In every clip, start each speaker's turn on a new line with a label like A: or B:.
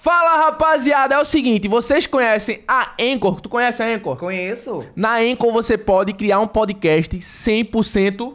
A: Fala rapaziada, é o seguinte, vocês conhecem a Anchor? Tu conhece a Anchor?
B: Conheço.
A: Na Anchor você pode criar um podcast 100%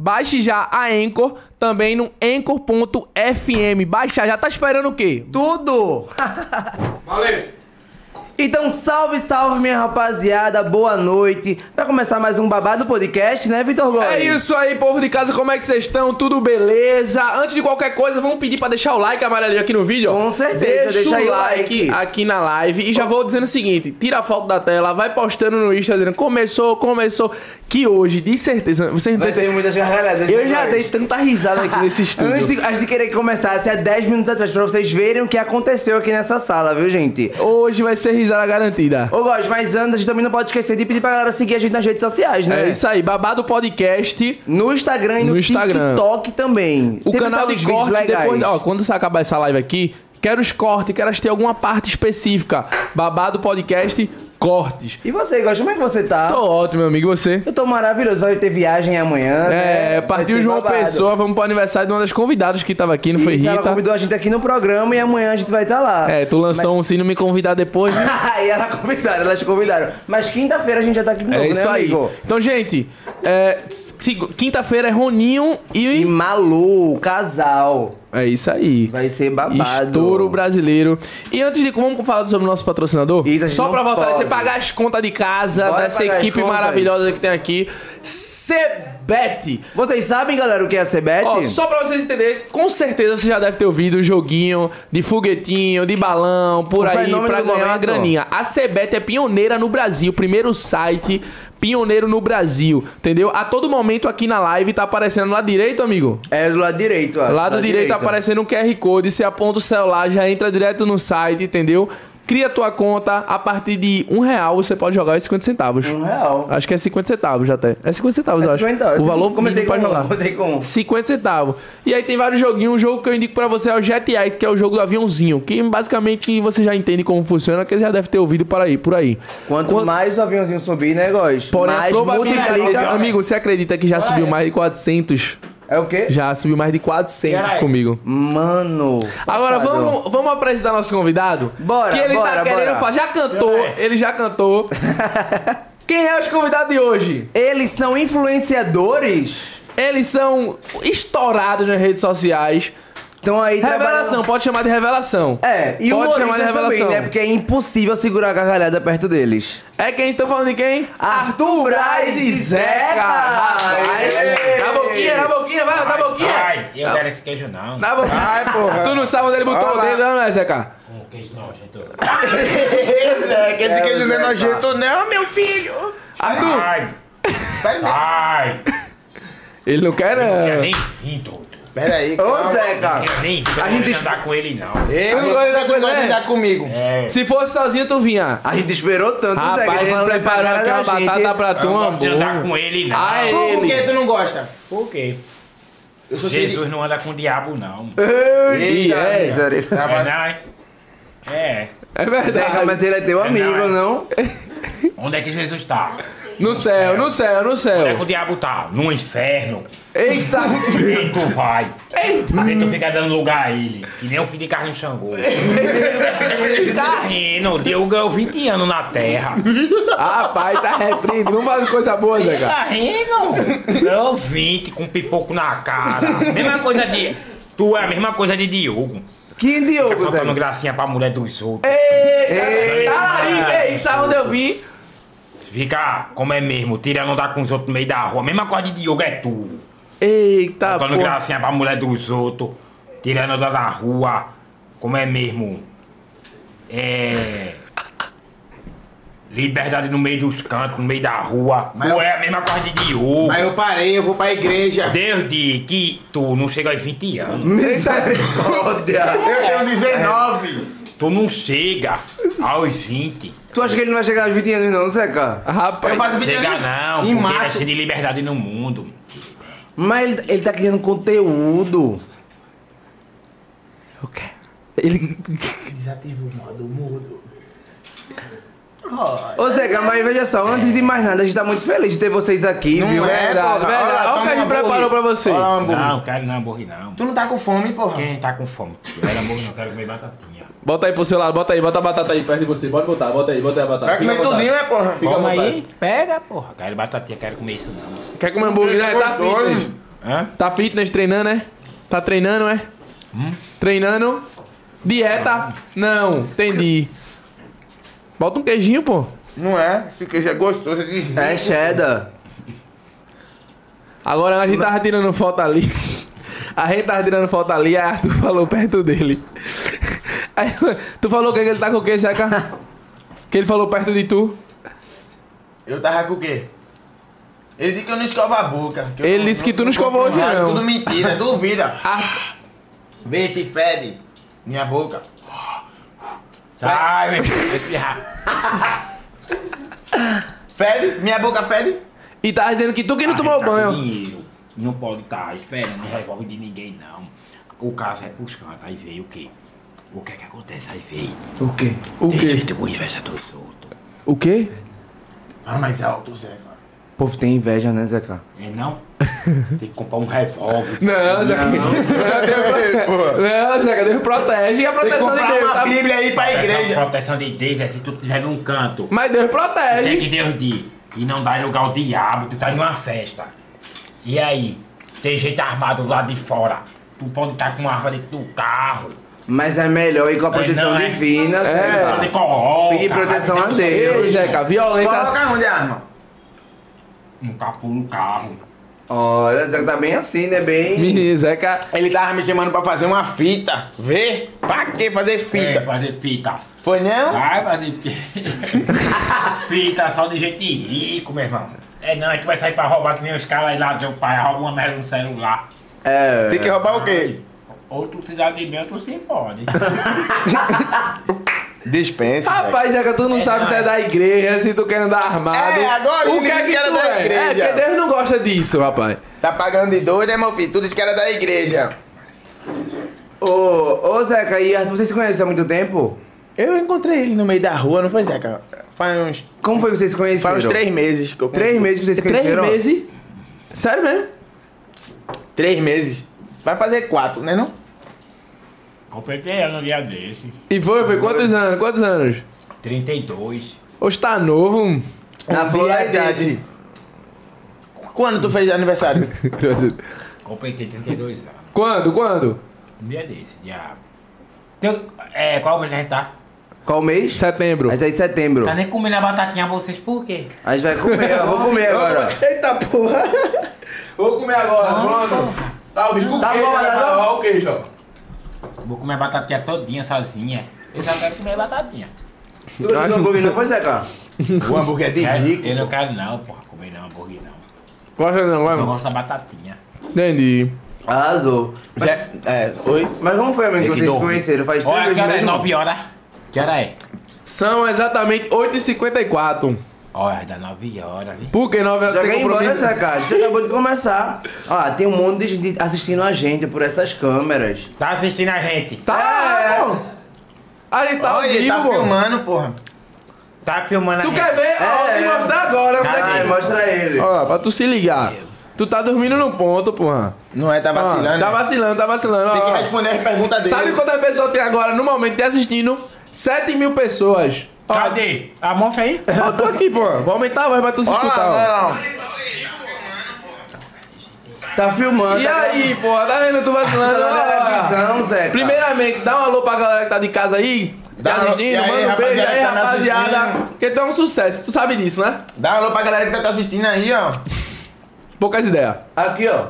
A: Baixe já a Anchor, também no anchor.fm. Baixa já, tá esperando o quê?
B: Tudo!
C: Valeu!
B: Então, salve, salve, minha rapaziada. Boa noite. Vai começar mais um babado podcast, né, Vitor Góes?
A: É isso aí, povo de casa, como é que vocês estão? Tudo beleza? Antes de qualquer coisa, vamos pedir pra deixar o like amarelinho aqui no vídeo. ó.
B: Com certeza, deixa aí o like.
A: aqui na live. E já vou dizendo o seguinte: tira a foto da tela, vai postando no Insta dizendo começou, começou. Que hoje, de certeza, vocês não
B: Vai
A: têm-
B: ter muitas gargalhadas.
A: Eu já
B: Góes.
A: dei tanta risada aqui nesse estúdio.
B: Antes de, antes de querer que começasse, há 10 minutos atrás, pra vocês verem o que aconteceu aqui nessa sala, viu, gente?
A: Hoje vai ser risada garantida.
B: Ô, Góis, mas antes, a gente também não pode esquecer de pedir pra galera seguir a gente nas redes sociais, né?
A: É isso aí, babado podcast.
B: No Instagram e no,
A: No Instagram.
B: TikTok também.
A: O
B: Sempre
A: canal de
B: saem uns vídeos
A: corte,
B: legais.
A: depois. Ó, quando você acabar essa live aqui, quero os cortes, quero ter alguma parte específica. Babado podcast, cortes.
B: E você, Góis, como é que você tá?
A: Tô ótimo, meu amigo, e você?
B: Eu tô maravilhoso. Vai ter viagem amanhã. né?
A: É,
B: Vai
A: partiu
B: ser
A: João
B: babado.
A: Pessoa, vamos pro aniversário de uma das convidadas que tava aqui, não foi
B: Isso, Ela
A: Rita?
B: convidou a gente aqui no programa e amanhã a gente vai estar lá.
A: É, tu lançou um se não me convidar depois. né?
B: e ela convidaram, elas convidaram. Mas quinta-feira a gente já tá aqui de novo,
A: É isso
B: né,
A: aí.
B: amigo?
A: Então, gente, é, segu- quinta-feira é Roninho
B: E
A: e.
B: Malu, o casal.
A: É isso aí.
B: Vai ser babado.
A: Estouro brasileiro. E antes de. Vamos falar sobre o nosso patrocinador?
B: Isso, a gente
A: Só
B: não
A: pra fortalecer,
B: pode.
A: pagar as contas de casa
B: Bora
A: dessa
B: pagar as
A: equipe
B: contas.
A: maravilhosa que tem aqui. Cebete.
B: Vocês sabem, galera, o que é a CBET?
A: Ó, só pra vocês entenderem, com certeza você já deve ter ouvido o joguinho de foguetinho, de balão, por
B: O
A: aí,
B: fenômeno
A: pra ganhar
B: do
A: uma
B: momento.
A: graninha. A Cebet é pioneira no Brasil, primeiro site pioneiro no Brasil, entendeu? A todo momento aqui na live tá aparecendo lá direito, amigo.
B: É do lado direito, ó.
A: Lá do direito tá aparecendo um QR Code, você aponta o celular, já entra direto no site, entendeu? Cria tua conta, a partir de um real você pode jogar os 50 centavos.
B: Um real.
A: Acho que é 50 centavos até. É 50 centavos,
B: É
A: eu acho.
B: 50, eu
A: o valor
B: comecei
A: mínimo pra
B: com um,
A: jogar.
B: comecei com um.
A: 50 centavos. E aí tem vários joguinhos. Um jogo que eu indico pra você é o GTA, que é o jogo do aviãozinho. Que basicamente você já entende como funciona, que você já deve ter ouvido por aí. Por aí.
B: Quanto
A: Quan-
B: mais o aviãozinho subir, né, Góis?
A: Porém, a
B: mais
A: probabilidade... Amigo, você acredita que já subiu mais de 400?
B: É o quê?
A: Já subiu mais de 400
C: Caralho.
A: comigo.
B: Mano.
A: Agora
B: passado.
A: vamos, vamos apresentar nosso convidado?
B: Bora,
A: Que ele tá
B: bora,
A: querendo
B: bora.
A: falar. Já cantou, ele já cantou. Quem é os convidados de hoje?
B: Eles são influenciadores?
A: Eles são estourados nas redes sociais.
B: Estão aí
A: Revelação,
B: trabalhando...
A: pode chamar de revelação.
B: É, e
A: pode chamar de
B: humoristas
A: revelação.
B: também, né? Porque é impossível segurar a gargalhada perto deles.
A: É quem estão falando de quem?
B: Arthur Braz e Zeca.
A: Vai,
B: Aê.
A: Na boquinha, na boquinha, vai, na boquinha.
C: Ai, eu quero esse queijo não.
A: Na boquinha.
B: Ai, porra.
A: Tu não sabe onde ele botou
B: Olha
A: o
B: lá.
A: dedo, não é, Zeca?
C: Um queijo não, gente.
D: É, que esse queijo não é nojento, não, meu filho.
A: Arthur!
C: Ai! Ai!
A: Ele não quer,
C: Eu
A: não.
C: nem vim, Toto.
D: Pera aí.
B: Ô, Zeca.
C: Eu nem vim, eu não
B: gente-
C: vou andar com ele, não.
D: Eu
A: não gosto de dar
D: não
A: com ele,
D: gosto de
A: né?
D: dar comigo.
C: É.
A: Se fosse sozinho, tu vinha.
B: A gente esperou tanto, Zeca.
A: Rapaz,
B: Ele
A: ele
B: falando essa
A: preparou
B: cara
A: aqui uma
B: da gente.
A: batata pra tu,
C: Eu não
A: um
C: gosto de andar com
A: hambúrguer.
C: ele, não.
A: Ah, é
D: Por que
A: ele.
D: tu não gosta?
C: Por quê?
D: Eu sou cheio de...
C: Jesus não anda com o diabo, não.
A: Ih, é.
B: misericórdia.
D: Tá,
C: É,
D: mas-
C: né? É.
A: É verdade.
B: Zeca, mas ele é teu amigo,
C: Verdade.
B: não?
C: Onde é que Jesus tá?
A: No céu, no céu, no
C: Onde é que
A: céu.
C: o diabo tá? No inferno.
A: Eita.
C: Ele tu vai. Ele tu fica dando lugar a ele. Que nem o filho de Carlinhos Xangô. tá rindo. Deu ganhou 20 anos na terra.
A: Rapaz, tá repreendido. Vamos falar de coisa boa, Zeca.
C: Tá rindo? Eu 20 É com pipoco na cara. Mesma coisa de. Tu é a mesma coisa de Diogo.
B: Que
C: Fica
B: Diogo,
C: faltando
B: Zeca?
C: gracinha pra mulher dos outros.
A: Eita.
B: Eita.
A: Talarico, é isso, aonde eu vim.
C: Fica como é mesmo, tira não dá com os outros no meio da rua. Mesma coisa de Diogo é tu.
D: Ah,
A: Eita,
C: Faltando
A: porra.
C: gracinha pra mulher dos outros. Tirando da da rua. Como é mesmo? É. Liberdade no meio dos cantos, no meio da rua.
D: Mas
C: tu
D: eu-
C: é a mesma coisa de Diogo.
D: Mas eu parei, eu vou pra igreja.
C: Desde que tu não chega aos 20 anos.
D: É.
B: Misericórdia.
D: Eu tenho 19.
C: Tu não chega aos 20.
B: Tu acha que ele não vai chegar aos 20 anos, não, Zeca?
A: Rapaz,
D: Eu faço vídeo
C: Chega não,
D: um Em
C: porque vai
D: março.
C: ser de liberdade no mundo.
B: Mas ele, ele tá criando conteúdo.
A: eu quero. Ele.
D: Desativa o um modo mudo.
B: Ô, Zeca, mas veja só, antes de mais nada, a gente tá muito feliz de ter vocês aqui, viu?
A: é, verdade,
D: porra.
A: verdade. Olha o que a
D: lá, toma
A: gente
D: um hambúrguer.
A: preparou pra você.
D: Olha lá, um hambúrguer.
C: Não, quero não hambúrguer não.
D: Tu não tá com fome, porra?
C: Quem tá com fome? Eu era hambúrguer, não quero comer batatinha.
A: Bota aí pro seu lado, bota aí, bota a batata aí perto de você. Bota botar, bota aí, bota aí a batata.
D: Vai
A: Fica à
D: comer
A: vontade.
D: tudinho, né, porra?
A: Fica à
C: Toma
A: vontade.
C: aí, pega, porra. Quero batatinha, quero comer isso não.
A: Quer comer hambúrguer, né? Tá
D: Gostoso.
A: fitness.
C: Hã?
A: Tá fitness treinando, né? Tá treinando, é?
D: Hum?
A: Treinando. Dieta? Não, entendi. Bota um queijinho, pô.
D: Não é? Esse queijo é gostoso de rir.
B: É cheddar.
A: Agora a gente tava tirando foto ali. A gente tava tirando foto ali, aí Arthur falou perto dele. Aí, tu falou o que que ele tá com o que, Zeca? Que ele falou perto de tu.
D: Eu tava com o quê? Ele disse que eu não escovo a boca. eu
A: Ele disse que tu não escova
D: compro
A: hoje,
D: nada,
A: não.
D: Tudo mentira, duvida.
A: Ar-
D: Vê se fede minha boca.
C: Sai, meu filho, vai se ferrar.
D: Fede? Minha boca fede?
A: e tava dizendo que tu que não
C: A
A: tomou
C: gente tá com
A: banho.
C: dinheiro. Não pode estar esperando revólver de ninguém, não. O caso é pros cantos. Aí veio o quê? O que é que acontece? Aí veio.
D: O quê?
A: O
C: Tem
A: quê?
C: gente com inveja dos outros.
A: O quê?
D: Fala mais alto, Zé. fala.
B: O povo tem inveja, né, Zeca?
C: É não? Tem que comprar um revólver.
A: Não, Zeca. Não, Deus, não, Zeca, Deus protege. E a
D: Tem que
A: proteção de
D: comprar
A: Deus,
D: uma
A: tá?
D: bíblia aí pra
C: Essa
D: igreja.
C: proteção de Deus é se tu estiver num canto.
A: Mas Deus
C: Tem
A: protege.
C: que Deus diz. E não dá lugar ao diabo. Tu tá numa festa. E aí? Tem gente armado lá de fora. Tu pode estar com uma arma dentro do carro.
B: Mas é melhor ir com a proteção
C: não, é.
B: divina,
C: Proteção de
B: Zeca.
C: coloca.
B: E proteção
C: vai, um
B: a
C: tem
B: Deus.
A: Ei, Zeca, violência.
D: Coloca onde a arma?
C: Um capô no carro.
B: Olha, Zeca tá bem assim, né? Bem...
A: Menino, Zeca.
D: Ele tava me chamando pra fazer uma fita. Vê? Pra que fazer
C: É,
D: fita?
C: fazer pita.
D: Foi não?
C: Vai fazer pita. pita só de gente rico, meu irmão. É não, é que vai sair pra roubar que nem os caras lá do seu pai, rouba uma merda no celular.
B: É...
D: Tem que roubar o quê?
C: Outro cidadão tu sim pode.
D: Dispensa. velho.
A: Rapaz, Zeca, tu não sabe se é da igreja, se tu quer andar armado.
D: É, agora
A: o
D: ele
A: que é
D: disse
A: que
D: que era
A: tu
D: da
A: é?
D: igreja.
A: É, porque Deus não gosta disso, rapaz.
D: Tá pagando de doido, né, meu filho? Tudo isso que era da igreja.
B: Ô, ô, Zeca e Arthur, vocês se conhecem há muito tempo?
D: Eu encontrei ele no meio da rua, não foi, Zeca? Faz uns,
B: Como foi que vocês se conheceram?
D: faz uns três meses que eu
B: Três meses que vocês se
A: Três
B: conheceram?
A: meses. Sério mesmo?
D: Três meses. Vai fazer quatro, né não?
C: Completei ano um dia desse.
A: E foi, foi quantos anos? Quantos anos?
C: 32.
A: Hoje tá novo. hum.
B: Na flor da
D: dia
B: idade.
D: desse. Quando tu fez aniversário?
C: Completei 32 anos.
A: Quando? Quando?
C: Um dia desse, dia. Teu- É, qual mês a gente tá?
B: Qual mês?
A: Setembro.
B: A gente tá em setembro.
C: Tá nem comendo a batatinha vocês por quê?
B: A gente vai comer, eu vou comer agora.
D: Eita porra!
A: Vou comer agora, pronto. Tá, o bicho com
B: Tá
A: queijo,
B: bom,
A: né,
B: tá
A: cara?
B: bom.
A: Ó o queijo, ó.
C: Vou comer a batatinha todinha sozinha. Eu só quero comer batatinha.
B: Tu não tá comigo, não foi, Zeca?
D: O hambúrguer de
C: É,
D: rico.
C: Eu não quero não, porra, comer não hambúrguer não.
A: Gosta não, vai,
C: Eu
A: mano.
C: gosto da batatinha.
A: Entendi.
B: Arrasou. Mas,
D: Zé, é, oi?
B: mas como foi, amigo, que
D: É que
B: vocês se
D: dorme.
B: conheceram? Faz três
C: Olha, que
B: meses
C: hora é?
B: mesmo?
C: 9 horas. Que hora é?
A: São exatamente 8h54.
C: Olha, dá 9 horas, viu?
A: Por que 9
B: Já
A: horas
B: quer ir embora, Zeca? Você acabou de começar. Ó, tem um monte de gente assistindo a gente por essas câmeras.
C: Tá assistindo a gente?
A: Tá,
B: É.
A: pô. A gente tá ao
D: Olha, ele
A: vivo,
D: tá
A: pô.
D: filmando, porra.
C: Tá filmando a
A: Tu
C: gente?
A: quer ver? Ó, eu vou
B: É.
A: te mostrar agora. como é que-
B: Ai, mostra ele.
A: Ó, pra tu se ligar. Tu tá dormindo no ponto, porra.
D: Não é, tá
A: Ó,
D: vacilando.
A: Tá
D: né?
A: vacilando, tá vacilando. ó,
D: Tem que
A: ó.
D: responder as perguntas dele.
A: Sabe quantas pessoas tem agora no momento te assistindo? 7 mil pessoas. Ó,
C: Cadê? A mão aí?
A: Ó, tô aqui, pô. Vou aumentar a voz pra tu se
D: Olha
A: escutar, ó.
D: lá, olha lá.
B: Tá filmando.
A: E
B: tá
A: aí, pô, tá vendo? Tu vacilando.
B: gravando
A: ó.
B: na televisão, Zeca.
A: Primeiramente, dá um alô pra galera que tá de casa aí.
D: é, tá. Dá um
A: Tá
D: alô.
A: assistindo,
D: E aí,
A: manda um
D: rapaziada
A: beijo
D: que
A: aí,
D: tá me
A: rapaziada.
D: assistindo.
A: Porque tu é um sucesso, tu sabe disso, né?
D: Dá um alô pra galera que tá assistindo aí, ó.
A: Poucas ideias.
B: Aqui, ó.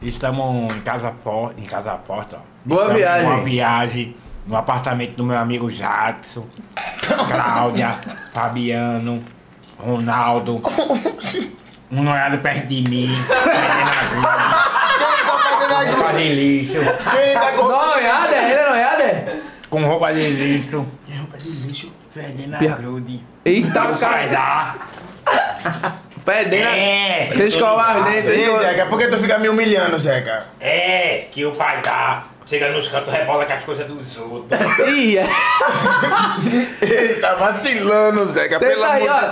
C: Estamos em casa porta, em casa porta. ó.
B: Boa
C: Estamos
B: viagem.
C: Boa viagem. No apartamento do meu amigo Jadson, Cláudia, Fabiano, Ronaldo. Um noiado perto de mim. Helena Gomes.
D: Quem tá fazendo
C: Com
D: vai
C: roupa de lixo.
D: Ele tá com...
A: Não, é Ader, ele não é Ader.
C: Com roupa de lixo.
D: Roupa de lixo, fedendo a
A: Pirra.
D: grude.
A: Eita,
C: Sai
A: cara.
C: lá.
A: Fedendo. né?
C: É.
A: Você escovar os dentes. aí,
D: Ei,
A: eu-
D: Zeca, por que tu fica me humilhando, Zeca?
C: É, que o pai dá. Chega nos cantos, rebola com as coisas dos outros.
A: Ih, é.
D: Ele tá vacilando, Zeca, pelo
A: Senta aí,
D: amor de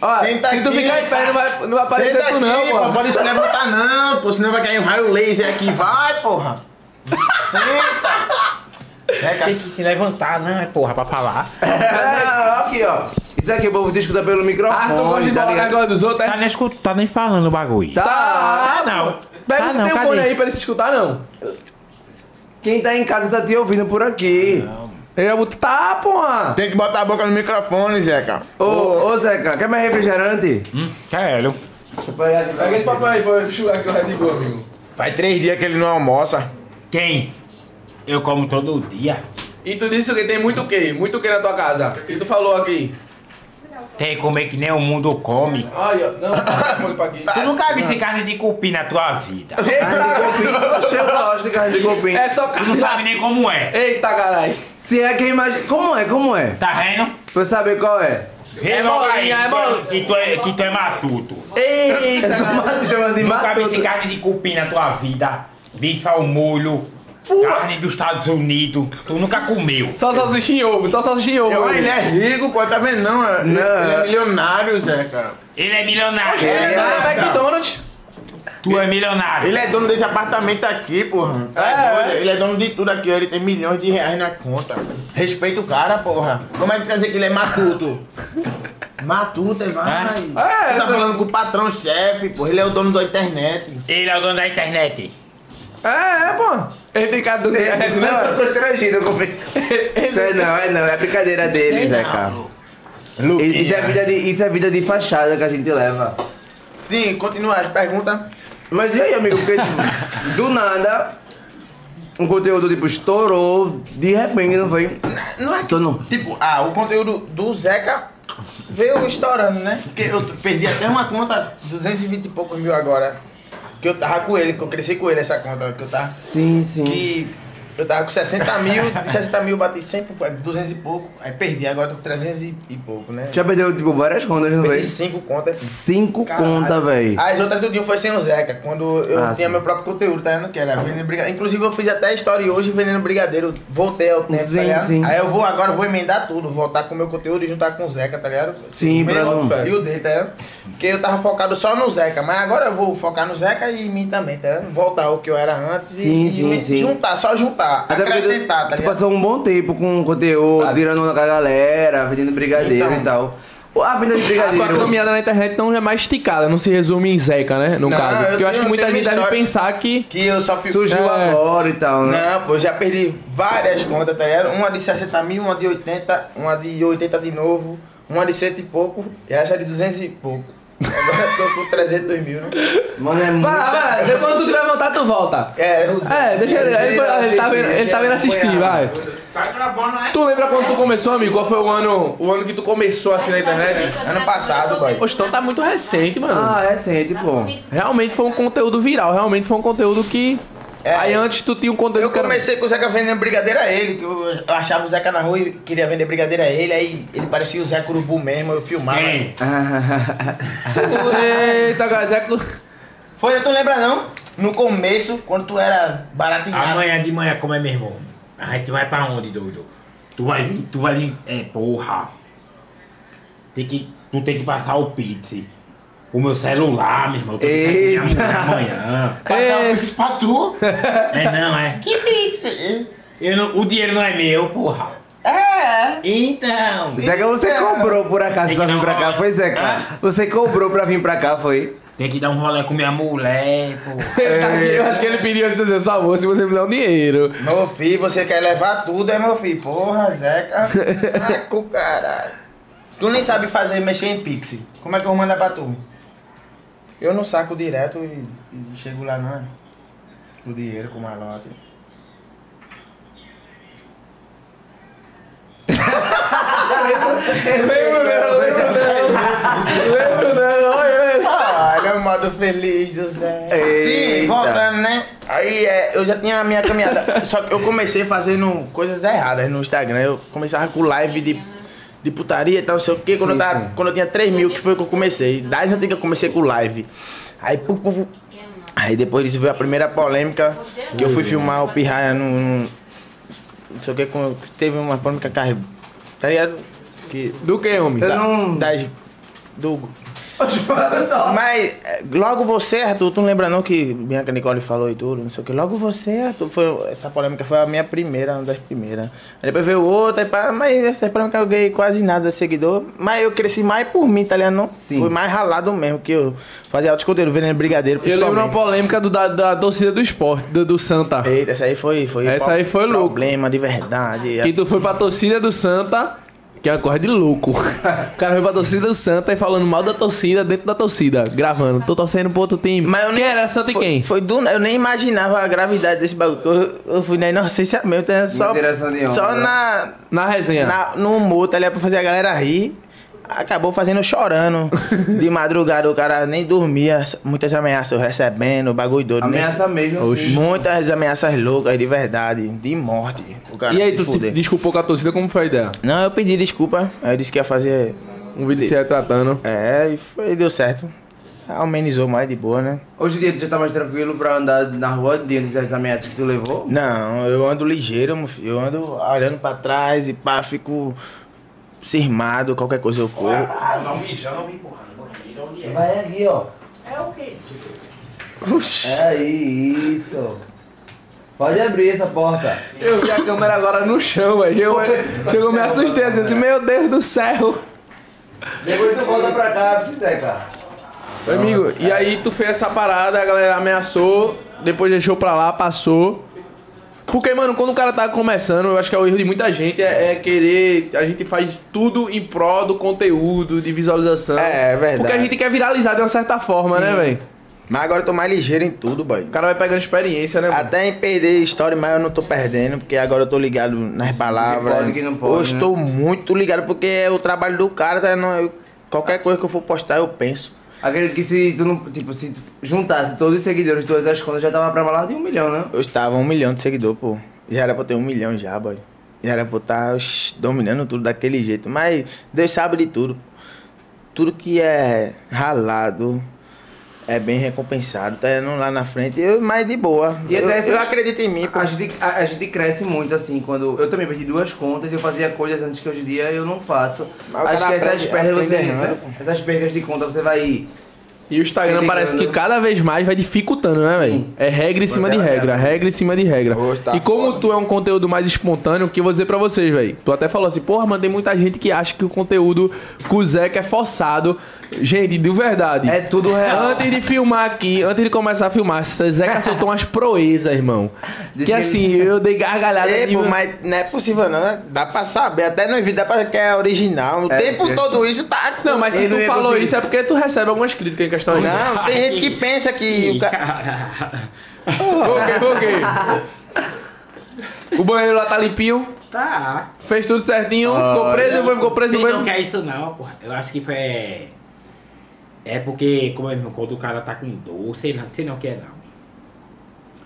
A: ó. Ó,
D: Senta
A: se tu
D: aqui.
A: ficar em pé, não vai, não vai aparecer
D: Senta
A: tu
D: aqui,
A: não,
D: pô.
A: pô.
D: Pode se levantar não, pô, senão vai cair um raio laser aqui. Vai, porra. Senta. Zeca,
C: Tem que se levantar, não, é porra, pra falar.
A: É.
B: aqui, ó. Isso aqui o povo te escuta pelo
A: Ah, tu gosta
B: microfone,
A: de
B: tá
A: bola com a
B: ligado?
A: gola dos outros,
C: Tá
A: é?
C: nem escutando, tá nem falando o bagulho.
B: Tá.
C: Ah, não.
A: Pega
C: Ah,
A: o
C: não,
A: teu
C: cadê?
A: fone aí pra ele se escutar, não.
B: Quem tá em casa tá te ouvindo por aqui.
A: Ele vai botar, tá, porra.
D: tem que botar a boca no microfone, Zeca.
B: Ô, ô, Zeca, quer mais refrigerante?
C: Hum, Quero.
B: Deixa eu pegar aqui.
A: Pega esse papel aí pra eu enxugar aqui o Red Bull, amigo.
D: Faz três dias que ele não almoça.
C: Quem? Eu como todo dia.
A: E tu disse que tem muito quê? Muito quê na tua casa? E tu falou aqui.
C: Tem que comer que nem o mundo come.
A: Olha, não, põe pra aqui.
C: Tu nunca visse carne de cupim na tua vida. Tu
B: Cheio da hora de carne de cupim.
A: É só
C: não sabe nem como é.
A: Eita, caralho.
B: Se é quem mais... Como é, como é?
C: Tá vendo?
B: Pra eu saber qual é.
C: Vê
A: É
C: logo aí
A: bolinha, é bolinha.
C: que, tu é, que tu é matuto.
B: Eita,
A: É.
B: chamando de
C: nunca visse
B: matuto.
C: carne de cupim na tua vida. Bife ao molho. Carne dos Estados Unidos. Tu nunca comeu.
A: Só salsichinha e ovo, só salsichinha e ovo.
D: Eu,
A: hoje.
D: ele é rico, pô, tá vendo não? é- Ele
B: Não.
D: é milionário, Zeca.
C: Ele é milionário.
A: Ele é dono da
D: Eita.
A: McDonald's.
C: Tu é milionário.
D: Ele é dono desse apartamento aqui, porra. Tá
A: É,
D: doido? Ele é dono de tudo aqui, ó. ele tem milhões de reais na conta. Respeita o cara, porra. Como é que quer dizer que ele é matuto? matuto, é vai.
A: É,
D: Ele tá
A: eu tô-
D: falando com o patrão-chefe, porra. Ele é o dono da internet.
C: Ele é o dono da internet.
A: É, é, pô. Ele tem cara do Nerd,
B: Não, eu
A: né?
B: tô constrangido, eu comprei. Não, é não, é não, é brincadeira dele, Zeca.
D: Luquinha.
B: Isso é, vida de, isso é vida de fachada que a gente leva.
D: Sim, continua as perguntas.
B: Mas e aí, amigo? Porque tipo, do nada, um conteúdo tipo estourou, de repente não foi.
D: Não é que,
B: Tô não.
D: Tipo, ah, o conteúdo do Zeca veio estourando, né? Porque eu t- perdi até uma conta, 220 e poucos mil agora. Que eu tava com ele, que eu cresci com ele essa conta que eu tava.
B: Sim, sim.
D: Que eu tava com 60 mil, de 60 mil eu bati 100, por- 200 e pouco. Aí perdi, agora tô com 300 e, e pouco, né?
B: Já perdeu tipo várias contas, não foi?
D: perdi 5 contas. é
B: Cinco
D: Caralho.
B: contas, véi.
D: As outras tudinho foi sem o Zeca, quando eu
B: Ah,
D: tinha
B: sim.
D: meu próprio conteúdo, tá vendo? Que era vendendo brigadeiro. Inclusive eu fiz até a história hoje vendendo brigadeiro, voltei ao tempo,
B: Sim,
D: tá ligado?
B: sim.
D: Aí eu vou agora, eu vou emendar tudo, voltar com o meu conteúdo e juntar com o Zeca, tá ligado?
B: Sim, pra
D: Meu,
B: não-
D: E o dele, tá ligado? Porque eu tava focado só no Zeca, mas agora eu vou focar no Zeca e em mim também, tá ligado? Voltar ao que eu era antes e-
B: Sim,
D: e,
B: sim,
D: me-
B: sim.
D: juntar, só juntar,
B: Até porque
D: acrescentar, tá
B: tu
D: ligado? Tá.
B: passou um bom tempo com o conteúdo, tirando onda com a galera, vendendo brigadeiro
D: Então.
B: e tal. O- A venda de
A: A
B: brigadeiro.
A: caminhada na internet não é mais esticada, não se resume em Zeca, né? No
D: Não,
A: caso.
D: eu
A: Porque eu acho
D: tenho-
A: que muita
D: tenho
A: gente
D: uma
A: deve
D: história.
A: pensar que.
D: Que eu só fico...
B: Surgiu
A: É.
B: agora e tal, né?
D: Não, pô, eu já perdi várias contas, tá ligado? Uma de 60 mil, uma de 80, uma de 80 de novo, uma de cento e pouco, e essa é de 200 e pouco. Agora eu tô com 300 mil, né?
B: Mano, é muito.
A: Vai, vai, depois quando tu levantar, tu volta.
D: É, eu
A: É, deixa ele. Ele, foi- ele tá vendo, ele tá vendo assistir, vai.
C: Tá gravando, né?
A: Tu lembra quando tu começou, amigo? Qual foi o ano, o ano que tu começou assim na internet?
D: Ano passado, boy.
A: Poxa, então tá muito recente, mano.
B: Ah, é recente, pô.
A: Realmente foi um conteúdo viral, realmente foi um conteúdo que.
D: É.
A: Aí antes tu tinha um conteúdo
D: Eu
A: que era-
D: comecei com o Zeca vendendo brigadeiro a ele, que eu eu achava o Zeca na rua e queria vender brigadeiro a ele, aí ele parecia o Zeca Urubu mesmo, eu filmava.
C: Quem?
D: né?
A: Eita, é cara, Zé. Cu-
D: Foi, tu lembra não? No começo, quando tu era barato em nada.
C: Amanhã de manhã, como é meu irmão? A gente vai pra onde, doido? Tu vai vir, tu vai vir. É, porra. Tem que, tu tem que passar o Pix. O meu celular, meu irmão. Eu tô
B: Eita.
C: ficando com a minha mulher amanhã.
D: Passava
A: Ei.
D: o Pix pra tu?
C: É, não, é.
D: Que Pix?
C: Eu não, o dinheiro não é meu, porra.
D: É.
C: Então.
B: Zeca, você cobrou por acaso
C: Tem
B: pra
C: que
B: vir
C: dar
B: pra
C: uma
B: cá,
C: hora.
B: foi Zeca?
C: Ah.
B: Você cobrou pra vir pra cá, foi?
C: Tem que dar um rolê com minha mulher, porra.
A: Ele tá
D: É.
A: aqui, eu acho que ele pediu antes de dizer, só vou se você me der um dinheiro.
D: Meu filho, você quer levar tudo, é meu filho. Porra, Zeca. Marco, caralho. Tu nem sabe fazer, mexer em Pix. Como é que eu vou mandar pra tu? Eu não saco direto e, e chego lá, não é? O dinheiro com o malote.
A: Lembro não, lembro não. Lembro não, olha ele.
D: Olha o modo feliz do Zé. Sim,
B: Eita.
D: voltando, né? Aí é, eu já tinha a minha caminhada. só que eu comecei fazendo coisas erradas no Instagram. Eu começava com live de, de putaria e tal, não sei o quê. Quando,
B: Sim,
D: eu tava-
B: sim.
D: quando eu tinha 3 mil, que foi que eu comecei. Das antigas eu comecei com live. Aí, pu, pu, pu. Aí depois disso veio a primeira polêmica que eu fui filmar o Pirraia no. no- não sei o que, com, teve uma polêmica carre. Tá ligado? Que.
A: Do que, homem?
B: Eu não.
D: Das. Do.
B: Oxe, fala só.
D: Mas eh, logo você, Arthur, tu não lembra não que Bianca Nicole falou e tudo, não sei o que. Logo você, Arthur, foi, essa polêmica foi a minha primeira, uma das primeiras. Aí depois veio outra, e pá, mas essa polêmica eu ganhei quase nada de seguidor. Mas eu cresci mais por mim, tá ligado? Não?
B: Sim.
D: Foi mais ralado mesmo, que eu fazia altos conteúdos, vendendo brigadeiro,
A: Eu lembro uma
D: principalmente.
A: polêmica do, da, da torcida do esporte, do, do Santa.
D: Eita, essa aí foi... foi
A: Essa aí foi louco.
D: Problema de verdade.
A: Que tu foi pra torcida do Santa, que é uma coisa de louco. O cara foi pra torcida do Santa e falando mal da torcida dentro da torcida, gravando. Tô torcendo pro outro time.
D: Mas eu nem-
A: quem era Santa e
D: foi,
A: quem?
D: Foi do, eu nem imaginava a gravidade desse bagulho. que Eu, eu fui na inocência mesmo, tá ligado?
B: Madeiração de
D: só,
B: onda,
D: só
B: né?
D: na...
A: Na resenha.
D: Na- no humor, tá ligado? Pra fazer a galera rir. Acabou fazendo eu chorando. De madrugada, o cara nem dormia. Muitas ameaças eu recebendo, bagulho doido.
B: Ameaça
D: Nesse-
B: mesmo,
D: Oxi.
A: assim.
B: sim.
D: Muitas ameaças loucas, de verdade. De morte. O cara
A: E aí,
D: se
A: tu se
D: fuder.
A: desculpou com a torcida, como foi a ideia?
D: Não, eu pedi desculpa. Aí eu disse que ia fazer...
A: Um vídeo se retratando.
D: É, e foi, deu certo. Amenizou mais de boa, né?
B: Hoje em dia tu já tá mais tranquilo pra andar na rua dentro das ameaças que tu levou?
D: Não, eu ando ligeiro, meu filho. Eu ando olhando pra trás e pá, fico... Cismado, qualquer coisa eu corro.
B: Vai aqui, ó.
D: Oxi.
B: É isso. Pode abrir essa porta.
A: Eu vi a câmera agora no chão, velho. Chegou, chegou me assustei, assim, eu disse, meu Deus do céu.
B: Depois tu volta pra cá, precisa, cara.
A: Meu amigo, e aí tu fez essa parada, a galera ameaçou, depois deixou pra lá, passou. Porque, mano, quando o cara tá começando, eu acho que é o erro de muita gente, é, é querer. A gente faz tudo em prol do conteúdo, de visualização.
D: É, é verdade.
A: Porque a gente quer viralizar de uma certa forma, né, velho?
D: Mas agora eu tô mais ligeiro em tudo, boy.
A: O cara vai pegando experiência, né, mano?
D: Até em perder história, mas eu não tô perdendo, porque agora eu tô ligado nas palavras.
B: Que pode, que não pode, né?
D: eu estou muito ligado, porque é o trabalho do cara, tá? Não, eu- qualquer coisa que eu for postar, eu penso.
B: Acredito que se tu não. Tipo, se tu juntasse todos os seguidores de todas as contas, já tava pra lá de um milhão, né?
D: Eu estava a um milhão de seguidor, pô. Já era pra eu ter um milhão já, boy. Já era pra eu estar oxi, dominando tudo daquele jeito. Mas Deus sabe de tudo. Tudo que é ralado é bem recompensado, tá? Não lá na frente, eu, mas de boa.
B: E
D: eu,
B: até essas-
D: eu acredito em mim, pô.
B: A gente, a, a gente cresce muito assim, quando. Eu também perdi duas contas, eu fazia coisas antes que hoje em dia eu não faço.
D: Mas o
B: Acho
D: cara
B: que essas
D: aprende-
B: perdas você.
D: aprende errando,
B: né? Essas perdas de conta você vai.
A: E o Instagram
B: Se
A: parece que
B: ligando.
A: cada vez mais vai dificultando, né, velho?
B: né? Sim.
A: É regra em cima de
B: Mandela,
A: regra, regra em cima de regra.
D: Hoje tá
A: e como
D: foda.
A: tu é um conteúdo mais espontâneo, o que eu vou dizer pra vocês, velho? Tu até falou assim, porra, mano, tem muita gente que acha que o conteúdo com o Zeca é forçado. Gente, de verdade.
B: É tudo real.
A: Antes de filmar aqui, antes de começar a filmar, Zeca soltou umas proezas, irmão.
B: Diz
A: que
B: que
A: assim,
B: ele-
A: eu dei gargalhada.
D: É,
A: de-
D: pô, mas não é possível não, né? Dá pra saber, até no vídeo dá pra que é original. O
B: É,
D: tempo
B: porque-
D: todo isso tá...
A: Não, mas se
B: Ele
A: tu
B: não ia
A: falou
B: conseguir.
A: isso é porque tu recebe algumas críticas em questão ainda.
D: Não, tem gente que pensa que... o ca-
A: Ok, ok. O banheiro lá tá limpinho.
C: Tá.
A: Fez tudo certinho, ficou preso, foi, ficou preso,
C: Você
A: depois.
C: não quer isso não, porra. Eu acho que foi... É porque, como é, quando o cara tá com dor, sei não, sei não quer não.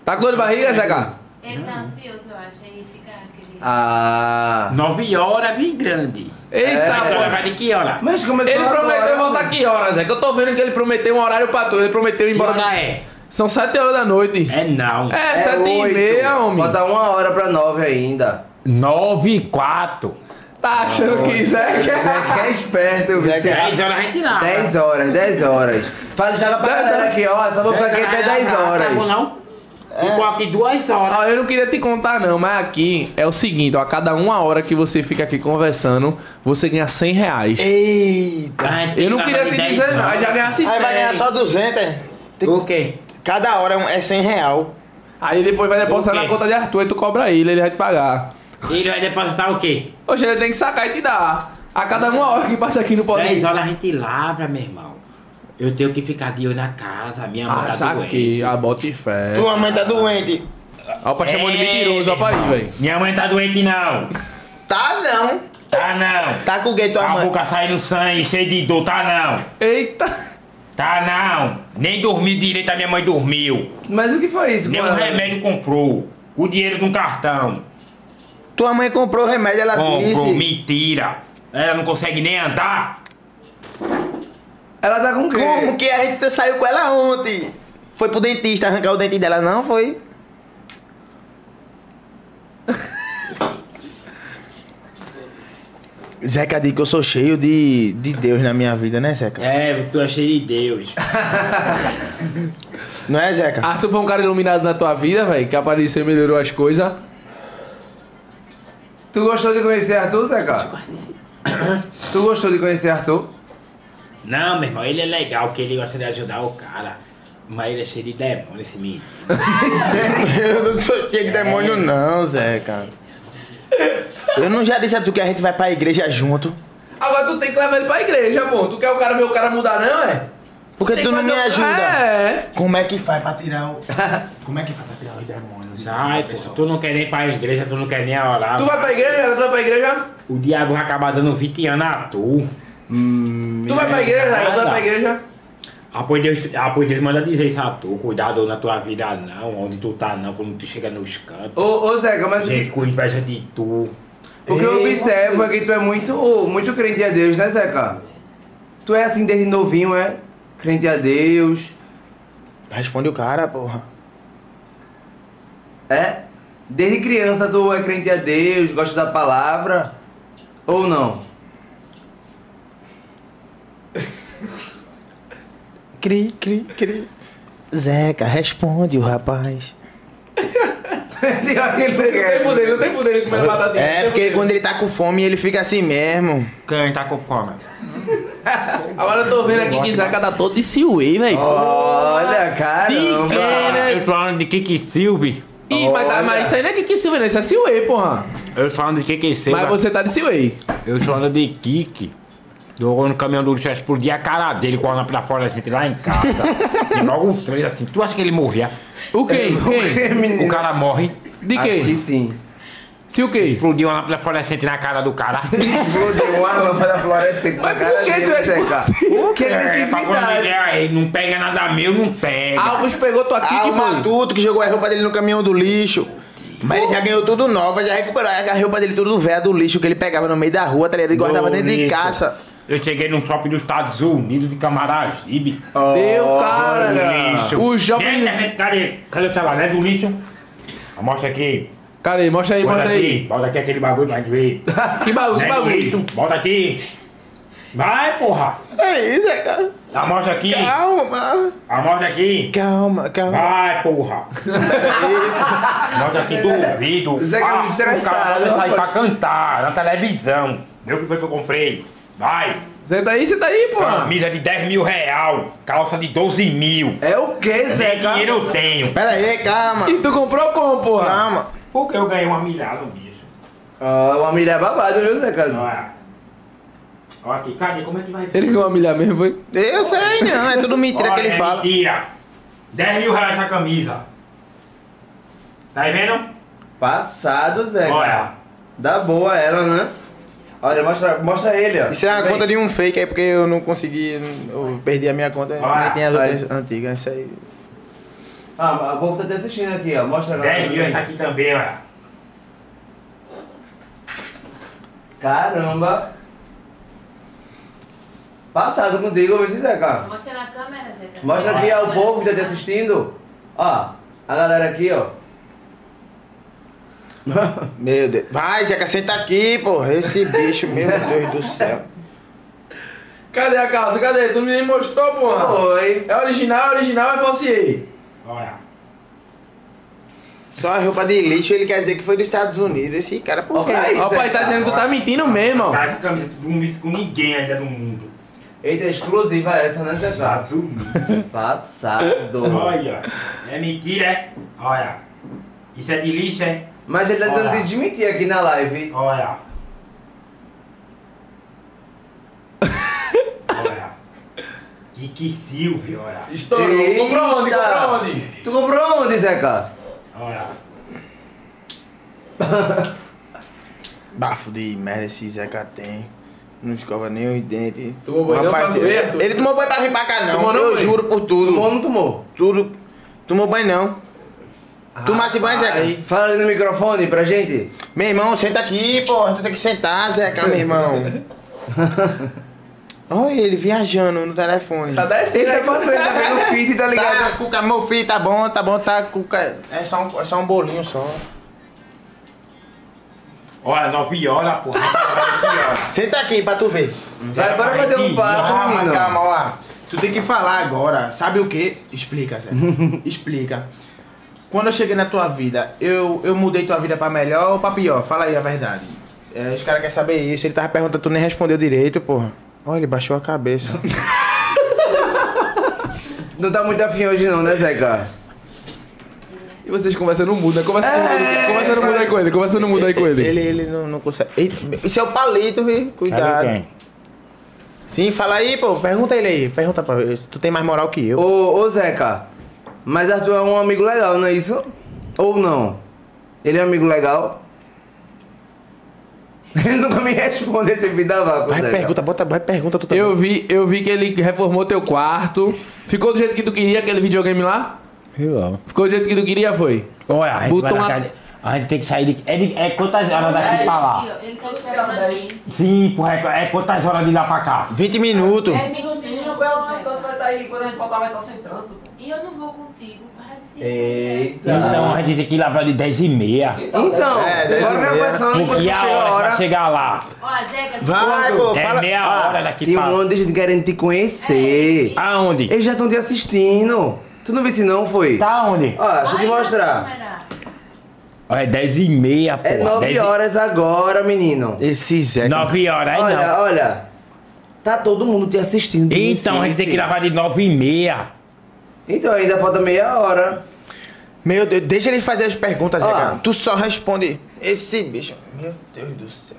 A: Tá com dor de barriga, Zeca?
E: Ele tá ansioso, eu acho, aí fica aquele.
B: Ah.
C: Nove horas, bem grande.
A: Eita,
C: Vai
A: porra.
C: trabalhar de que hora?
B: Mas começou
A: Ele prometeu
B: É. agora,
A: voltar que horas, Zeca? Eu tô vendo que ele prometeu um horário pra tu. Ele prometeu ir
C: Que
A: embora.
C: hora é?
A: São 7 horas da noite.
C: É não.
A: É,
B: É
A: 7 e
B: oito.
A: meia, homem.
B: Falta uma hora pra nove ainda.
F: Nove e quatro.
A: Tá achando que Zeca.
B: Zeca é esperto,
D: Zeca é
B: Zeca.
C: Dez horas a gente lá.
B: 10 horas, 10 horas. Fala, joga pra
A: Dez
B: galera
A: horas.
B: aqui, ó. Só vou ficar aqui até 10 horas.
C: Ah, Não, Tá não.
A: É.
C: Ficou aqui duas horas.
A: Ó, eu não queria te contar, não, mas aqui é o seguinte: ó, a cada uma hora que você fica aqui conversando, você ganha 100 reais.
D: Eita!
C: A gente
A: Eu não queria
C: trabalha
A: te
C: dez
A: dizer, não. Aí
C: horas.
A: já assim. ganhasse 100.
D: Aí vai ganhar só 200, é? Tem-
C: O quê?
D: Cada hora é um- é 100 real.
A: Aí depois vai depositar
C: quê?
A: na conta de Arthur e tu cobra ele, ele vai te pagar.
C: Ele vai depositar o quê?
A: Oxe, ele tem que sacar e te dar. A cada uma hora que passa aqui no
C: Dez
A: podcast.
C: horas a gente labra, meu irmão. Eu tenho que ficar de olho na casa, minha mãe
A: Ah,
C: tá doente.
A: saquei. Ah, bota em fé.
D: Tua mãe tá doente.
A: Ó, o pai chamou de
C: É,
A: mentiroso, ó, pra aí,
C: irmão.
A: velho.
F: Minha mãe tá doente não.
D: Tá não.
F: Tá não.
D: Tá com o gay tua
F: A
D: mãe.
F: boca saindo sangue, cheio de dor, tá não.
A: Eita!
C: Tá não. Nem dormi direito, a minha mãe dormiu.
B: Mas o que foi isso,
C: Nem
B: pô?
C: um remédio comprou. Com o dinheiro de um cartão.
D: Tua mãe comprou o remédio,
A: Tá
D: ela
C: Comprou, um
D: disse.
C: mentira. Ela não consegue nem andar.
B: Ela tá com o quê?
D: Como que a gente saiu com ela ontem? Foi pro dentista arrancar o dente dela, não foi? Zeca diz que eu sou cheio de, de Deus na minha vida, né, Zeca?
G: É, tu é cheio de Deus.
D: Não é, Zeca?
A: Arthur foi um cara iluminado na tua vida, velho, que apareceu e melhorou as coisas.
B: Tu gostou de conhecer Arthur, Zeca? tu gostou de conhecer Arthur?
G: Não, meu irmão, ele é legal, que ele gosta de ajudar o cara. Mas ele é cheio de demônio, esse menino.
D: Eu não sou cheio de demônio, não, Zeca. Eu não já disse a tu que a gente vai pra igreja junto.
A: Agora tu tem que levar ele pra igreja, pô. Tu quer o cara ver o cara mudar, não, é?
D: Por que tu não me ajuda?
A: É.
D: Como é que faz pra tirar o. Como é que faz pra tirar os demônios?
G: Ai, pessoal, tu não quer nem ir pra igreja, tu não quer nem orar.
A: Tu vai pra igreja? Tu vai pra igreja?
G: O diabo vai acabar dando 20 anos a tu.
A: Tu vai pra igreja, Zeca? Tu vai pra igreja?
G: Após Deus, após Deus manda dizer isso a tu. Cuidado na tua vida não, onde tu tá não, quando tu chega nos
B: Ô,
G: cantos.
B: ô Zeca, mas o
G: Gente
B: que,
G: com inveja de tu.
B: o que eu observo é que tu é muito, muito crente a Deus, né, Zeca? Tu é assim desde novinho, é? Crente a Deus.
D: Responde o cara, porra.
B: É? Desde criança tu é crente a Deus, gosta da palavra? Ou não?
D: Cri, cri, cri. Zeca, responde o rapaz.
A: Não tem tempo dele, não tem tempo dele comer batatinha.
D: É, porque quando ele tá com fome, ele fica assim mesmo.
C: Quem tá com fome?
A: Agora eu tô vendo aqui que Zeca tá todo de Siway, velho.
B: Olha, caramba!
A: Biqueira.
C: Eu tô falando de Kiki Silve.
A: Ih, mas, tá, mas isso aí não é Kiki Silva, não. Isso é Siway, porra.
C: Eu tô falando de Kiki Silva.
A: Mas você tá de Siway.
C: Eu tô falando de Kiki. Jogou no caminhão do lixo, explodir a cara dele com a lâmpada fora, assim, lá em casa. e logo um três, assim. Tu acha que ele morria?
A: O quem? Quem? né?
C: O cara morre,
A: De
B: Acho que
A: quem?
B: sim.
A: Se o quê?
C: explodiu uma lâmpada fluorescente na cara do cara.
B: Explodiu uma lâmpada fluorescente na
A: Mas por
B: cara
A: que tu
B: dele,
A: é-
B: Zeca. O que
C: É, pra quando
B: agressividade?
C: ele, é, ele não pega nada meu, não pega.
A: Alves pegou tua
D: Ah,
A: Kiki
D: o
A: foi.
D: matuto que jogou a roupa dele no caminhão do lixo. Mas ele já ganhou tudo nova, já recuperou a roupa dele tudo velha do lixo que ele pegava no meio da rua, tá ligado? E guardava dentro de
C: Bonito.
D: casa.
C: Eu cheguei num shopping dos Estados Unidos de Camaragibe.
A: Deu,
C: Do
A: cara.
C: lixo.
A: Ah. O jovem.
C: Eita, gente, Cadê? Cadê o celular? Não é do lixo? Ah, Mostra aqui.
A: Cara aí, mostra aí,
C: Bota
A: mostra aí.
C: aqui. Bota aqui aquele bagulho pra gente ver.
A: Que bagulho,
C: Não
A: que
C: é do lixo?
A: bagulho.
C: Bota aqui. Vai, porra.
D: É isso, Zeca.
C: Ah, Mostra aqui.
D: Calma.
C: Ah, Mostra aqui.
D: Calma, calma.
C: Vai, porra. Mostra aqui do ouvido. Ah,
B: Zeca é um estressado,
C: O cara vai sair
B: rapaz.
C: pra cantar na televisão. Vê o que foi que eu comprei. Vai.
A: Senta aí, senta aí, pô.
C: Camisa de 10 mil real. Calça de 12 mil.
B: É o que,
C: Nem
B: Zeca?
C: dinheiro eu tenho.
D: Pera aí, calma.
A: E tu comprou como, porra?
D: Calma.
C: Por que eu ganhei uma milhada, um bicho?
B: Ah, uma milha babada, viu, Zeca?
C: Olha. Olha aqui, cadê? Como é que vai ver?
A: Ele ganhou uma milha mesmo, foi?
D: Eu sei não, é tudo mentira
C: Olha,
D: que ele
C: é
D: fala.
C: Mentira. 10 mil reais essa camisa. Tá aí vendo?
B: Passado, Zeca.
C: Olha.
B: Dá boa ela, né? Olha, mostra, mostra ele, ó.
D: Isso é uma
C: Bem.
D: conta de um fake aí, porque eu não consegui, eu perdi a minha conta,
C: Olha.
D: aí tem as
B: Olha.
D: outras antigas, isso aí.
B: Ah, o povo tá te assistindo aqui, ó. Mostra
C: 10 mil essa
B: agora.
C: aqui também, olha.
B: Caramba. Passado contigo, viu, Zeca?
E: Mostra na câmera, tá? Zeca.
B: Ah. Mostra aqui ó, o povo que tá te assistindo. Ó, a galera aqui, ó.
D: Meu Deus. Vai, Zeca, senta aqui, porra. Esse bicho, meu Deus do céu.
A: Cadê a calça? Cadê? Tu me mostrou, porra.
B: Oi.
A: É original, é original, é falsiei.
C: Olha.
D: Só a roupa de lixo, ele quer dizer que foi dos Estados Unidos. Esse cara, por quê?
B: Olha aí.
A: Ó, o pai tá dizendo que tu tá mentindo mesmo, ó.
C: Cara, essa camisa tu não me com ninguém ainda no mundo.
B: Eita, exclusiva essa, né, Zeca?
C: Estados Unidos.
B: Passado.
C: Olha. É mentira, é? Olha. Isso é de lixo, é?
B: Mas ele tá tentando
C: Olha.
B: desmentir aqui na live.
C: Olha. olha. Kiki Silvio, olha.
A: Estourou. Comprou onde?
B: Eita.
A: Comprou onde?
B: Tu comprou onde, Zeca?
C: Olha.
D: Bafo de merda esse Zeca tem. Não escova nem os dentes.
A: Tomou banho não,
D: Rapaz,
A: pra
D: ele-
A: ver, Arthur?
D: Ele tomou banho pra vir pra cá, não.
A: Tomou não, um-
D: eu
A: banho?
D: juro por tudo.
B: Tomou ou não tomou?
D: Tudo. Tomou banho não. Tomasse banho, Zeca?
A: Aí.
B: Fala ali no microfone pra gente.
D: Meu irmão, senta aqui, porra. Tu tem que sentar, Zeca, meu irmão. Olha ele viajando no telefone.
A: Tá
B: Ele
A: descendo
B: tá
A: aqui.
B: passando, tá vendo o feed, tá ligado?
D: Tá, Cuca, meu filho, tá bom, tá bom, tá, Cuca. É só um, é só um bolinho só.
H: Olha, 9 horas, porra.
D: Senta aqui pra tu ver.
B: Vai, bora bater um papo,
D: Ah, mas
B: menino.
D: calma lá. Tu tem que falar agora. Sabe o que? Explica, Zé. Explica. Quando eu cheguei na tua vida, eu, eu mudei tua vida pra melhor ou pra pior? Fala aí a verdade. É, os caras querem saber isso. Ele tava perguntando, tu nem respondeu direito, porra. Olha, ele baixou a cabeça.
B: Não tá muito afim hoje não, né, Zeca?
A: E vocês conversando no mudo, né? Conversa com o
B: É,
A: maluco. Conversa no mudo aí com ele. Conversa no mudo aí com
D: Ele,
A: ele.
D: ele não, não consegue. Eita, Isso é o palito, viu? Cuidado. Sim, fala aí, pô. Pergunta ele aí. Pergunta pra ver. Tu tem mais moral que eu.
B: Ô, ô Zeca, mas Arthur é um amigo legal, não é isso? Ou não? Ele é um amigo legal? Ele nunca me responde, ele sempre me dá vácuo,
D: Vai,
B: Zeca.
D: pergunta, bota, vai, pergunta tu também.
A: Eu vi, eu vi que ele reformou teu quarto. Ficou do jeito que tu queria aquele videogame lá? Ficou do jeito que tu queria, foi?
C: Olha, a gente
A: Botou
C: vai na
A: uma-
C: casa- A gente tem que sair de. É, de- é quantas horas daqui pra lá?
E: Ele tá esperando a gente.
C: Sim, porra, é, é quantas horas de lá pra cá?
D: 20 minutos.
I: 10 minutinhos, pelo menos, quando vai estar aí, quando a gente faltar, vai estar sem trânsito. pô.
E: E eu não vou contigo. Para de ser. assim,
B: Eita.
C: Então a gente tem que ir lá pra de 10 e meia.
B: Então,
D: É, dez e
B: bora
D: meia.
B: conversando
C: Tem
B: quando
C: que ir
B: chega
C: a
B: a
C: hora pra
B: hora.
C: chegar lá.
E: né? Ó, Zeca, se
D: Vai,
E: for-
D: pô,
C: É
D: fala.
C: meia
D: Ah,
C: hora daqui
B: Tem um
C: pra.
B: monte de gente querendo te conhecer.
C: Aonde?
B: Eles já estão te assistindo. Tu não viu se não, foi?
C: Tá onde?
B: Ó, deixa eu te
E: Vai na
B: mostrar.
E: câmera.
C: Olha, É 10 e meia, porra.
B: É 9 horas agora, menino.
D: Esse Zé.
C: 9 horas, aí
B: Olha,
C: não.
B: olha. Tá todo mundo te assistindo.
C: Então a gente tem que ir lá pra de 9 e meia.
B: Então ainda falta meia hora.
D: Meu Deus, deixa ele fazer as perguntas, Zé.
B: Ah.
D: cara. Tu só responde. Esse bicho. Meu Deus do céu.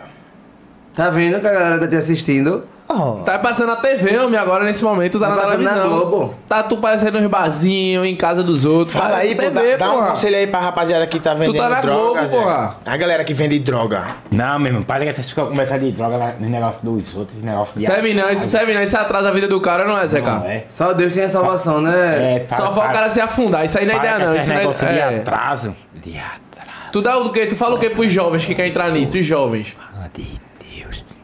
B: Tá vendo que a galera tá te assistindo?
D: Oh.
A: Tá passando na TV, homem, agora nesse momento tá,
B: Tá
A: na
B: passando na
A: televisão.
B: Globo.
A: Tá tu parecendo nos barzinhos, em casa dos outros.
D: Fala
A: tá
D: aí, pô.
A: na
D: Dá,
A: TV,
D: dá um
A: porra.
D: conselho aí pra rapaziada que tá vendendo
A: na
D: droga,
A: Globo,
D: Zé.
A: porra.
D: A galera que vende droga.
C: Não, meu irmão, para que essas coisas começam de droga na- no negócio dos outros, esse negócio de.
A: Serve não, isso serve não, isso atrasa a vida do cara, não é, Zeca?
C: Não, é.
B: Só Deus tem a salvação, né?
C: É, para,
A: Só vai o
C: para-
A: cara se afundar. Isso aí não é
C: para
A: ideia,
C: com
A: não.
C: esses
A: Isso não
C: negócios
A: é,
C: de
A: é.
C: atraso. De atraso.
A: Tu dá o quê? Tu fala o quê pros jovens que querem entrar nisso? Os jovens.
C: Ah, de Deus.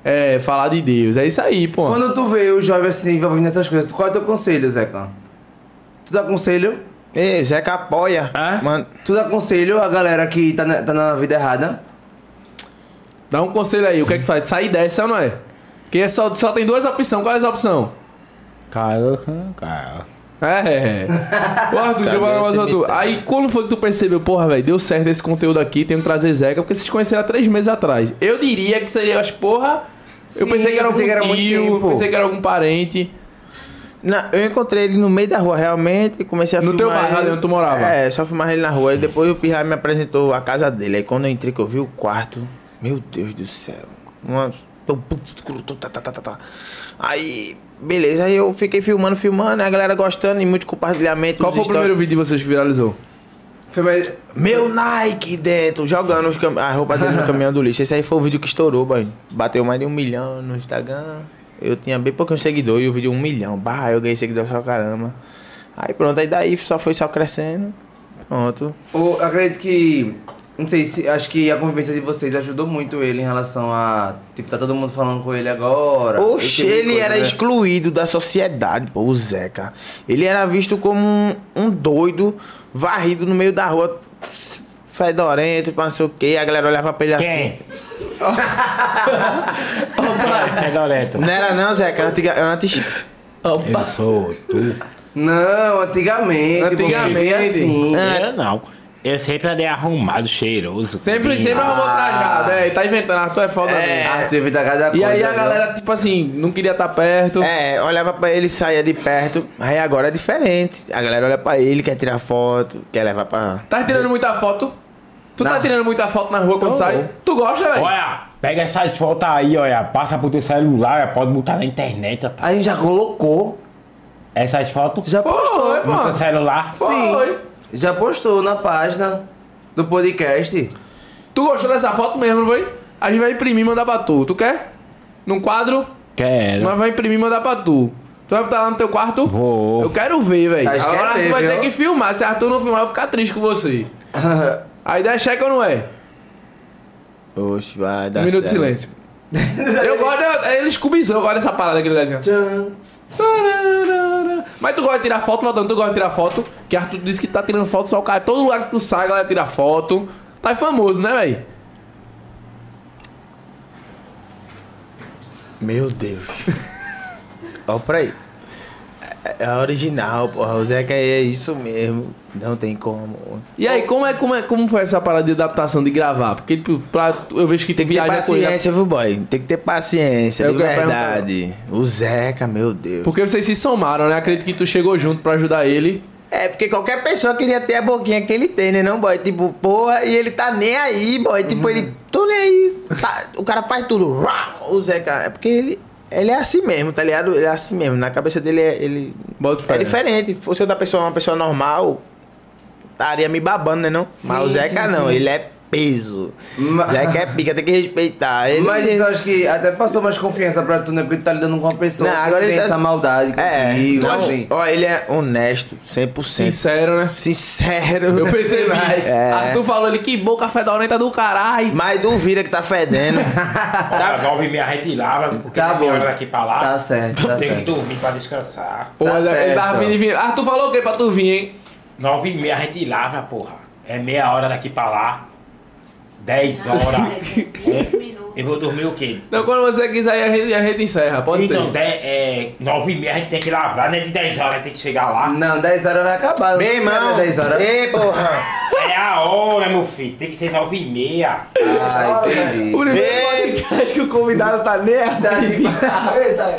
A: É, falar de Deus. É isso aí, pô.
B: Quando tu vê o jovem assim envolvido nessas coisas, qual é o teu conselho, Zeca? Tu dá conselho?
D: Ei, Zeca apoia.
C: Hã?
D: Mano,
B: Tu dá conselho à galera que tá na, tá na vida errada?
A: Dá um conselho aí, o que é que tu faz? Sair dessa ou não é? Porque é só, só tem duas opções. Qual é a opção?
C: Caiu, caiu, caiu.
A: É. Ô, Arthur, deixa eu falar mais uma tua. Aí quando foi que tu percebeu, porra, velho, deu certo esse conteúdo aqui, tenho que trazer Zeca, porque vocês conheceram há três meses atrás. Eu diria que seria, acho, porra. eu
B: Sim,
A: pensei que era
B: eu
A: algum
B: pensei que era muito
A: tio,
B: tempo.
A: pensei que era algum parente.
D: na- eu encontrei ele no meio da rua, realmente. e Comecei a
A: No
D: filmar
A: teu bairro,
D: ele.
A: ali onde tu morava?
D: É, só filmar ele na rua. E depois o Pirra me apresentou a casa dele. Aí quando eu entrei, que eu vi o quarto. Meu Deus do céu. Uma. tá, tá, tá, tá, tá. Aí, beleza. Aí eu fiquei filmando, filmando. né? A galera gostando e muito compartilhamento.
A: Qual
D: nos
A: foi o
D: stories.
A: primeiro vídeo de vocês que viralizou?
B: Foi mais...
D: Meu Nike dentro, jogando os cam- a roupa dele no caminhão do lixo. Esse aí foi o vídeo que estourou, boy. Bateu mais de um milhão no Instagram. Eu tinha bem pouquinho seguidor e o vídeo um milhão. Bah, eu ganhei seguidor só caramba. Aí pronto, aí daí só foi só crescendo. Pronto.
B: Eu acredito que. Não sei se. Acho que a convivência de vocês ajudou muito ele em relação a. Tipo, tá todo mundo falando com ele agora. esse
D: Oxe,
B: tipo de
D: ele
B: coisa,
D: era
B: né?
D: excluído da sociedade, pô, o Zeca. Ele era visto como um, um doido, varrido no meio da rua, fedorento, não sei o quê. A galera olhava pra ele assim.
C: Quem? Quem? É Doreto.
A: Né?
D: Não era não, Zeca. Antiga- Antes.
C: Eu sou tu.
B: Não, antigamente.
A: Antigamente. É.
B: porque veio assim.
C: Eu não. Eu sempre andei arrumado, cheiroso.
A: Sempre,
C: lindo.
A: sempre arrumou trajado, é, e tá inventando, Arthur é foda
B: Ah. É.
A: mesmo.
B: Ah, teve da cada
A: E
B: coisa,
A: aí a
B: viu?
A: galera, tipo assim, não queria estar perto.
D: É, olhava pra ele, saía de perto. Aí agora é diferente. A galera olha pra ele, quer tirar foto, quer levar pra.
A: Tá tirando muita foto? Tu tá tirando muita foto na rua quando sai? Tu gosta, velho?
C: Olha, pega essas fotos aí, olha. Passa pro teu celular, olha, pode botar na internet, tá?
B: A gente já colocou.
C: Essas fotos
B: Já postou.
A: Foi,
C: no
A: pô.
C: teu celular.
A: Foi.
B: Já postou na página do podcast.
A: Tu gostou dessa foto mesmo, não foi? A gente vai imprimir e mandar pra tu. Tu quer? num quadro,
J: Quero.
A: mas vai imprimir e mandar pra tu. Tu vai botar lá no teu quarto?
J: Vou.
A: Eu quero ver, velho.
K: Acho que
A: Agora
K: é
A: Arthur
K: ver,
A: vai ter
K: viu?
A: que filmar. Se Arthur não filmar, eu vou ficar triste com você. A ideia é checa ou não é?
D: Oxe, vai dar
A: Um minuto de
D: Tá certo.
A: silêncio. eu gosto, eu- ele escubizou, eu gosto dessa parada que ele desenha. Mas tu gosta de tirar foto, Valdão? Tu gosta de tirar foto? Que Arthur disse que tá tirando foto só o cara. Todo lugar que tu sai, a galera tira foto. Tá famoso, né, velho?
D: Meu Deus. Ó pra aí. É- É original, porra. O Zeca é isso mesmo. Não tem como.
A: E aí, como, é, como, é, como foi essa parada de adaptação, de gravar? Porque, tipo, pra, eu vejo que tem
D: Tem que ter
A: viagem a coisa.
D: paciência, viu, boy? Tem que ter paciência,
A: É
D: de
A: o que eu ia perguntar.
D: verdade. O Zeca, meu Deus.
A: Porque vocês se somaram, né? Acredito que tu chegou junto pra ajudar ele.
D: É, porque qualquer pessoa queria ter a boquinha que ele tem, né, não, boy? Tipo, porra, e ele tá nem aí, boy. Tipo,
A: Uhum.
D: ele, tô nem aí. Tá, o cara faz tudo. Rá! O Zeca, é porque ele, ele é assim mesmo, tá ligado? Ele é assim mesmo. Na cabeça dele, é- ele
A: Bota fé. né?
D: é diferente. Se fosse outra pessoa, uma pessoa normal, estaria me babando, né, não? Mas o Zeca não, ele é peso.
B: Ma-
D: O Zeca é pica, tem que respeitar. Ele... é,
B: Mas isso eu acho que até passou mais confiança pra tu, né? Porque tu tá lidando com uma pessoa
D: Não,
B: que
D: agora ele
B: tem
D: tá-
B: essa maldade
D: É,
B: contigo,
D: então,
B: assim.
D: ó, ele é honesto, 100%.
A: Sincero, né?
D: Sincero.
A: Eu pensei mais.
D: É.
A: Arthur falou ali, que boca fedorenta do caralho.
D: Mas duvida que tá fedendo.
C: Tá, nove e meia retirava, porque
B: Tá
C: tá
B: bom.
C: minha hora daqui pra lá.
B: Tá certo, tá
C: tem que
B: certo.
C: dormir pra descansar.
A: Pô,
B: Tá
A: ele ele tava
B: certo.
A: vindo e vindo. Arthur falou o que pra tu vir, hein?
C: Nove e meia retirava, porra. É meia hora daqui pra lá. Dez horas.
E: Dez minutos.
C: Eu vou dormir o quê?
A: Então, quando você quiser, a gente, a gente encerra, pode
C: então,
A: ser.
C: dez- é, nove e meia a gente tem que lavar, né? De dez horas tem que chegar lá.
B: Não, 10 horas vai acabar.
D: Meu
B: não
D: irmão.
B: 10 horas.
D: Ei, porra.
C: É a hora, meu filho. Tem que ser nove e meia.
B: Ah, entendi.
A: O primeiro
D: Ei.
A: podcast que o convidado tá merda.
L: Beleza,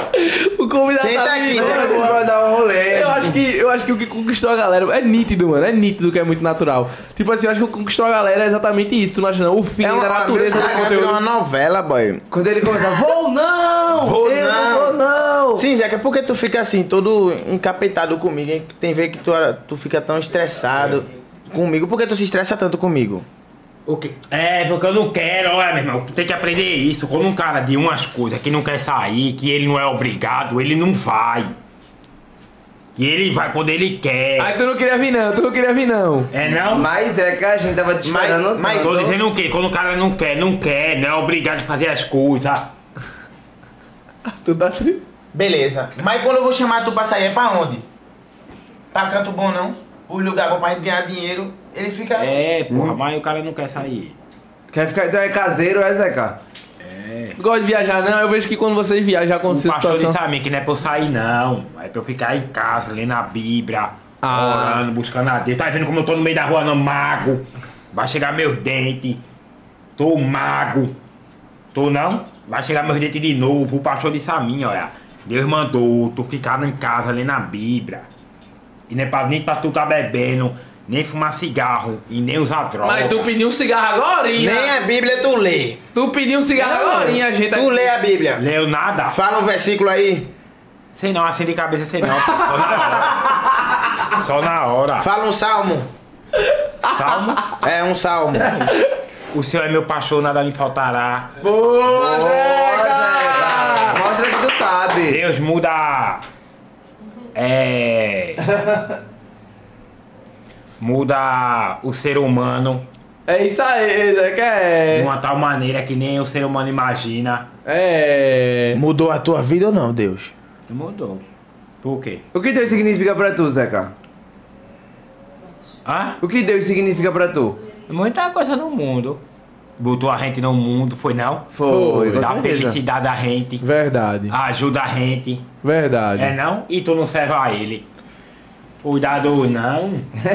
A: O convidado
D: Senta
A: tá
D: aqui,
A: vindo.
D: senta aqui.
B: Vai dar um rolê.
A: Eu acho, que, eu acho que o que conquistou a galera é nítido, mano. É nítido que é muito natural. Tipo assim, eu acho que o que conquistou a galera é exatamente isso. Tu não acha, não? O fim da é natureza do
D: É uma
A: conteúdo.
D: novela, boy.
B: Quando ele começa, vou não!
D: Vou
B: eu não,
D: não.
B: vou não!
D: Sim, Zeca, por que tu fica assim, todo encapetado comigo, hein? Tem ver que tu, era- tu fica tão estressado comigo. Por que tu se estressa tanto comigo?
C: O quê? É, porque eu não quero, olha, meu irmão, tem que aprender isso. Quando um cara de umas coisas que não quer sair, que ele não é obrigado, ele não vai. Que ele vai quando ele quer.
A: Aí tu não queria vir, não. Tu não queria vir, não.
C: É não?
B: Mas é que a gente tava te
D: Mas-
B: esperando.
D: mas-
C: Tô
B: tanto.
C: dizendo o quê? Quando o cara não quer, não quer, não é obrigado a fazer as coisas.
A: Tu tá tri-
K: Beleza. Mas quando eu vou chamar tu pra sair, é pra onde?
D: tá um
K: Pra canto bom, não? O lugar bom pra gente ganhar dinheiro, ele fica...
J: É, porra, mas o cara não quer sair.
B: Quer ficar, então é caseiro, é Zeca?
D: É.
A: Tu gosta de viajar, não? Eu vejo que quando vocês viajam com
C: O
A: essa
C: pastor
A: situação.
C: disse a mim que não é pra eu sair, não. É pra eu ficar em casa, lendo a Bíblia,
A: Ah.
C: orando, buscando a Deus. Tá vendo como eu tô no meio da rua, não, mago? Vai chegar meus dentes. Tô mago. Tô não? Vai chegar meus dentes de novo. O pastor disse a mim, olha. Deus mandou tu ficar em casa lendo a Bíblia. E nem pra, nem pra tu tá bebendo, nem fumar cigarro e nem usar droga.
A: Mas tu pediu um cigarro agora, hein?
D: Nem a Bíblia tu lê.
A: Tu pediu um cigarro agora, hein, a gente?
D: Tu lê a Bíblia.
C: Leu nada?
D: Fala um versículo aí.
C: Sei não, assim de cabeça sei não. pô. Só na hora. Só na hora.
D: Fala um salmo.
C: Salmo.
D: É, um salmo.
C: O Senhor é meu pastor, nada me faltará.
A: Boa,
B: Zeca!
A: Zeca!
B: Mostra que tu sabe.
C: Deus muda. É. Muda o ser humano
A: É isso aí, Zeca.
C: de
A: É.
C: uma tal maneira que nem o ser humano imagina.
A: É.
D: Mudou a tua vida ou não, Deus?
C: Mudou. Por quê?
B: O que Deus significa pra tu, Zeca?
C: Hã?
B: O que Deus significa pra tu?
C: Muita coisa no mundo. Botou a gente no mundo, foi não?
A: Foi,
B: com
C: Dá
B: certeza.
C: felicidade a gente.
A: Verdade.
C: Ajuda a gente.
A: Verdade.
C: É não? E tu não serve a ele. Cuidado não.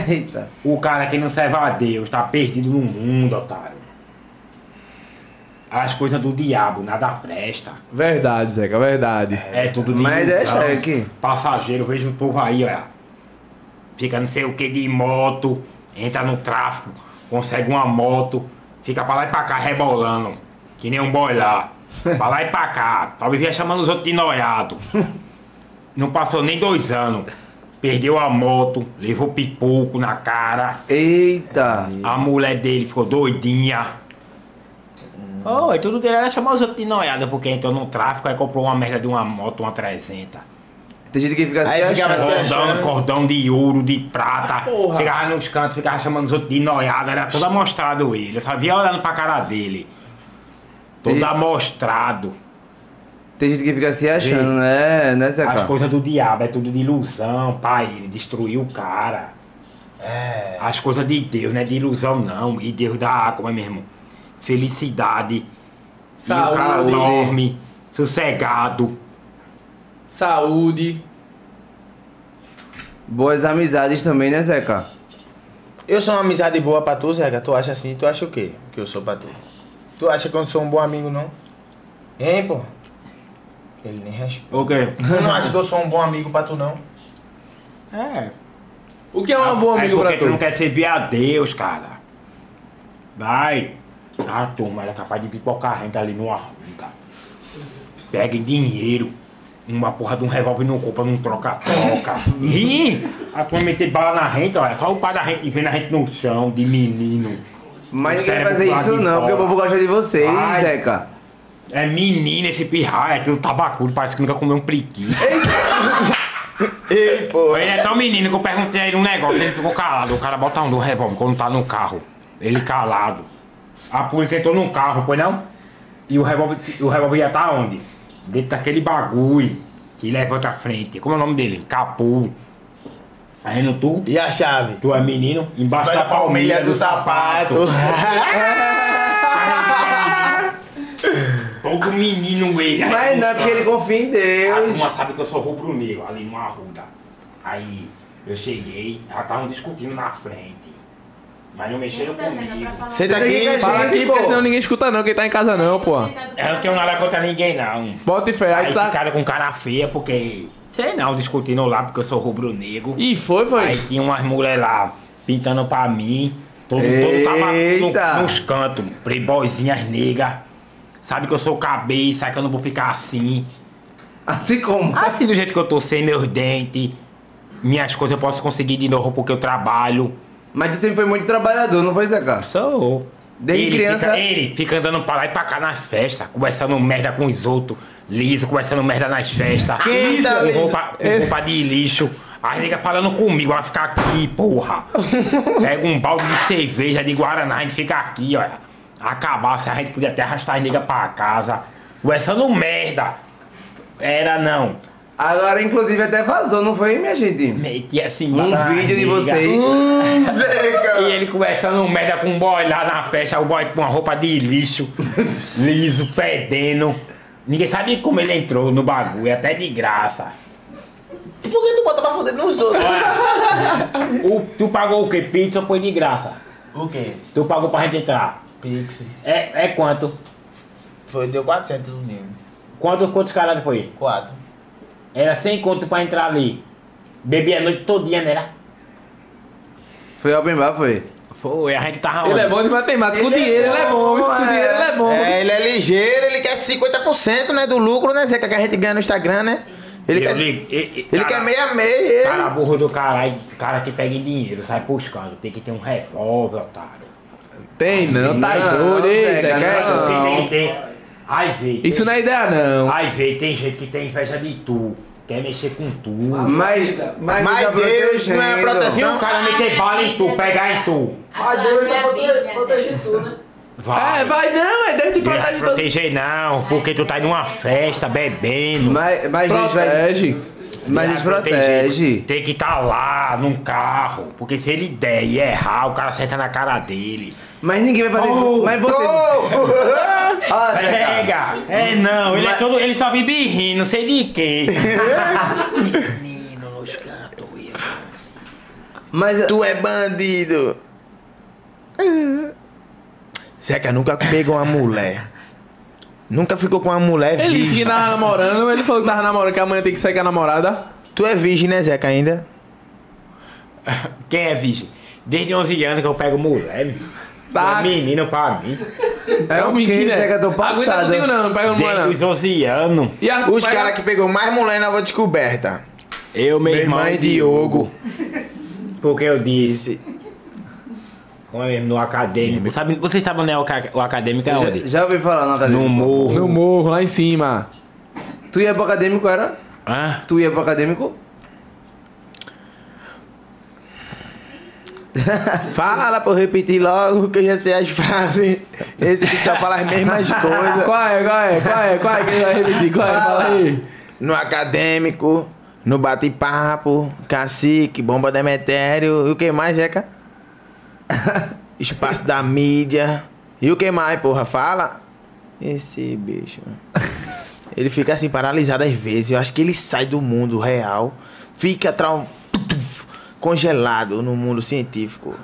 B: Eita.
C: O cara que não serve a Deus tá perdido no mundo, otário. As coisas do diabo, nada presta.
A: Verdade, Zeca, verdade.
C: É tudo de
B: Mas
C: ilusão.
B: deixa aqui.
C: Passageiro, vejo um povo aí, olha. Fica não sei o que de moto, entra no tráfico, consegue uma moto, fica pra lá e pra cá rebolando, que nem um boi lá. Pra lá e pra cá. Só vivia chamando os outros de noiado. Não passou nem dois anos. Perdeu a moto, levou pipoco na cara.
B: Eita.
C: A mulher dele ficou doidinha. Ô, Oh, e tudo dele era chamar os outros de noiada, porque entrou no tráfico, aí comprou uma merda de uma moto, uma 300.
B: Tem gente que fica assim.
K: Aí ficava
B: achando.
K: assim,
C: Cordão,
K: achando.
C: cordão de ouro, de prata.
A: Porra.
C: Ficava nos cantos, ficava chamando os outros de noiada, era todo amostrado ele. Eu só via olhando pra cara dele. Todo
B: E-
C: amostrado.
B: Tem gente que fica se achando, né? Né, Zeca?
C: As coisas do diabo é tudo de ilusão, pai. Ele destruiu o cara. É. As coisas de Deus, não é de ilusão, não. E Deus dá, como é mesmo? Felicidade.
A: Saúde.
C: Saúde. Enorme. Sossegado.
A: Saúde.
B: Boas amizades também, né, Zeca?
K: Eu sou uma amizade boa pra tu, Zeca. Tu acha assim? Tu acha o quê? Que eu sou pra tu? Tu acha que eu não sou um bom amigo, não? Hein, pô? Ele nem responde.
C: O quê?
K: Tu não acha que eu sou um bom amigo pra tu, não?
C: É.
A: O que é um bom
C: É
A: amigo
C: porque
A: pra
C: tu não
A: tu?
C: quer servir a Deus, cara. Vai. Ah, A turma era é capaz de pipocar renda ali no arranca. Peguem dinheiro. Uma porra de um revólver não compra, não troca-troca. Ih! A turma meter bala na renta, olha. Só o pai da gente vendo a gente no chão, de menino.
B: Mas
C: O
B: ninguém
C: cérebro
K: um
B: vai fazer
C: quase
B: isso não, porque o
C: fora.
B: povo gosta de vocês,
C: Ai.
B: Zeca.
C: É menino esse pirraia, é tudo tabacudo, parece que nunca comeu um pliquinho.
K: Ei, pô.
C: Ele é tão menino que eu perguntei a ele um negócio, ele ficou calado. O cara bota um do revólver quando tá no carro. Ele calado. A polícia entrou no carro, foi não? E o revólver, o revólver ia tá onde? Dentro daquele bagulho que levanta a frente. Como é o nome dele? Capu. Aí no tu,
K: E a chave?
C: tu é menino, embaixo
K: Vai
C: da
K: da palmilha é do sapato.
C: Todo menino ele.
B: Mas não, é porque ele confia em
C: A
B: Deus.
C: turma sabe que eu sou rubro-negro ali numa arruda. Aí eu cheguei, elas estavam discutindo na frente. Mas não mexeram
E: tá
C: comigo.
K: Senta aqui.
A: Fala aqui, porque senão ninguém escuta não, quem tá em casa não, pô.
C: Eu não tenho nada contra ninguém, não.
A: Bota em fé,
C: Aí
A: aí tá...
C: ficaram com cara feia porque. Sei não, discutindo lá porque eu sou rubro-negro.
A: Ih, foi,
C: Aí
A: foi.
C: tinha umas mulheres lá pintando pra mim. Todo, todo
B: Eita!
C: tava no, nos cantos. Playboyzinhas negras. Sabe que eu sou cabeça, que eu não vou ficar assim.
B: Assim como.
C: Assim do jeito que eu tô sem meus dentes. Minhas coisas eu posso conseguir de novo porque eu trabalho.
B: Mas tu sempre foi muito trabalhador, não foi, Zeca?
C: Sou.
B: Desde
C: ele
B: criança-
C: Fica, ele fica andando pra lá e pra cá nas festas, conversando merda com os outros. Liso, conversando merda nas festas.
K: Quem
C: Liso,
K: tá
C: com
K: liso?
C: roupa, com roupa de lixo. As nega falando comigo, vai ficar aqui, porra. Pega um balde de cerveja de Guaraná, a gente fica aqui, olha. Acabasse, a gente podia até arrastar as nega pra casa. Conversando merda. Era não.
B: Agora, inclusive, até vazou, não foi, minha gente?
C: Metia assim,
B: Um vídeo de vocês.
K: Hum,
C: E ele conversando merda com um boy lá na festa, o boy com uma roupa de lixo, liso, fedendo. Ninguém sabe como ele entrou no bagulho, é até de graça.
K: Por que tu bota pra fuder nos outros?
C: O- tu pagou o quê? Pizza ou foi de graça?
K: O quê?
C: Tu pagou pra gente entrar.
K: Pix.
C: É, é quanto?
K: Foi, deu 400 no nível.
C: Quanto, quantos caras foi?
K: 4.
C: Era 100 conto pra entrar ali. Bebia a noite todinha, né? era?
B: Foi open bar, foi.
C: Foi, a gente tava
A: Ele
C: onde?
A: é bom de matemática, o dinheiro ele é bom, isso o dinheiro ele é bom.
K: É, ele é ligeiro, ele quer 50% né, do lucro, né, Zeca? Que a gente ganha no Instagram, né? Ele
C: Eu
K: quer,
C: digo, e- e-
K: ele
C: cara-
K: quer meia meia. Ele.
C: Cara burro do caralho, cara que pega em dinheiro, sai buscando. Tem que ter um revólver, otário.
A: Tem não, tá
B: Não,
A: doido, ei,
B: Zeca,
A: Zeca.
B: não.
C: Tem, tem, tem. Ai, vê. tem-
A: Isso não é ideia não.
C: Ai, vê, tem gente que tem inveja de tu. Quer mexer com tu.
B: Mas, mas,
K: Mas
B: tá
K: Deus não
B: protegendo.
K: é
C: Se
K: proteção.
C: o cara
E: Ah,
C: meter bala em tu, pegar em tu.
I: Mas Deus tá prote- protegendo tudo, né?
A: É, vai não, é Deus te
C: Não
A: protege de todo.
C: proteger não, porque tu tá numa festa bebendo.
B: Mas, mas a gente vai.
A: Protege.
B: Mas a gente
C: proteger.
B: protege.
C: Tem que tá lá, num carro. Porque se ele der e errar, o cara acerta na cara dele.
B: Mas ninguém vai fazer isso. Mas você. Ah, Zeca.
C: Pega! É não, ele, é todo, ele só vive rindo, não sei de quê. Menino nos cantos. ia.
B: Mas
K: Tu é bandido. Zeca nunca pegou uma mulher. Nunca ficou com uma mulher
A: Ele disse que
K: virgem.
A: tava namorando, ele falou que tava namorando, que amanhã tem que sair com a namorada.
K: Tu é virgem, né, Zeca, ainda?
C: Quem é virgem? Desde 11 anos que eu pego mulher. meu.
A: Tá.
C: É menino pra mim.
B: é o que,
A: menino, é.
B: Zeca, do
A: Aguenta
B: passado.
A: comigo não, não pega no
C: Desde
A: mano.
C: os 11 anos,
A: E a-
K: Os
A: pega-
K: caras que pegou mais mulher na nova descoberta.
C: eu, meu,
D: é
K: Meu
C: irmão
K: irmão é
C: e Diogo. Porque eu disse. Como é mesmo, no acadêmico. Sabe, vocês sabem onde é o, ca- o acadêmico? É
B: Já,
C: onde?
B: já ouvi falar, Natália.
C: No morro.
A: No morro, lá em cima.
B: Tu ia pro acadêmico, era?
C: Hã?
B: Tu ia pro acadêmico?
D: Fala pra eu repetir logo que eu já sei as frases. Esse que só fala as mesmas coisas.
A: Qual é, qual é, qual é, qual é que ele vai repetir? Qual é? Fala aí.
D: No acadêmico, no bate-papo, cacique, bomba Demetério. E o que mais, Zeca? Espaço da mídia. E o que mais, porra? Fala. Esse bicho. Ele fica assim paralisado às vezes. Eu acho que ele sai do mundo real. Fica trau- congelado no mundo científico.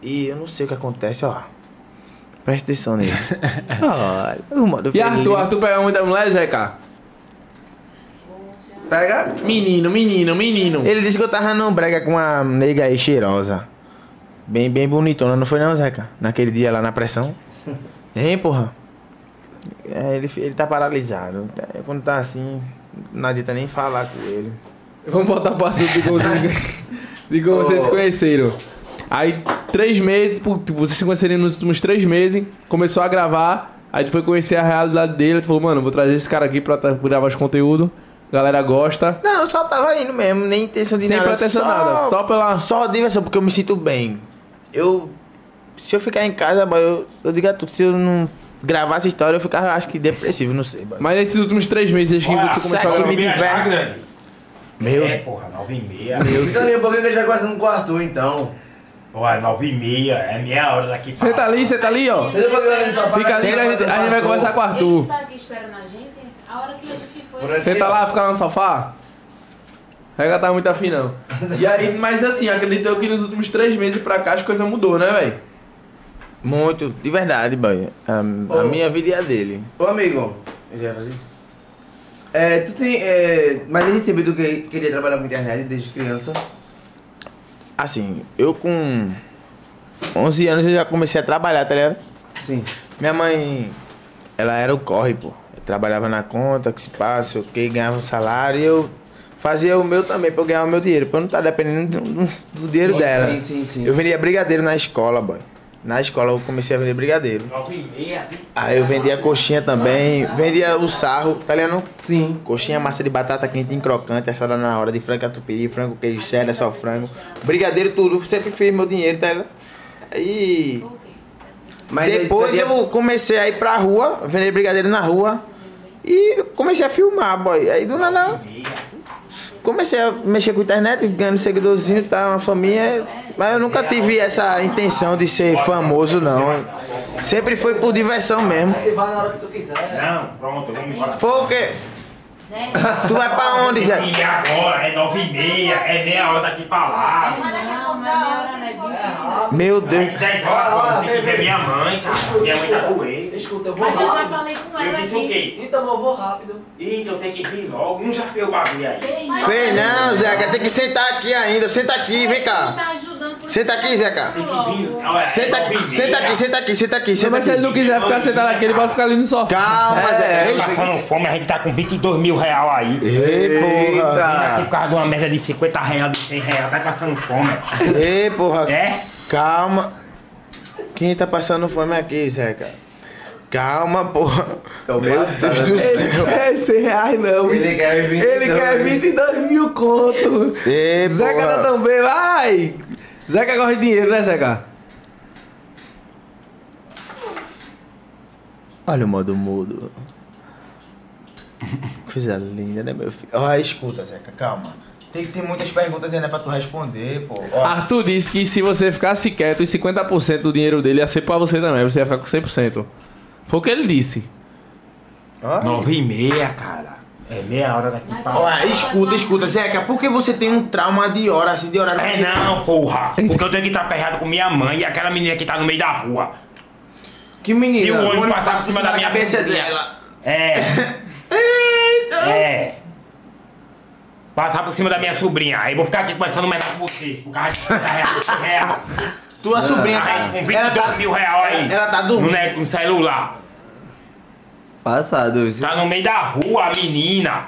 D: E eu não sei o que acontece, ó. Presta atenção nele. Olha, o modo
A: E Arthur,
D: felino.
A: Arthur pega muito da mulher, Zeca?
B: Tá
D: Pega.
A: Menino, menino, menino.
D: Ele disse que eu tava num brega com uma nega aí cheirosa. Bem, bem bonitona, não foi não, Zeca? Naquele dia lá na pressão. Hein, porra? É, ele, fi- ele tá paralisado. É, Quando tá assim, não adianta nem falar com ele.
A: Vamos voltar pro assunto de como, de como vocês se conheceram. Aí, três meses, tipo, vocês se conheceram nos últimos três meses, começou a gravar, aí tu foi conhecer a realidade dele, tu falou, mano, vou trazer esse cara aqui pra tra- gravar os conteúdos, galera gosta.
D: Não, eu só tava indo mesmo, nem intenção de
A: Sem
D: nada.
A: proteção nada, só pela...
D: Só diversão, porque eu me sinto bem. Eu. Se eu ficar em casa, boy, eu, eu digo a tu, se eu não gravar essa história, eu ficava, acho que, depressivo, não sei, boy.
A: Mas nesses últimos três meses, desde que
C: Olha,
A: tu começou a
D: sete
A: gravar...
D: mil-
A: tá
D: diverte.
C: grande.
D: Meu.
C: É, porra, 9 e meia.
B: Fica ali um pouquinho que eu já quase não quarto, então.
C: Porra, 9 e meia. É meia hora daqui pra
A: Você tá ali, você tá ali, ó.
B: Você depois que eu entro um no sofá,
A: Fica ali,
B: senta,
A: a gente, a gente vai
B: quarto.
A: conversar com o
E: Ele não
A: Arthur.
E: tá aqui esperando a gente? A hora que a gente foi.
B: Por aqui.
A: Você tá lá, fica lá no sofá? Rega tá muito afim, não. E aí, mas assim, acredito eu que nos últimos três meses pra cá as coisas mudou, né, velho?
D: Muito, de verdade, boy. A,
B: Ô.
D: a minha vida e a dele.
B: Ô amigo, ele ia fazer isso? É, tu tem. É, mas tem recebido que queria trabalhar com internet desde criança.
D: Assim, eu com 11 anos eu já comecei a trabalhar, tá ligado?
B: Sim.
D: Minha mãe, ela era o corre, pô. Eu trabalhava na conta, que se passa, o que, ganhava um salário e eu fazia o meu também pra eu ganhar o meu dinheiro, pra eu não estar dependendo do, do dinheiro dela.
B: Sim, sim, sim.
D: Eu vendia brigadeiro na escola, boy. Na escola eu comecei a vender brigadeiro.
C: 9 e meia.
D: Aí eu vendia coxinha também, vendia o sarro, tá ligado?
B: Sim.
D: Coxinha, massa de batata quente em crocante, assada na hora, de frango tupiri, frango queijo cheddar, só frango. Brigadeiro, tudo. Sempre fiz meu dinheiro, tá ligado? E
B: Mas aí
D: depois
B: tu sabia-
D: eu comecei a ir pra rua, vender brigadeiro na rua. E comecei a filmar, boy. Aí do nada. Comecei a mexer com a internet, ganhando seguidorzinho, tá? Uma família. Mas eu nunca tive essa intenção de ser famoso, não. Sempre foi por diversão mesmo.
I: Aí vai na hora que tu quiser.
C: Não, pronto, vamos embora.
D: Foi o quê?
E: Zé,
D: Tu vai pra onde, Zé?
C: E agora é 9 e meia. É meia hora daqui pra lá.
E: mas daqui a pouco a hora, né?
I: É,
E: Vinte.
D: Meu Deus.
C: Daqui 10 horas, pô, tem que ver minha mãe, cara. Minha mãe tá doente.
I: Escuta, eu vou
E: Mas eu já
I: rápido.
E: falei com ela
C: Eu disse o
E: aqui.
C: quê?
I: Então eu vou rápido.
C: Ih, então tem que vir logo. Um já deu o bagulho aí.
E: Mas-
D: Vem não, Zeca, tem que sentar aqui ainda. Senta aqui, vem
E: Você
D: cá.
E: tá ajudando, por isso
D: Senta
E: que
D: aqui,
E: tá
D: Zeca.
E: ajudando logo.
C: Olha, é
D: Senta
C: nove
D: aqui,
C: e
D: senta
C: meia.
D: aqui, senta aqui, senta aqui, senta
A: Mas é se ele não
D: aqui.
A: quiser ficar sentado aqui, ele pode ficar ali no sofá.
D: Calma,
C: Tá
D: Zeca.
C: passando fome, a gente tá com 22 mil real aí.
A: É.
D: Ei, porra.
C: Aqui por causa de uma merda de 50 real, de 100 real, tá passando fome.
D: Ei, porra.
C: É?
D: Calma. Quem tá passando fome aqui, Zeca? Calma, porra. Meu Deus do céu.
A: É 100 reais não.
B: Ele quer então, 22
A: Ele quer 22 mil conto.
D: Ei,
A: Zeca
D: porra.
A: tá também, vai! Zeca corre dinheiro, né, Zeca?
D: Olha o modo mudo. Coisa linda, né, meu filho? Ó, escuta, Zeca, calma. Tem que ter muitas perguntas ainda pra tu responder, pô. Ó,
A: Arthur disse que se você ficasse quieto, os 50% do dinheiro dele ia ser pra você também, você ia ficar com 100%. Foi o que ele disse.
D: ó.
C: 9 e meia, cara. É meia hora daqui pra lá.
D: Ó, é, escuta, escuta, Zeca, por que você tem um trauma de hora, assim, de horário?
C: É não, porra. Porque eu tenho que estar perrado com minha mãe e aquela menina que tá no meio da rua.
D: Que menina? um
C: Se o olho
D: olho
C: passar por cima da minha
D: cabeça
C: filha.
D: dela.
C: É. é. Passar por cima da minha sobrinha. Aí vou ficar aqui conversando mais com você. Por causa de 50 reais, 100 real.
D: Tua sobrinha
C: Aí,
D: tá...
C: com
D: Ela
C: 22
D: tá...
C: mil real aí.
D: ela tá
C: No,
D: dormindo.
C: ne- no celular.
B: Passado. isso.
C: Tá no meio da rua, a menina.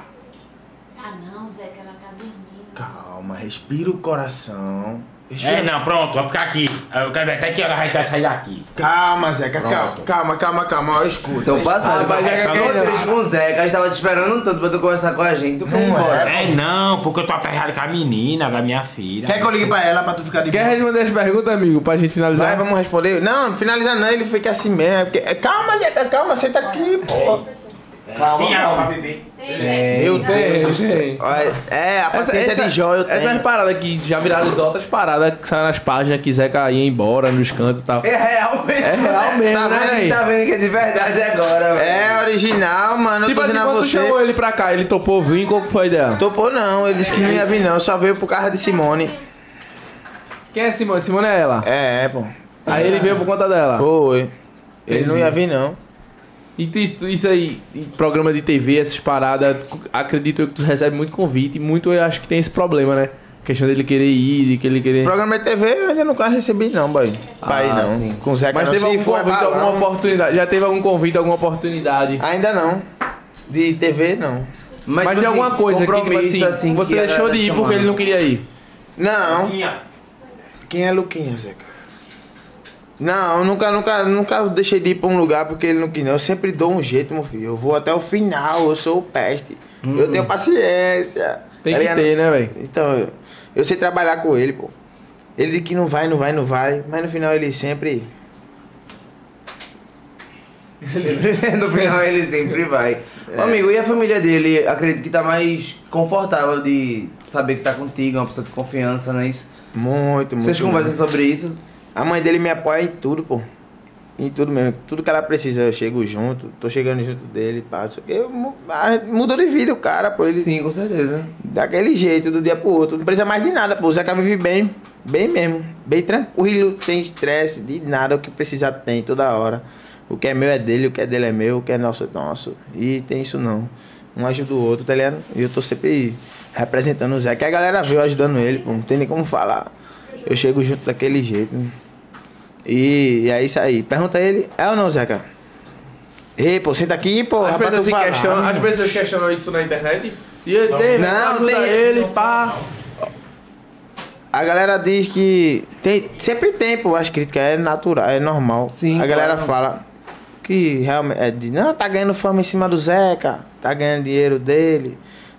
E: Ah, não, Zeca, ela tá dormindo.
D: Calma, respira o coração.
C: É, não, pronto, vai ficar aqui. Aí Eu quero ver até que hora a gente vai sair daqui.
D: Calma, Zeca, calma, calma, calma, calma, ó, escuta.
B: Então passa,
A: mas é que
B: eu tô
A: aquele-
B: triste com o Zeca, a gente tava te esperando tanto pra tu conversar com a gente, tu foi embora.
C: É, não, porque eu tô aperreado com a menina, da minha filha.
D: Quer que eu ligue pra ela pra tu ficar de
A: Quer responder as perguntas, amigo, pra gente finalizar?
D: Vai, vamos responder. Não, finalizar não, ele fica assim mesmo. é porque- é, Calma, Zeca, calma, senta aqui, pô.
C: Tem água pra beber?
E: Tem, velho.
D: Meu
A: Tem,
D: Deus do
A: tem.
D: céu. Olha, É, a paciência de Jó eu tenho.
A: essas paradas que já viralizou outras paradas que saem nas páginas, quiser cair embora nos cantos e tal.
B: É real mesmo.
A: É real mesmo,
B: tá
A: né,
B: vendo?
A: véi?
B: Tá vendo que é de verdade agora, velho.
D: É original, mano, eu
A: tipo
D: tô
A: assim,
D: dizendo a
A: quando tu
D: você.
A: chamou ele pra cá, ele topou vir, qual que foi a ideia?
D: Topou não, ele disse que não ia vir não, só veio por causa de Simone.
A: Quem é Simone? Simone é ela.
D: É, é, pô.
A: Aí ele veio por conta dela.
D: Foi. Ele não ia vir não.
A: E tu- isso, isso aí, em programa de TV, essas paradas, tu- acredito eu que tu recebe muito convite e muito eu acho que tem esse problema, né? A questão dele querer ir, de que ele querer.
D: Programa de TV eu ainda nunca recebi não, boy. Pai não. Com o Zeca
A: Ah, Mas
D: não.
A: teve
D: Se
A: algum
D: for, é
A: convite,
D: balão.
A: alguma oportunidade? Já teve algum convite, alguma oportunidade?
D: Ainda não. De TV não.
A: Mas,
B: tipo
A: de alguma
B: assim,
A: coisa que, tipo
B: compromisso,
A: assim,
B: que
A: você
B: a
A: deixou
B: galera
A: de ir
B: tá
A: porque
B: chamando.
A: ele não queria ir.
D: Não.
C: Tinha.
D: Quem é Luquinha, Zeca? Não, eu nunca, nunca, nunca deixei de ir pra um lugar porque ele não quis, não. Eu sempre dou um jeito, meu filho. Eu vou até o final, eu sou o peste. Eu tenho paciência.
A: Hum. Tem
D: Tá
A: que
D: ligado?
A: ter, né, velho?
D: Então, eu, eu sei trabalhar com ele, pô. Ele diz que não vai, não vai, não vai. Mas no final ele sempre.
B: no final ele sempre vai.
A: É.
B: Ô, Amigo, e a família dele? Acredito que tá mais confortável de saber que tá contigo, é uma pessoa de confiança, não é isso?
D: É Muito, muito.
B: Vocês conversam
D: muito.
B: sobre isso?
D: A mãe dele me apoia em tudo, pô. Em tudo mesmo. Tudo que ela precisa, eu chego junto. Tô chegando junto dele, passo. Eu, mu- ah, mudou de vida o cara, pô. Ele,
B: Sim, com certeza.
D: Daquele jeito, do dia pro outro. Não precisa mais de nada, pô. O Zeca vive bem, bem mesmo. Bem tranquilo, sem estresse, de nada. O que precisar tem toda hora. O que é meu é dele, o que é dele é meu, o que é nosso é nosso. E tem isso não. Um ajuda o outro, tá ligado? E eu tô sempre representando o Zeca. A galera veio ajudando ele, pô. Não tem nem como falar. Eu chego junto daquele jeito. né? E, e é isso aí. Pergunta a ele, é ou não, Zeca? Ei, pô, senta aqui, pô.
A: As
D: rapaz, tu
A: pessoas, se
D: falar,
A: questionam,
D: meu
A: as
D: irmão.
A: pessoas questionam isso na internet e eu dizer,
D: Não,
A: não, ajuda
D: tem-
A: ele, pá.
D: A galera diz que tem, sempre tem, pô, as críticas, é natural, é normal.
B: Sim,
D: A galera
B: claro.
D: fala que realmente é de, não, tá ganhando fama em cima do Zeca, tá ganhando dinheiro dele,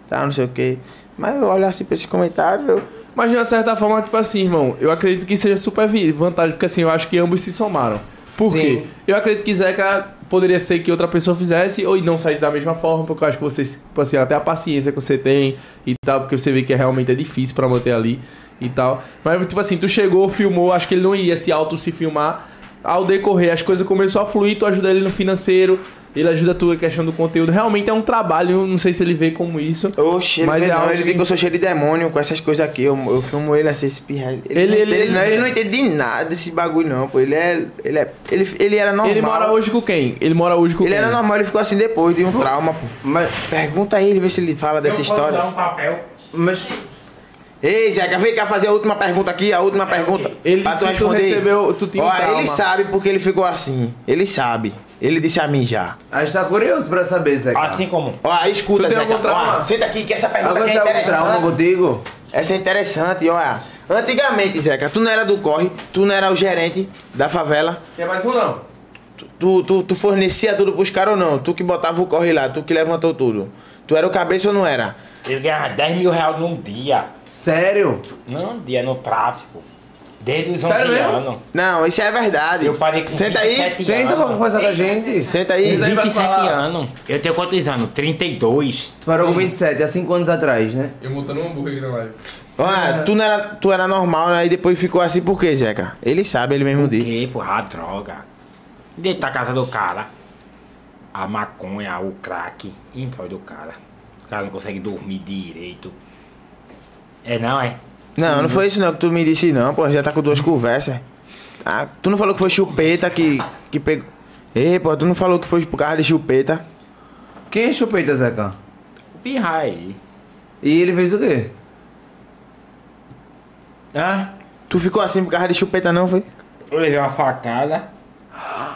D: tá não sei o quê. Mas eu olho assim pra esse comentário, eu,
A: Mas de uma certa forma, tipo assim, irmão, eu acredito que seja super vi- vantagem, porque assim, eu acho que ambos se somaram. Por
B: Sim.
A: quê? Eu acredito que Zeca poderia ser que outra pessoa fizesse ou não saísse da mesma forma, porque eu acho que vocês, tipo assim, até a paciência que você tem e tal, porque você vê que é- realmente é difícil pra manter ali e tal. Mas, tipo assim, tu chegou, filmou, acho que ele não ia se auto se filmar. Ao decorrer, as coisas começaram a fluir, tu ajuda ele no financeiro, ele ajuda tu na questão do conteúdo. Realmente é um trabalho, eu não sei se ele vê como isso.
D: oxe, ele,
A: Mas
D: vê
A: é
D: não,
A: algo
D: ele
A: que-
D: diz que eu sou cheio de demônio com essas coisas aqui, eu, eu filmo ele assim, esse pirra. Ele,
A: Ele-
D: não,
A: ele- é-
D: ele não-
A: ele-
D: ele não entende de nada desse bagulho, não, pô. Ele é. Ele, é, ele, ele era normal.
A: Ele mora hoje com quem? Ele Uhum. mora hoje com
D: Ele
A: quem?
D: era normal, ele ficou assim depois de um trauma, pô.
B: Mas,
D: Pergunta a ele, vê se ele fala dessa
C: Eu vou
D: história.
C: dar um papel.
B: mas
D: Ei, Zeca, vem cá fazer a última pergunta aqui, a última pergunta.
A: Ele disse que tu recebeu- tu tinha um
D: Ó,
A: trauma.
D: ele sabe porque ele ficou assim. Ele sabe. Ele disse a mim já.
B: a gente tá curioso pra saber, Zeca.
C: Assim como.
D: Ó, escuta,
A: Tu tem
D: Zeca.
A: algum trauma?
D: Ó, senta aqui que essa pergunta aqui é
B: Aconteceu algum trauma
D: interessante.
B: contigo?
D: Essa é interessante, ó. Antigamente, Zeca, tu não era do corre, tu não era o gerente da favela.
A: Quer mais um não?
D: Tu, tu, tu fornecia tudo pros caras ou não? Tu que botava o corre lá, tu que levantou tudo. Tu era o cabeça ou não era?
C: Ele ganhava 10 mil reais num dia.
B: Sério?
C: Num dia no tráfico. Desde os 11
A: Sério mesmo?
C: anos.
D: Não, isso é verdade.
C: Eu parei com
D: Senta aí.
C: 27
B: Senta pra conversar com a gente.
D: Senta aí.
A: Senta aí.
C: 27
A: falar.
C: anos. Eu tenho quantos anos? 32.
B: Tu parou com 27, há 5 anos atrás, né?
A: Eu montando um hambúrguer aqui na live.
D: Ah, tu, não era, tu era normal, né? E depois ficou assim por quê, Zeca? Ele sabe, ele mesmo diz.
C: Que porra, a droga. Dentro da casa do cara. A maconha, o crack. Então do cara. O cara não consegue dormir direito. É não, é?
D: Não, não foi isso não que tu me disse não, pô. Já tá com duas conversas. Ah, tu não falou que foi chupeta que, que pegou... Ei, pô, tu não falou que foi por causa de chupeta.
B: Quem é chupeta, Zeca?
C: O pirra aí.
B: E ele fez o quê?
C: Hã?
D: Tu ficou assim por causa de chupeta não, foi?
C: Eu levei uma facada.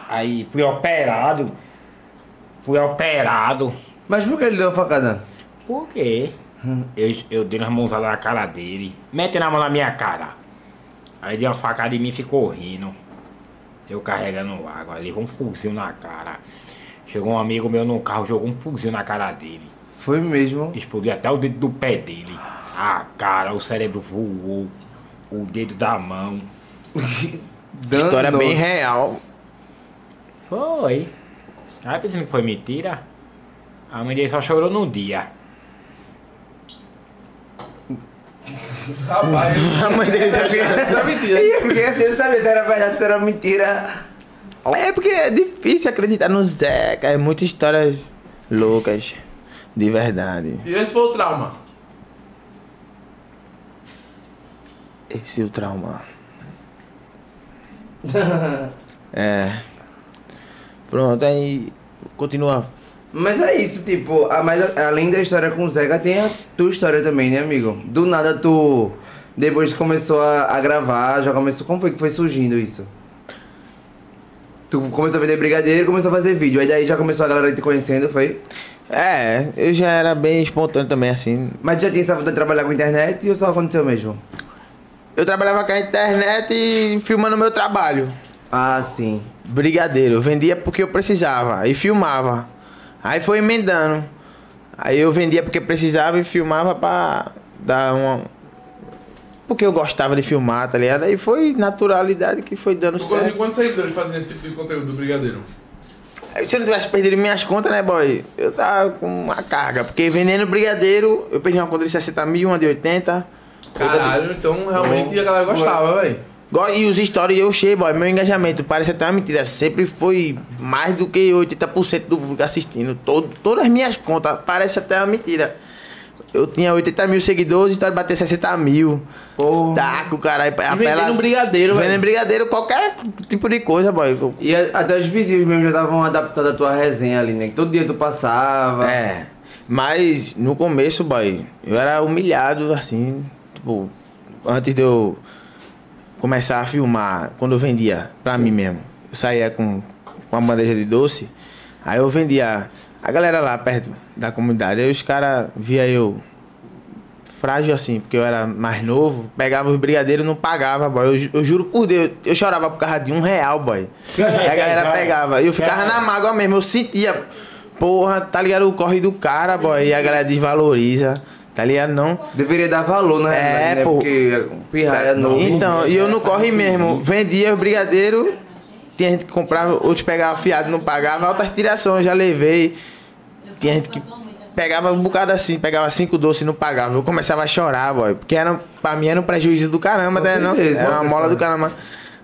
C: Aí fui operado. Fui operado.
B: Mas por que ele deu a facada?
C: Por quê? Eu, eu dei umas mãozadas na cara dele. Mete na mão na minha cara.
M: Aí deu uma facada em mim e ficou rindo. Eu carregando água, levou um fuzil na cara. Chegou um amigo meu num carro, jogou um fuzil na cara dele.
B: Foi mesmo.
M: Explodiu até o dedo do pé dele. A cara, o cérebro voou. O dedo da mão.
D: História bem
B: Danoso.
D: real.
M: Foi. Tava pensando que foi mentira. A mãe dele só chorou num dia.
A: Rapaz,
D: A mãe dele já
A: tá mentira.
B: E eu fiquei assim, eu não sabia se era verdade, se era mentira.
D: É porque é difícil acreditar no Zeca. É muitas histórias loucas. De verdade.
A: E esse foi o trauma.
D: Esse é o trauma. é. Pronto, aí. Continua.
B: Mas é isso, tipo, a, mas a- além da história com o Zeca, tem a tua história também, né, amigo? Do nada tu. Depois que começou a, a gravar, já começou. Como foi que foi surgindo isso? Tu começou a vender brigadeiro começou a fazer vídeo. Aí daí já começou a galera te conhecendo, foi?
D: É, eu já era bem espontâneo também, assim.
B: Mas tu já tinha essa vontade de trabalhar com internet ou só aconteceu mesmo?
D: Eu trabalhava com a internet e filmando meu trabalho.
B: Ah, sim.
D: Brigadeiro. Eu vendia porque eu precisava e filmava. Aí foi emendando. Aí eu vendia porque precisava e filmava pra dar uma. Porque eu gostava de filmar, tá ligado? Aí foi naturalidade que foi dando
A: Tu conseguiu
D: certo.
A: quantos seguidores fazendo esse tipo de conteúdo do Brigadeiro?
D: Aí, se eu não tivesse perdido minhas contas, né, boy? Eu tava com uma carga. Porque vendendo brigadeiro, eu perdi uma conta de 60 mil, uma de 80.
A: Caralho, então realmente a galera gostava, velho.
D: Go- E os stories eu cheio, boy. Meu engajamento, parece até uma mentira, sempre foi mais do que 80% do público assistindo. Todo, todas as minhas contas, parece até uma mentira. Eu tinha 80 mil seguidores, então story bater 60 mil. Taco, caralho.
A: vendendo brigadeiro,
D: Vendendo
A: velho.
D: brigadeiro, qualquer tipo de coisa, boy.
B: E a- até os vizinhos mesmo já estavam adaptando a tua resenha ali, né? Que todo dia tu passava.
D: É. Mas no começo, boy, eu era humilhado, assim, tipo, antes de eu começar a filmar, quando eu vendia pra mim mesmo. Eu saía com, com uma bandeja de doce, aí eu vendia a galera lá perto da comunidade, aí os caras via eu frágil assim, porque eu era mais novo, pegava os brigadeiros e não pagava, boy. Eu, ju- eu juro por Deus, eu chorava por causa de um real, boy. Aí a galera pegava. E eu ficava na mágoa mesmo, eu sentia. Porra, tá ligado? O corre do cara, boy. E a galera desvaloriza, tá ligado? Não.
B: Deveria dar valor, na realidade, né?
D: É, pô.
B: Porque pirralha é novo.
D: Então, e eu não corre mesmo. Vendia os brigadeiros, tinha gente que comprava, outros pegava fiado e não pagava, altas tirações, já levei. Tinha gente que pegava um bocado assim, pegava cinco doces e não pagava. Eu começava a chorar, boy. Porque era, pra mim era um prejuízo do caramba,
B: Com
D: né? Não,
B: certeza,
D: era uma
B: né,
D: mola do caramba.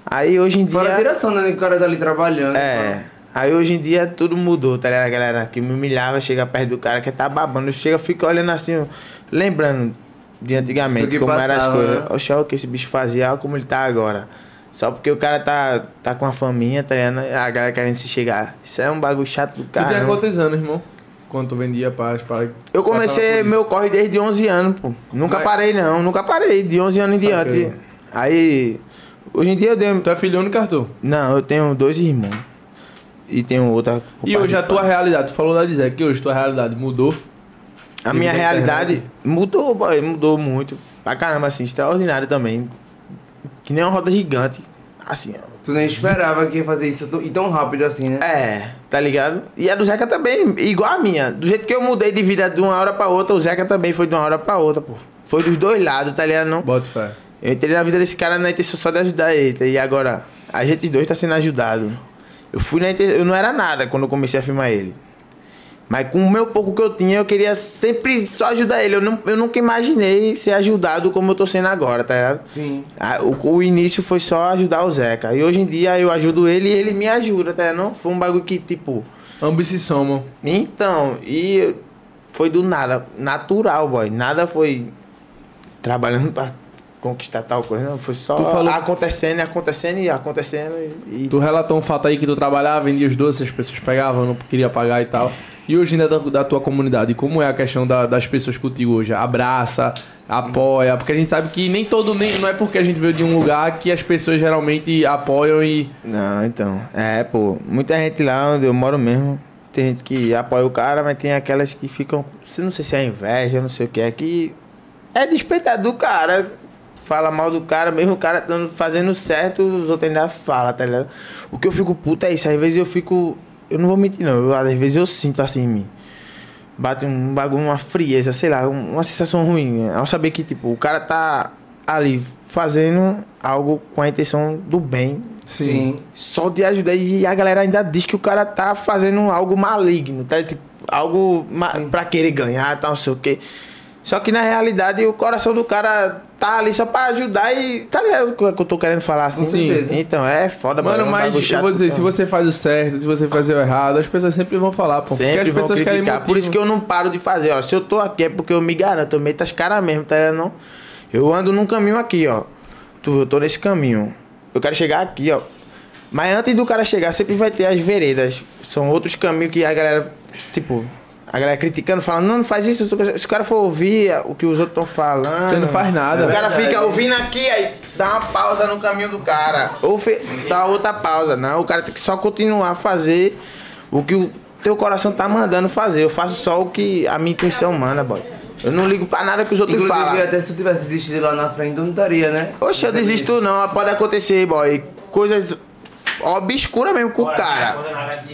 D: Aí hoje em dia.
B: Fora a direção, né? Que o cara tá ali trabalhando.
D: É. Aí hoje em dia tudo mudou, tá ligado? A galera que me humilhava chega perto do cara que tá babando. Chega, fica olhando assim, ó, lembrando de antigamente,
B: Do que
D: como eram as
B: passava,
D: coisas.
B: né?
D: Oxe, olha o que esse bicho fazia, olha como ele tá agora. Só porque o cara tá, tá com a faminha, tá ligado? A galera querendo se chegar. Isso é um bagulho chato do
A: Tu tinha
D: cara.
A: quantos anos, irmão? Quando tu vendia paz para.
D: Eu comecei meu corre desde 11 anos, pô. Nunca
A: Mas-
D: parei, não. Nunca parei, de 11 anos em
A: Saquei.
D: diante. Aí, hoje em dia eu dei...
A: Tu é filho único, Arthur?
D: Não, eu tenho dois irmãos. E tenho outra...
A: E hoje é a tua realidade, tu falou da Dizé, que hoje tua realidade mudou.
D: A minha
A: Devido à
D: realidade
A: internet.
D: mudou, boy, mudou muito. Pra caramba, assim, extraordinário também. Que nem uma roda gigante. Assim, ó.
B: Tu nem esperava que ia fazer isso tão- e tão rápido assim, né?
D: É, tá ligado? E a do Zeca também, igual a minha. Do jeito que eu mudei de vida de uma hora pra outra, o Zeca também foi de uma hora pra outra, pô. Foi dos dois lados, tá ligado? Não?
A: Bota fé.
D: Eu entrei na vida desse cara na intenção só de ajudar ele. tá? E agora, a gente dois tá sendo ajudado. Eu fui na intenção, eu não era nada quando eu comecei a filmar ele. Mas com o meu pouco que eu tinha, eu queria sempre só ajudar ele. Eu, não, eu nunca imaginei ser ajudado como eu tô sendo agora, tá ligado?
B: Sim.
D: Ah, O, o início foi só ajudar o Zeca. E hoje em dia eu ajudo ele e ele me ajuda, tá ligado? Não Foi um bagulho que, tipo,
A: Ambos se somam.
D: então, e eu- foi do nada, natural, boy. Nada foi trabalhando pra conquistar tal coisa, não. Foi só
A: Tu falou-
D: acontecendo, e acontecendo e acontecendo. E, e-
A: Tu relatou um fato aí que tu trabalhava, vendia os doces, as pessoas pegavam, não queria pagar e tal. E hoje ainda da, da tua comunidade, como é a questão da- das pessoas contigo hoje? Abraça, apoia, porque a gente sabe que nem todo, nem, não é porque a gente veio de um lugar que as pessoas geralmente apoiam e.
D: Não, então. É, pô. Muita gente lá onde eu moro mesmo. Tem gente que apoia o cara, mas tem aquelas que ficam. se- Não sei se é inveja, não sei o que. É que. É despeitar do cara. fala mal do cara, mesmo o cara tando fazendo certo, os outros ainda falam, tá ligado? O que eu fico puto é isso. Às vezes eu fico. Eu não vou mentir, não. Eu, às vezes eu sinto assim em mim. Bate um bagulho, uma frieza, sei lá, um- uma sensação ruim. né? Ao saber que, tipo, o cara tá ali fazendo algo com a intenção do bem.
B: Sim.
D: assim, Só de ajudar. E a galera ainda diz que o cara tá fazendo algo maligno, tá? Tipo, algo ma pra querer ganhar, tal, não sei o quê. Só que na realidade o coração do cara tá ali só pra ajudar e. Tá ligado o que eu tô querendo falar assim?
B: Com certeza.
D: Então, é foda,
A: Mano,
D: é um bagulho
A: mas eu
D: chato
A: vou dizer,
D: do
A: se
D: caralho.
A: você faz o certo, se você fazer o errado, as pessoas sempre vão falar, pô.
D: Sempre
A: porque as
D: vão
A: pessoas
D: criticar.
A: querem
D: Por isso que eu não paro de fazer, ó. Se eu tô aqui é porque eu me garanto, eu meto as caras mesmo, tá ligado? Não. Eu ando num caminho aqui, ó. Tu, eu tô nesse caminho. Eu quero chegar aqui, ó. Mas antes do cara chegar, sempre vai ter as veredas. São outros caminhos que a galera, tipo, a galera criticando, falando, não, não faz isso. Se o cara for ouvir o que os outros estão falando.
A: Você não faz nada.
D: O cara
A: É
D: fica ouvindo aqui, aí dá uma pausa no caminho do cara. Ou fe- dá outra pausa. Não, o cara tem que só continuar a fazer o que o teu coração tá mandando fazer. Eu faço só o que a minha intuição manda, boy. Eu não ligo pra nada que os outros
B: Inclusive,
D: falam.
B: até se tu tivesse desistido lá na frente, tu não estaria, né?
D: Oxe, eu desisto não, pode acontecer, boy. Coisas obscuras mesmo com o cara.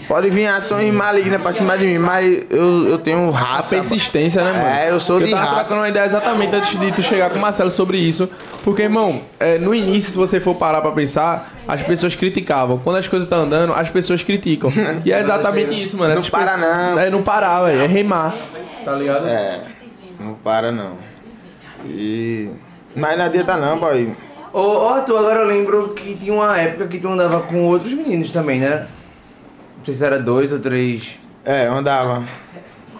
D: Pode vir ações malignas pra cima de mim, mas eu, eu tenho
A: A
D: raça. boy.
A: persistência, né, mano?
D: É, eu sou de
A: Eu tava
D: raça.
A: trocando uma ideia exatamente antes de tu chegar com o Marcelo sobre isso. Porque, irmão, é, no início, se você for parar pra pensar, as pessoas criticavam. Quando as coisas estão andando, as pessoas criticam. E é exatamente isso, mano.
D: Não
A: Essas
D: para,
A: pessoas-
D: não.
A: É, não parar, velho. É remar. Tá ligado?
D: É, não para não. E. Mas não adianta não, boy.
B: Ô, ô, Arthur, agora eu lembro que tinha uma época que tu andava com outros meninos também, né? Não sei se era dois ou três.
D: É, eu andava.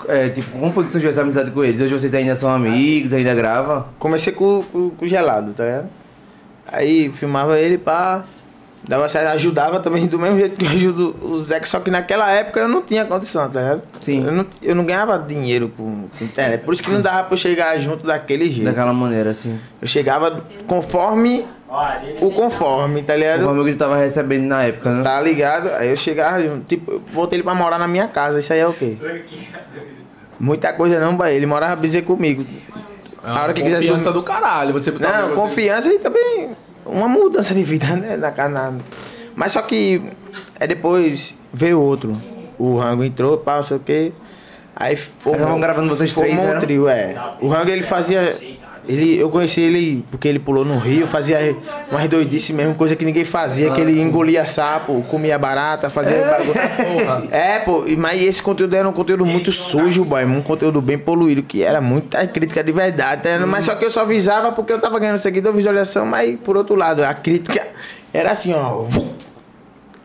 B: É, tipo, como foi que surgiu essa amizade com eles? Hoje vocês ainda são amigos, ainda grava?
D: Comecei com, com, com gelado, tá ligado? Aí filmava ele pá. Dava, certo, ajudava também do mesmo jeito que eu ajudo o Zeca, só que naquela época eu não tinha condição, tá ligado?
B: Sim.
D: Eu não, eu não ganhava dinheiro com, com internet. Por isso que não dava pra eu chegar junto daquele jeito.
B: Daquela maneira, assim.
D: Eu chegava conforme o conforme, tá ligado?
B: O amigo que tu tava recebendo na época, né?
D: Tá ligado? Aí eu chegava, tipo, eu botei ele pra morar na minha casa, isso aí é o quê? Muita coisa não, pai. Ele morava bezê comigo. A hora que quiser.
A: É Confiança do caralho. Você botar um
D: Não,
A: negócio-
D: confiança e também uma mudança de vida, né? Na casa. na- Mas só que é depois veio outro. O Rango entrou, pá, não sei o quê. Aí formou,
B: vão um gravando vocês
D: formou
B: três,
D: um
B: era?
D: trio, é. O Rango ele fazia. Ele, eu conheci ele porque ele pulou no rio, fazia umas doidices mesmo, coisa que ninguém fazia, que
B: Ah,
D: ele engolia sapo, comia barata, fazia
B: É.
D: bagulho. É, pô, e- mas esse conteúdo era um conteúdo muito sujo, boy, um conteúdo bem poluído, que era muita crítica de verdade, tá ligado? mas só que eu só avisava porque eu tava ganhando seguidor, visualização, mas por outro lado, a crítica era assim, ó. vum.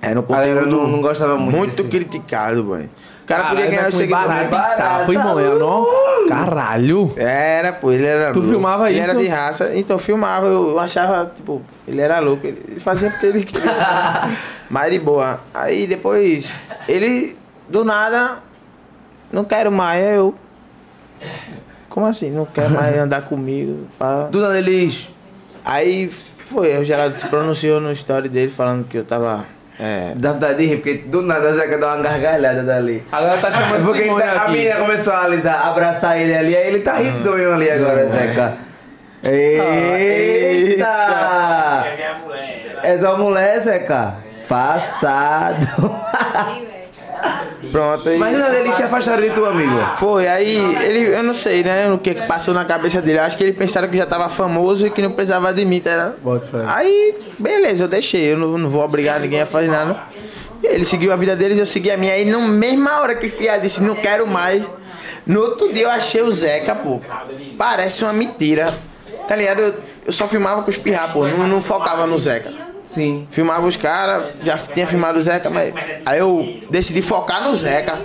D: Era um
B: A galera
D: conteúdo
B: não- não gostava muito
D: Muito
B: desse-
D: criticado, boy. O cara
A: Caralho,
D: podia ganhar
A: vai
D: o
A: comer
D: seguidor.
A: barata e
D: Barata. tá
A: sapo, irmão. É, não? Caralho.
D: Era, pô, ele era
A: Tu
D: louco.
A: filmava
D: ele
A: isso?
D: era de raça, então eu filmava, eu, eu achava, tipo, ele era louco, ele, ele fazia porque ele queria. Mas de boa. Aí depois, ele, do nada, não quero mais, aí eu. Como assim? Não quer mais andar comigo? pá.
B: Do nada eles.
D: Aí foi, o Geraldo se pronunciou no story dele falando que eu tava. É,
B: Dá vontade de rir, porque do nada a Zeca dá uma gargalhada dali.
A: A galera tá chamando
B: Porque
A: Simone
B: tá- a
A: aqui.
B: menina começou a alisar, abraçar ele ali, aí ele tá risonho ali agora, Zeca. Eita! É tua mulher, Zeca? Passado.
D: pronto, aí.
B: Mas do nada eles se afastaram de tu, amigo.
D: Foi, aí ele, eu não sei, né, o que que passou na cabeça dele. Eu acho que ele pensaram que já tava famoso e que não precisava de mim, tá ligado?
A: Bota fé.
D: Aí, beleza, eu deixei, eu não, não vou obrigar ninguém a fazer nada. E Ele seguiu a vida deles, eu segui a minha. Aí, na mesma hora que os piados disse, não quero mais. No outro dia eu achei o Zeca, pô. Parece uma mentira. Tá ligado? Eu, eu só filmava com os pirra, pô. Não, não focava no Zeca.
B: Sim.
D: Filmava os caras, já tinha filmado o Zeca, mas. Aí eu decidi focar no Zeca.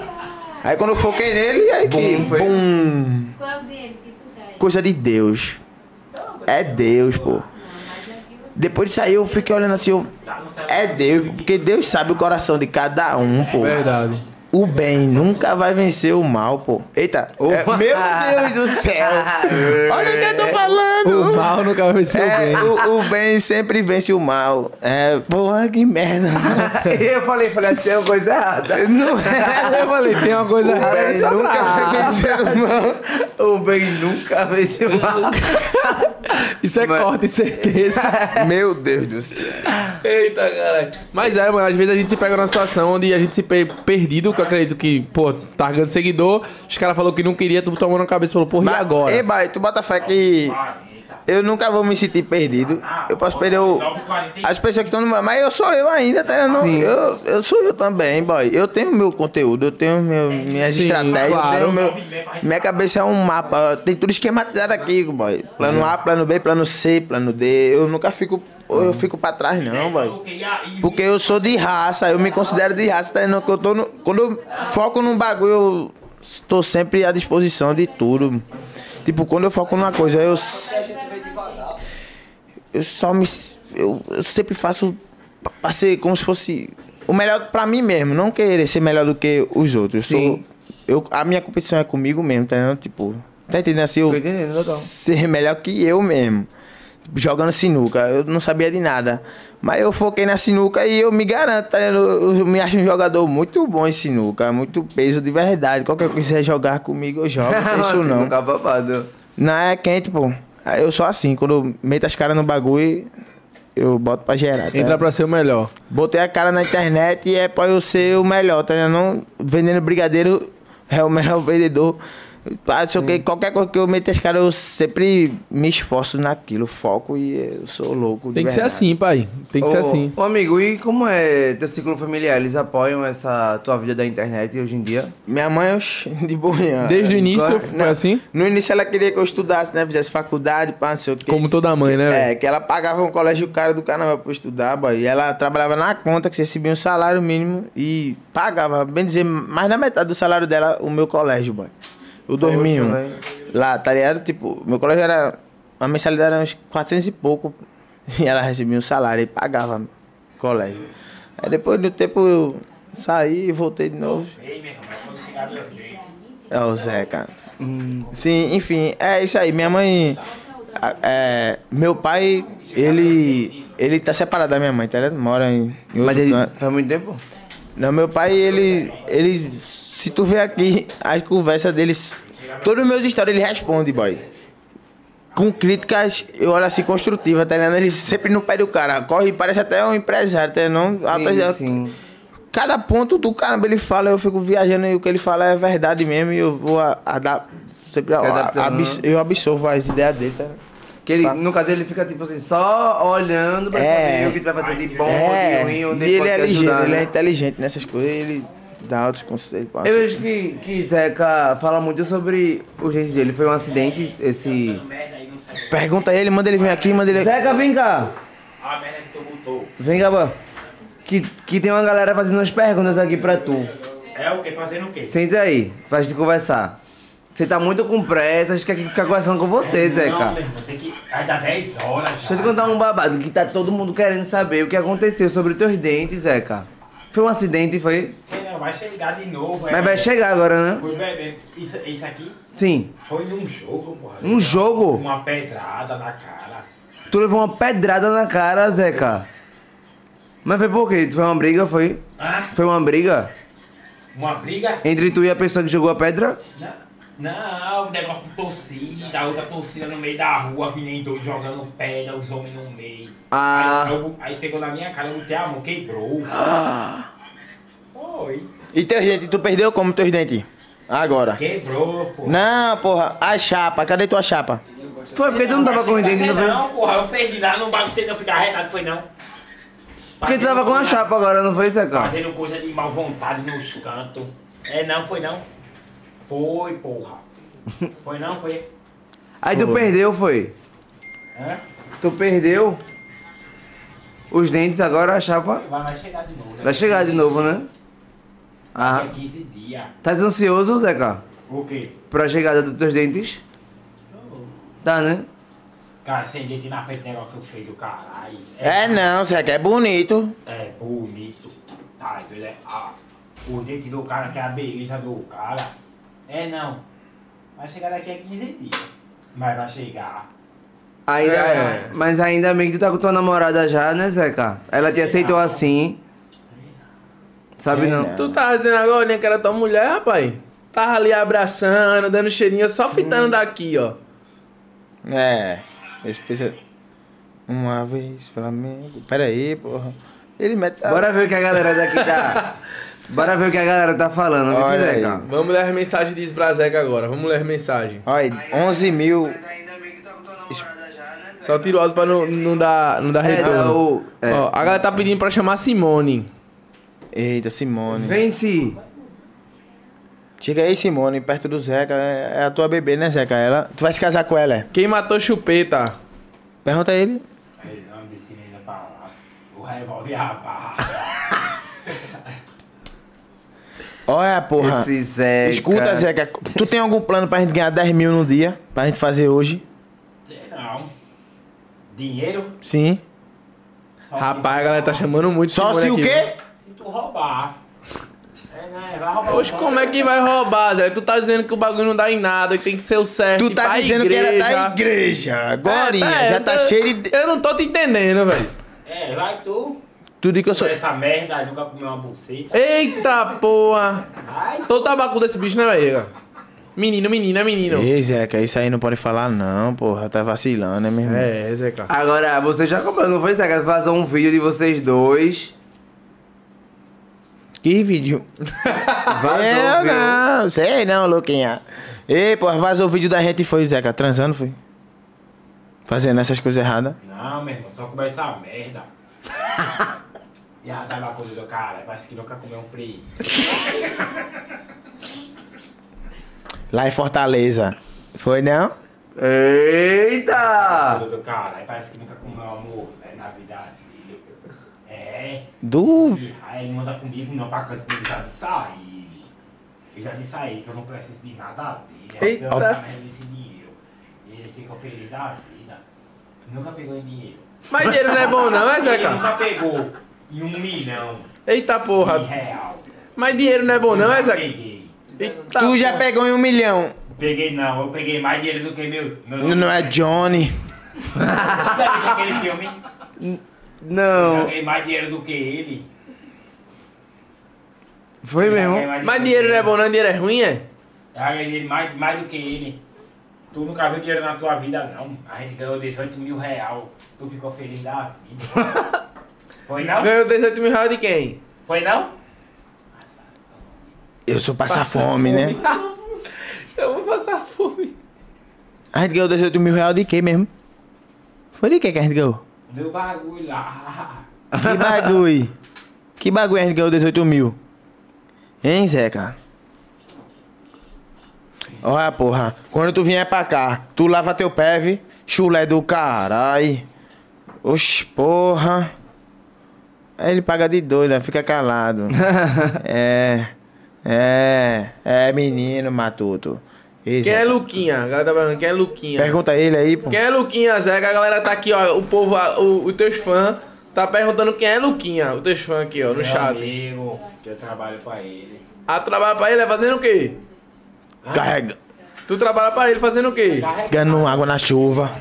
D: Aí quando eu foquei nele, aí que.
B: Bum, foi.
D: Bum.
E: Qual é o dele que tu quer?
D: Coisa de Deus. É Deus, pô. Depois de sair, eu fiquei olhando assim, eu, é Deus, porque Deus sabe o coração de cada um, pô.
A: Verdade.
D: O bem nunca vai vencer o mal, pô. Eita, é- meu Deus do céu. Olha o que eu tô falando.
A: O mal nunca vai ser o bem.
D: É, o, o bem sempre vence o mal. É, porra, que merda.
B: E eu falei, falei, acho que tem uma coisa errada.
D: Não é.
A: Eu falei, tem uma coisa errada é
D: bem
A: nessa
D: nunca
A: frase.
D: vai vencer o mal.
B: O bem nunca venceu mal.
A: Isso é
B: Mas-
A: corte, certeza.
B: Meu Deus do céu.
A: Eita, caralho. Mas é, mano, às vezes a gente se pega numa situação onde a gente se pe- perdido, que eu acredito que, pô, tá ganhando seguidor, os caras falaram que não queria, tu tomou na cabeça e falou, porra, e
D: Mas-
A: agora?
B: é
D: Ei, boy, tu bota fé que eu nunca vou me sentir perdido. Eu posso perder o, as pessoas que estão no meu. Mas eu sou eu ainda, tá? Eu, não-
B: Sim.
D: eu, eu sou eu também, boy. Eu tenho meu conteúdo, eu tenho meu, minhas
A: Sim,
D: estratégias,
A: claro.
D: eu tenho meu. Minha cabeça é um mapa. Tem tudo esquematizado aqui, boy. Plano
A: Uhum.
D: A, plano B, plano C, plano D. Eu nunca fico.
A: Uhum.
D: Eu fico pra trás, não, boy. Porque eu sou de raça, eu me considero de raça, tá? Não, que eu tô no- quando eu foco num bagulho, eu estou sempre à disposição de tudo. Tipo, quando eu foco numa coisa, eu. s- Eu só me. s- Eu, eu sempre faço pra- pra ser como se fosse o melhor pra mim mesmo, não querer ser melhor do que os outros. Eu sou.
B: Sim.
D: Eu, a minha competição é comigo mesmo, tá entendendo? Tipo. Tá entendendo assim? Eu
B: Tô entendendo, total.
D: ser melhor que eu mesmo. Tipo, Jogando sinuca, eu não sabia de nada. Mas eu foquei na sinuca e eu me garanto, tá ligado? Eu, eu me acho um jogador muito bom em sinuca, muito peso de verdade. Qualquer coisa que quiser jogar comigo, eu jogo. Não tem isso não.
B: Tá babado.
D: Não é quente, pô. Aí Eu sou assim, quando eu meto as caras no bagulho, eu boto pra gerar. tá?
A: Entra pra ser o melhor.
D: Botei a cara na internet e é pra eu ser o melhor, tá ligado? Não vendendo brigadeiro é o melhor vendedor. Ah, sei o quê, qualquer coisa que eu meto as caras, eu sempre me esforço naquilo, foco e eu sou louco. de
A: Tem que ser
D: verdade.
A: assim, pai. Tem que ser
B: Ô-
A: assim.
B: Ô amigo, e como é teu ciclo familiar? Eles apoiam essa tua vida da internet hoje em dia?
D: Minha mãe, oxe, de boinha.
A: Desde o início
D: Agora-
A: foi
D: não,
A: assim?
D: No início ela queria que eu estudasse, né? Fizesse faculdade, pá, não sei o quê.
A: Como toda mãe, né,
D: É,
A: velho?
D: que ela pagava um colégio caro do carnaval pra eu estudar, boy. E ela trabalhava na conta, que você recebia um salário mínimo e pagava, bem dizer, mais da metade do salário dela, o meu colégio, boy. Eu dormi
B: Poxa,
D: um.
B: velho.
D: Lá, tá ligado? Tipo, meu colégio era. A mensalidade era uns 400 e pouco. E ela recebia um salário e pagava colégio. Aí depois do tempo eu saí e voltei de novo. É o Zeca. Sim, enfim, é isso aí. Minha mãe. a- é, meu pai, ele. Ele tá separado da minha mãe, tá ligado? Mora em. em outro
B: Mas ele,
D: canto.
B: faz muito tempo?
D: Não, meu pai, ele. ele se tu vê aqui as conversas deles. Todos os meus stories ele responde, boy. Com críticas, eu olho assim, construtiva, tá ligado? Ele sempre no pé do cara. Corre, parece até um empresário, tá ligado? Não, altas-
B: sim.
D: cada ponto do caramba ele fala, eu fico viajando e o que ele fala é verdade mesmo e eu vou a- adap- sempre a-
B: adaptando,
D: a- abs- eu absorvo as ideias dele, tá?
B: Que ele, no caso, ele fica tipo assim, só olhando pra
D: É.
B: saber o que tu vai fazer de bom, de
D: é,
B: ruim, onde
D: e ele
B: pode
D: é
B: te
D: ligeiro,
B: ajudar,
D: ele é
B: né?
D: inteligente nessas coisas, ele dá altos conselhos. passa.
B: Eu vejo que, que Zeca fala muito sobre o jeito dele. Foi um acidente esse.
D: Pergunta a ele, manda ele vir aqui, manda ele... é-
B: Zeca, vem cá!
C: A merda que tu botou.
B: Vem cá, bó. que, que tem uma galera fazendo umas perguntas aqui pra tu.
C: É o que? Fazendo o quê?
B: Senta aí, pra gente conversar. Você tá muito com pressa, a gente quer ficar conversando com você,
C: Não, né?
B: Zeca.
C: meu irmão, tem que. Vai dar 10 horas
B: Deixa eu
C: já.
B: te contar um babado que tá todo mundo querendo saber o que aconteceu sobre teus dentes, Zeca. Foi um acidente, foi?
C: Não, vai chegar de novo. é.
B: Mas vai chegar agora, né?
C: Foi bebê. Isso, isso aqui
B: Sim.
C: foi num jogo, porra.
B: Um jogo?
C: Uma pedrada na cara.
B: Tu levou uma pedrada na cara, Zeca. Mas foi por quê? Tu Foi uma briga, foi?
C: Ah,
B: Foi uma briga?
C: uma briga?
B: Entre tu e a pessoa que jogou a pedra?
C: Na- Não, o negócio de torcida, a outra torcida no meio da rua, que nem doido jogando pedra, os homens no meio.
B: Ah.
C: Aí, eu- aí pegou na minha cara, eu botei a mão, quebrou. Oi.
D: E teus dentes, tu perdeu como teus dentes? Agora.
C: Quebrou, porra.
D: Não, porra, a chapa, cadê tua chapa?
B: Foi porque tu não tava com os dentes, não
C: não,
B: foi?
C: não, porra, eu perdi lá, não bastei não ficar retado, foi não.
B: Porque tu tava com a
C: Fazendo-
B: chapa agora, não foi, Zeca?
C: Fazendo coisa de mal vontade nos cantos. É, não, foi não. Foi, porra. Foi não, foi.
B: Aí tu perdeu, foi?
C: Hã?
B: Tu perdeu os dentes agora, a chapa
C: Vai, vai chegar de novo. né?
B: vai chegar de novo, né?
C: Daqui a
B: Ah,
C: 15 dias.
B: tá ansioso, Zeca?
C: O quê?
B: Pra chegada dos teus dentes? Tá, né?
C: Cara, sem dente na frente, negócio feio do caralho.
D: É
B: né?
D: não, Zeca, é bonito.
C: É bonito. Tá, então ele é. Ah, o dente do cara que é a beleza do cara. É não. Vai chegar daqui a 15 dias. Mas vai chegar.
B: Ainda,
D: É.
B: Mas ainda bem que tu tá com tua namorada já, né, Zeca? Ela te aceitou assim. Sabe
D: Ah. É,
B: não?
A: Tu tava dizendo agora né, que era tua mulher, rapaz?
B: Hum.
A: Tava ali abraçando, dando cheirinho, só fitando daqui, ó.
D: É. Deixa eu pensar. Uma vez, Flamengo. Pera aí, porra. Ele mete.
B: Bora ver o que a galera daqui tá. Bora ver o que a galera tá falando, vê
D: Olha
B: se
D: aí.
B: Zeca.
A: Vamos ler as mensagens de Esbrazeca agora. Vamos ler as mensagens.
D: Olha, 11 mil.
B: ainda bem que tá com tua namorada já, né?
A: Só tiro alto pra não, não dar, não dar
B: É, dá
A: retorno.
B: o- é.
A: Ó, a galera tá pedindo pra chamar Simone.
D: Eita, Simone.
B: Vence!
D: Chega aí, Simone, perto do Zeca. É é a tua bebê, né, Zeca? Ela... Tu vai se casar com ela? é?
A: Quem matou chupeta?
D: Pergunta a ele.
C: Aí não disse ainda pra lá. O revólver abarra.
D: Olha, porra.
B: Esse Zeca.
D: Escuta, Zeca. Tu tem algum plano pra gente ganhar 10 mil no dia? Pra gente fazer hoje?
C: Sei não. Dinheiro?
D: Sim.
C: Só
A: Rapaz, a galera tá chamando muito
D: Só
A: Simone
D: se o
A: aqui, viu?
D: quê?
C: Se tu roubar. É, né? Vai roubar.
A: Poxa, como é que vai roubar, Zé? Tu tá dizendo que o bagulho não dá em nada, que tem que ser o certo.
D: Tu
A: ir
D: tá
A: pra
D: dizendo
A: igreja.
D: que era da igreja. Agora,
A: É,
D: já tá
A: eu-
D: cheio de.
A: Eu não tô te entendendo, velho.
C: É, vai tu.
D: Tu diz que eu sou.
C: Por essa merda, nunca comeu uma buceta.
A: Eita porra!
C: Vai.
A: Todo tabaco desse bicho, né, velho? Menino, menina, menino.
D: Ei, Zeca, isso aí não pode falar, não, porra. Tá vacilando, né, meu irmão?
A: É, Zeca.
B: Agora, você já comprou, não foi, Zeca? Fazer um vídeo de vocês dois.
D: Que vídeo.
B: Vazou,
D: Eu
B: viu?
D: não, sei não, Luquinha. Ei, porra, vazou o vídeo da gente e foi, Zeca. Transando, foi? Fazendo essas coisas erradas.
C: Não, meu irmão, só comer essa merda. e a tava comida do cara, parece que nunca comeu um pri.
D: Lá em Fortaleza. Foi, não?
B: Eita!
C: Comida do cara, parece que nunca comeu amor, né, na vida dele. É.
D: Du...
C: Aí ele manda comigo, não, pra canto, eu já disse a ele. Eu já disse a ele que eu não preciso de nada dele. Aí
A: Eita.
C: Eu tava esse dinheiro. E ele fica feliz da vida. Nunca pegou em dinheiro.
A: Mas dinheiro não é bom, não, é,
C: Ele
A: Zeca?
C: nunca pegou em um milhão
A: Eita
C: de
A: porra.
C: real.
A: Mas dinheiro não é bom, não, é,
C: Nunca
A: Zeca?
C: Peguei.
A: Eita
D: Tu já
A: porra.
D: pegou em um milhão.
C: Peguei não, eu peguei mais dinheiro do que meu.
D: Não não é Johnny.
C: Já viu aquele filme? Eu
B: Não.
C: Joguei mais dinheiro do que ele.
B: Foi mesmo?
A: Mas dinheiro não é bom, não, dinheiro é ruim, é?
C: Já ganhei mais, mais do que ele. Tu nunca viu dinheiro na tua vida, não. A gente ganhou 18 mil real. Tu ficou feliz da vida. Foi não?
A: Ganhou 18 mil reais de quem?
C: Foi não?
D: Eu sou passar fome, né?
A: Eu vou passar fome.
D: A gente ganhou 18 mil reais de quê mesmo? Foi de quê que a gente ganhou?
C: Deu bagulho lá.
D: Que bagulho. que bagulho a gente ganhou 18 mil? Hein, Zeca? Olha, porra. Quando tu vier pra cá, tu lava teu pé, vi? Chulé do carai. Oxi, porra. Aí ele paga de doido, fica calado. é. É. É, menino matuto. Ei,
A: Quem é
D: Zeca,
A: Luquinha? A galera tá perguntando, quem é Luquinha?
D: Pergunta a ele aí, pô.
A: Quem é Luquinha, Zeca? A galera tá aqui, ó. O povo, a- o- os teus fãs, tá perguntando quem é Luquinha. Os teus fãs aqui, ó, no
C: Meu
A: chat.
C: amigo, que eu trabalho pra ele.
A: Ah, tu trabalha pra ele é fazendo o quê?
D: Carrega-
A: Tu trabalha pra ele fazendo o quê?
D: Carregando água na chuva.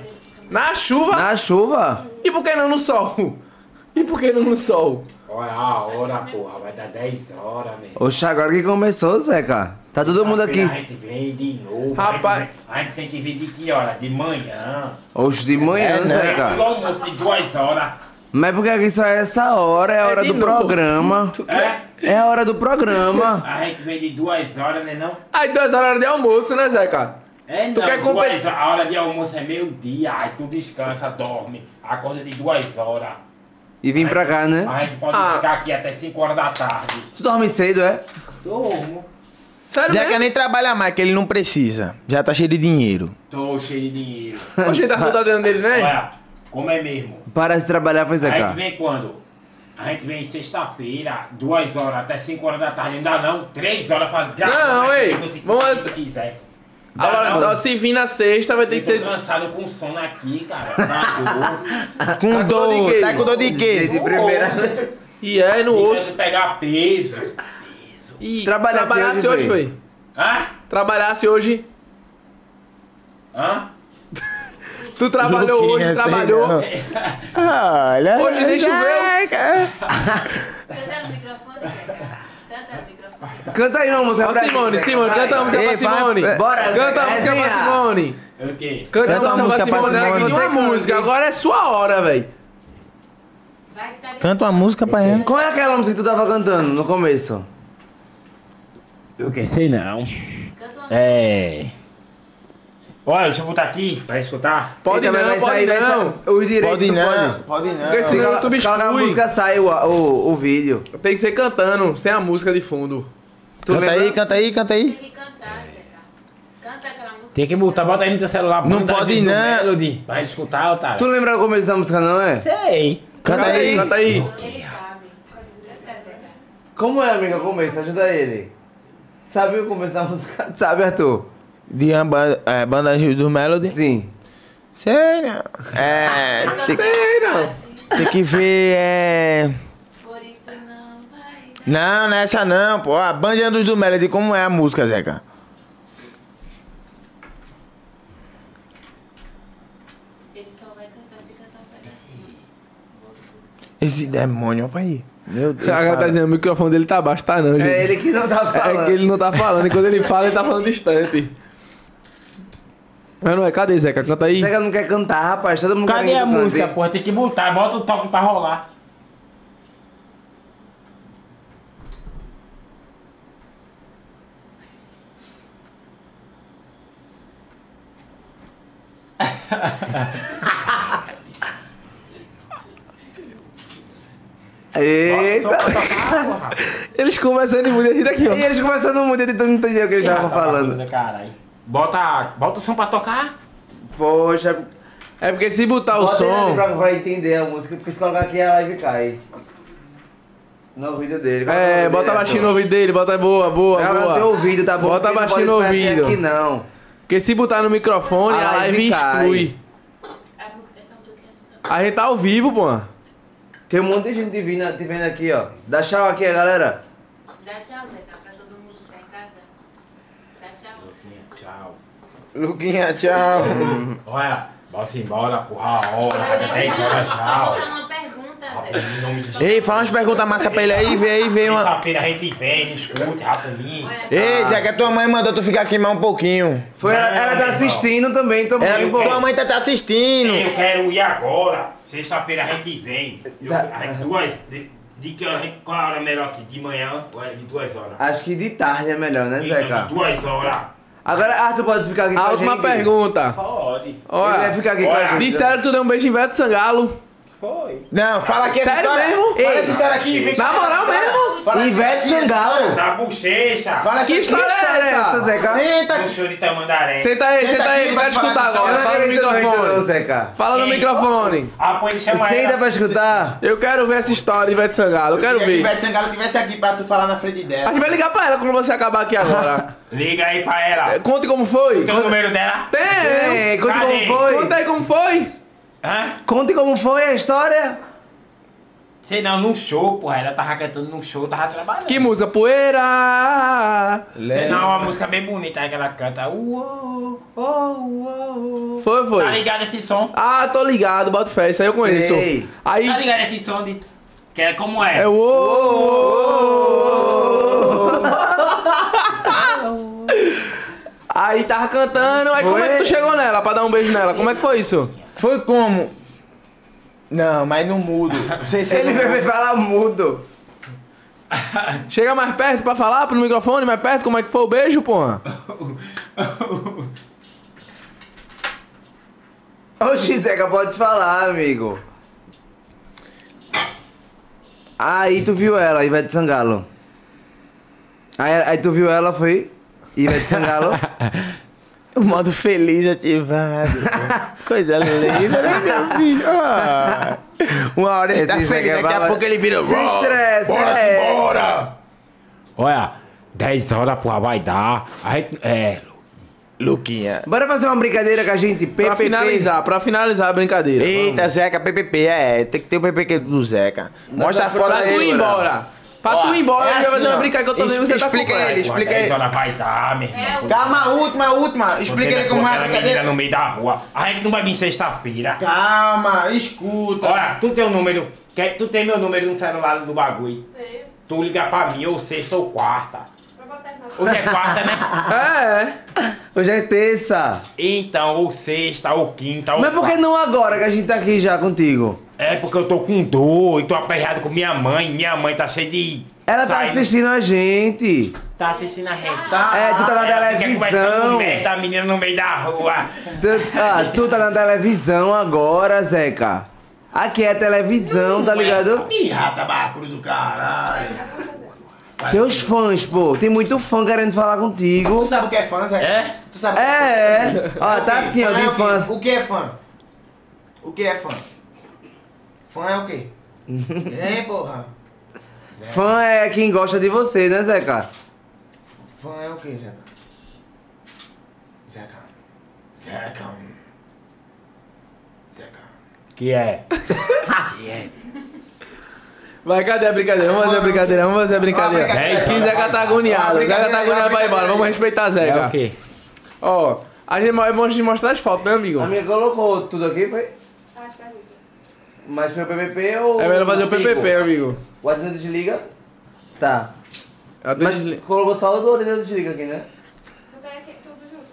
A: Na chuva?
B: Na chuva?
A: E por que não no sol? E por que não no sol?
C: Olha a hora, porra. Vai dar 10 horas, meu.
B: Oxe, agora que começou, Zeca. Tá todo mundo aqui.
C: A gente vem de novo.
A: Rapaz.
C: A gente, vem- a gente tem que vir de que hora? De manhã.
B: Oxe, de manhã,
D: É, né?
C: Pelo
B: Zeca.
C: almoço de duas horas.
B: Mas porque aqui só é essa hora, é a hora
A: de
B: do
A: novo.
B: programa.
C: É?
B: É a hora do programa.
C: A gente vem de duas horas, né não?
A: Aí duas horas de almoço, né, Zeca?
C: É
A: Tu
C: não,
A: quer competir?
C: duas horas. A hora de almoço é meio-dia, aí tu descansa, dorme, acorda de duas horas.
B: E vim pra cá, né?
C: A gente pode
A: Ah.
C: ficar aqui até 5 horas da tarde.
B: Tu dorme cedo, é?
C: Dormo.
A: Sério
D: Zeca
A: mesmo?
D: nem trabalha mais, que ele não precisa. Já tá cheio de dinheiro.
C: Tô cheio de dinheiro.
A: O jeito da fruta tá dentro dele, né?
C: Olha, como é mesmo?
B: Para de trabalhar, foi
C: A gente
B: Zeca.
C: vem quando? A gente vem sexta-feira, duas horas até 5 horas da tarde, ainda não, três horas pra gravar.
A: Não,
C: mas
A: ei,
C: se você
A: vamos assim.
C: quiser. Dá
A: Agora,
C: não.
A: ó, se vir na sexta, vai ter
C: Eu
A: que
C: tô
A: ser.
C: cansado com sono aqui, cara. Tá Na dor.
D: Com
A: Tá com dor de
D: dor,
A: quê?
D: tá com dor de quê?
B: De primeira.
A: E é no osso.
C: Tentando pegar peso.
A: E
B: Trabalhasse
A: trabalhasse
B: hoje,
A: hoje,
B: foi.
A: foi.
C: Hã?
A: Trabalhasse hoje.
C: Hã?
A: Tu trabalhou
D: Luquinha,
A: hoje,
D: sei
A: trabalhou.
D: não. Olha. é,
A: Hoje nem choveu.
D: Zeca.
E: Tenta o microfone, Zeca. Tenta o microfone.
B: Canta aí uma música
A: Ó,
B: pra
A: Simone,
B: mim,
A: Simone,
B: Zeca, vai.
A: canta a música
D: Ei,
A: pra
D: vai,
A: Simone.
D: vai.
B: Bora,
A: Canta a
B: Zeca,
A: música pra
B: resenha.
A: Simone.
C: Ok.
A: Canta a música pra Simone. Ela
B: Simone.
A: pediu uma
B: Você canta,
A: música,
B: hein?
A: agora é sua hora, velho.
E: Vai que tá ligado.
D: Canta uma música pra ela.
B: Qual é aquela música que tu tava cantando no começo?
C: Eu que sei não.
E: Canta uma
C: É. Olha, deixa eu botar aqui pra escutar.
A: Pode
B: Eita, mas
A: não,
B: vai
A: pode
B: sair, vai
A: não.
B: sair. Os direitos
D: Pode né?
B: não
D: não.
B: pode.
K: Pode não.
A: Porque
B: Se
A: senão
B: cala-
A: tu me
B: se cala a
A: exclui.
B: música sai o, o, o vídeo.
A: Tem que ser cantando, sem a música de fundo.
B: Tu
D: canta
B: lembra?
D: aí, canta aí, canta
E: tem
D: aí.
E: que cantar, Zeca. Canta aquela música.
C: Tem que botar, bota aí no teu celular.
D: Não
C: bota a
D: pode
C: gente do
B: né?
D: não.
C: Melody, pra gente escutar, otário.
B: Tu lembra como eles essa música, não é?
C: Sei.
D: Canta aí.
A: Canta aí.
E: Ele sabe. Canta, Zeca.
B: Como é, amiga, o começo? Ajuda ele. Sabe o começo da música? Sabe, Arthur?
D: De uma banda, é, banda do Melody.
B: Sim.
D: Sério? É. Tem,
A: Sei não.
D: tem que ver, é.
E: Por isso não vai.
D: Não, não é essa não, pô. A banda dos do Melody, como é a música, Zeca?
E: Ele só vai cantar se cantar um pedacinho.
D: Esse demônio, olha aí. Meu Deus.
A: A galera tá dizendo, o microfone dele tá baixo, tá não, gente.
B: É ele que não tá falando.
A: É que ele não tá falando, e quando ele fala, ele tá falando distante. Mas não é, cadê Zeca? Canta aí.
B: Zeca não quer cantar, rapaz. Todo mundo quer né?
C: Cadê
B: que
C: a
B: eu cante.
C: música, porra? Tem que botar, bota o toque pra rolar.
B: Eita.
A: Eles conversando e muito daqui,
B: E
A: ó.
B: eles conversando muito, eu tentando entender o que eles estavam
C: né?
B: falando.
C: Caralho. Bota, bota o som pra tocar.
B: Poxa,
A: É porque se botar o
B: Bota ele ali
A: som.
B: pra- Vai entender a música, porque se colocar aqui a live cai. No ouvido dele. coloca
A: É,
B: no ouvido
A: bota
B: dele,
A: baixinho
B: pô.
A: no ouvido dele, bota boa, boa,
B: Grava no teu
A: boa.
B: ouvido, tá bom?
A: Bota
B: Porque não
A: baixinho
B: pode
A: no
B: perder
A: ouvido.
B: Aqui, não.
A: Porque se botar no microfone,
B: A
A: a live
B: live cai.
A: exclui.
E: A música, essa música é tudo.
A: A gente tá ao vivo, pô.
B: Tem um monte de gente te vindo, te vendo aqui, ó. Dá tchau aqui, galera.
E: Dá tchau, Zeca, pra todo mundo que tá em casa. Dá tchau.
C: Tchau.
K: Luquinha, tchau.
C: Olha, bora-se embora, porra, a
A: Ah,
C: hora. Até embora,
E: é Só
C: tchau.
E: botar uma pergunta, Zeca.
D: Ei, fala umas perguntas massa pra ele aí, vê aí, vê uma.
C: Quinta-feira a gente vem, discute, rapidinho.
E: Olha só.
D: Ei, Zeca, tua mãe mandou tu ficar queimar um pouquinho.
B: Foi, ela, ela tá
C: Não,
B: assistindo também, tô
D: Ela,
B: muito
D: tua mãe tá te assistindo.
C: Eu quero ir agora. Sexta-feira a gente vem. Eu,
B: Tá.
C: às duas. De, de que hora? a gente- Qual é a hora melhor aqui? De manhã ou é de duas horas?
B: Acho que de tarde Ah, é melhor, né,
C: Então,
B: Zeca?
C: de duas horas.
B: Agora, Arthur pode ficar aqui com
A: A
B: a
A: última
B: gente?
A: pergunta.
C: Pode.
B: Ele vai
A: Olha,
B: ficar aqui com
C: Olha,
B: a gente.
A: disseram que tu deu um beijo em Veto Sangalo.
C: Foi.
D: Não, fala aqui essa
A: Sério
D: história.
A: mesmo?
D: Ei, essa história aqui, vem
A: Na moral mesmo.
D: Fala
B: Ivete Sangalo.
C: Da bochecha.
D: Fala essa
A: Que história é
B: Essa,
A: essa?
B: Zeca.
D: Senta
C: Do
D: aqui.
C: show de Tamandaré.
A: Senta aí, senta aí, não quero escutar agora.
B: Eu não
A: Fala no
B: acredito muito não,
A: microfone.
B: Zeca.
A: Fala no microfone.
C: Ah, pô, ele chama
B: Senta
C: ela.
B: pra escutar.
A: Eu quero ver essa história de Ivete Sangalo, eu quero
K: Se a
A: ver.
K: Ivete Sangalo tivesse aqui pra tu falar na frente
A: A
K: dela.
A: gente vai ligar pra ela quando você acabar aqui agora.
C: Liga aí pra ela.
A: É, Conte como foi.
C: Tem o número dela?
A: Tem.
B: Ei, conta
C: Cadê?
B: É, como foi.
A: Conta aí como foi.
C: Hã?
B: Conte como foi a história.
C: Sei não, num show, porra. Ela tava cantando num show, tava trabalhando.
A: Que música? Poeira.
C: Sei não, uma música bem bonita aí que ela canta. Uou, uou, uou.
A: Foi,
C: Tá
A: foi.
C: ligado esse som?
A: Ah, tô ligado, bota fé, isso aí eu conheço.
B: Sei.
A: Aí
C: Tá ligado esse som de. Que é como é?
A: é o. Aí tava cantando, aí como é que tu
B: Foi.
A: chegou nela pra dar um beijo nela? Como é que foi isso?
D: Foi como? Não, mas não mudo. Sei, sei,
B: Ele
D: não.
B: vai falar mudo.
A: Chega mais perto pra falar pro microfone, mais perto, como é que foi o beijo, porra?
B: Oxi, Zeca, pode falar, amigo. Aí tu viu ela, Ivete Sangalo. Aí, aí tu viu ela, foi? Ivete Sangalo.
D: O modo feliz ativado. Coisa linda, né, meu filho? Ah. Uma hora ele tá
B: Esse
D: feliz,
B: Zeca
D: daqui a
B: vai-
D: pouco ele vira.
B: Se estressa, é.
C: Olha, 10 horas, porra, vai dar. A gente, é.
D: Luquinha.
B: Bora fazer uma brincadeira com a gente, PPP.
A: Pra finalizar, pra finalizar a brincadeira.
D: Eita, Zeca, PPP, é, tem que ter o PPP do Zeca. Mostra a
B: pra-
D: foto
A: Pra tu
D: aí.
A: ir embora. Pra tu ir embora,
D: é
A: ele vai fazer
D: assim,
A: uma
D: ó.
A: brincadeira que eu tô vendo que você tá com
D: Explica ele,
C: Porra,
D: explica
C: 10
D: aí.
C: horas vai dar, meu irmão.
E: É, o-
D: Calma, a última, a última. Explica ele como é a
C: aquela menina
D: brincadeira.
C: no meio da rua. A gente não vai vir sexta-feira.
K: Calma, escuta.
C: Olha, tu tem o número. Quer, tu tem meu número no celular do bagulho. Tu liga pra mim ou sexta ou quarta. Hoje é quarta, né?
B: É. Hoje é terça.
C: Então, ou sexta, ou quinta, ou
B: Mas por que
C: quarta.
B: não agora que a gente tá aqui já contigo?
C: É porque eu tô com dor e tô aperreado com minha mãe. Minha mãe tá cheia de.
B: Ela tá
C: Sai,
B: assistindo a gente.
C: Tá assistindo a gente.
B: É, tu tá na
C: Ela fica conversando
B: televisão.
C: com merda, a menina no meio da rua.
B: Tu, ah, tu tá na televisão agora, Zeca. Aqui é televisão, tá ligado?
K: Pirrata, báculo do caralho.
B: Teus fãs, pô. Tem muito fã querendo falar contigo.
K: Tu sabe o que é fã, Zé?
C: É?
K: Tu sabe o que
B: É, é. Ó, tá assim, ó,
K: Fã é
B: de
K: o quê?
B: fãs.
K: O que é fã? O que é fã? Fã é o quê? Hein, porra?
B: Fã é quem gosta de você, né, Zeca?
K: Fã é o quê, Zeca? Zeca. Zeca. Zeca.
C: Que é?
A: Vai, cadê a brincadeira? Vamos fazer a brincadeira, vamos fazer a brincadeira.
K: Ó, a
C: brincadeira.
A: Que Zeca tá agoniado.
K: Ó, a
A: Zeca tá agoniado
K: brincadeira, ó, a
A: pra ir embora.
K: brincadeira.
A: Vamos respeitar Zeca.
C: É o quê?
A: Ó, a gente é bom de mostrar as fotos, né, amigo?
B: A minha colocou tudo aqui, foi?
E: Faz pergunta.
B: Mas foi o PPP ou.
A: É melhor fazer o
B: cinco?
A: PPP, amigo.
B: O adendo desliga? Tá.
A: Até
B: Mas
A: desli-
B: colocou só o do adendo desliga aqui, né?
E: Botar aqui tudo junto.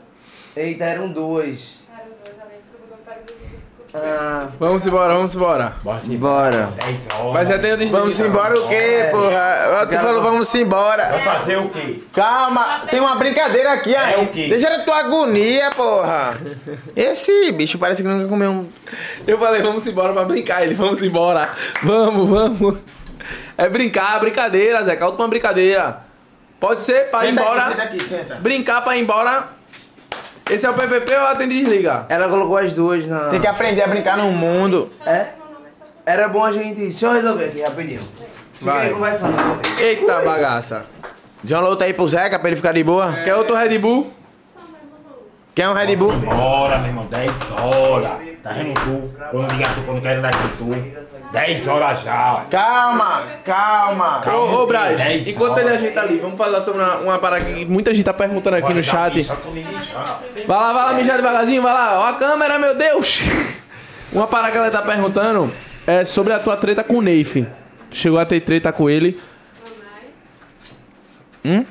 B: Eita, eram duas.
E: Para o dois, além do botão para o dois.
B: Ah,
A: Vamos embora, vamos embora.
B: bora.
A: Mas é até eu desligo.
D: Vamos embora o quê, porra? Tu falou vamos embora.
C: Vai fazer o quê?
D: Calma, tem uma brincadeira aqui aí.
C: É o quê?
D: Deixa a tua agonia, porra. Esse bicho parece que nunca comeu um.
A: Eu falei, vamos embora pra brincar. Ele, vamos embora. Vamos, vamos. É brincar, brincadeira, Zeca. Última brincadeira. Pode ser pra ir
K: Senta
A: embora.
K: aqui, senta aqui, senta.
A: Brincar pra ir embora. Esse é o PPP ou atende e desliga?
B: Ela colocou as duas na.
D: Tem que aprender a brincar no mundo.
B: É? Era bom a gente. Deixa eu resolver aqui rapidinho. Fica
A: Vai.
B: aí conversando com você.
A: Eita bagaça.
D: John Lou tá aí pro Zeca pra ele ficar de boa.
A: Quer outro Red Bull?
E: Só mais uma luz.
D: Quer um Red Bull?
C: Bora, meu irmão, 10 horas. Tá vendo tu? Quando ligar tu, quando quero dar aqui tu. 10 horas já.
D: Calma, calma.
A: Ô, ô Braz,
C: Dez
A: enquanto
C: horas.
A: ele ajeita ali, vamos falar sobre uma, uma parada que muita gente tá perguntando aqui no chat. Vai lá, vai lá, mijar devagarzinho, vai lá. Ó a câmera, meu Deus! Uma parada que ela tá perguntando é sobre a tua treta com o Neif. Tu Chegou a ter treta com ele. Hum?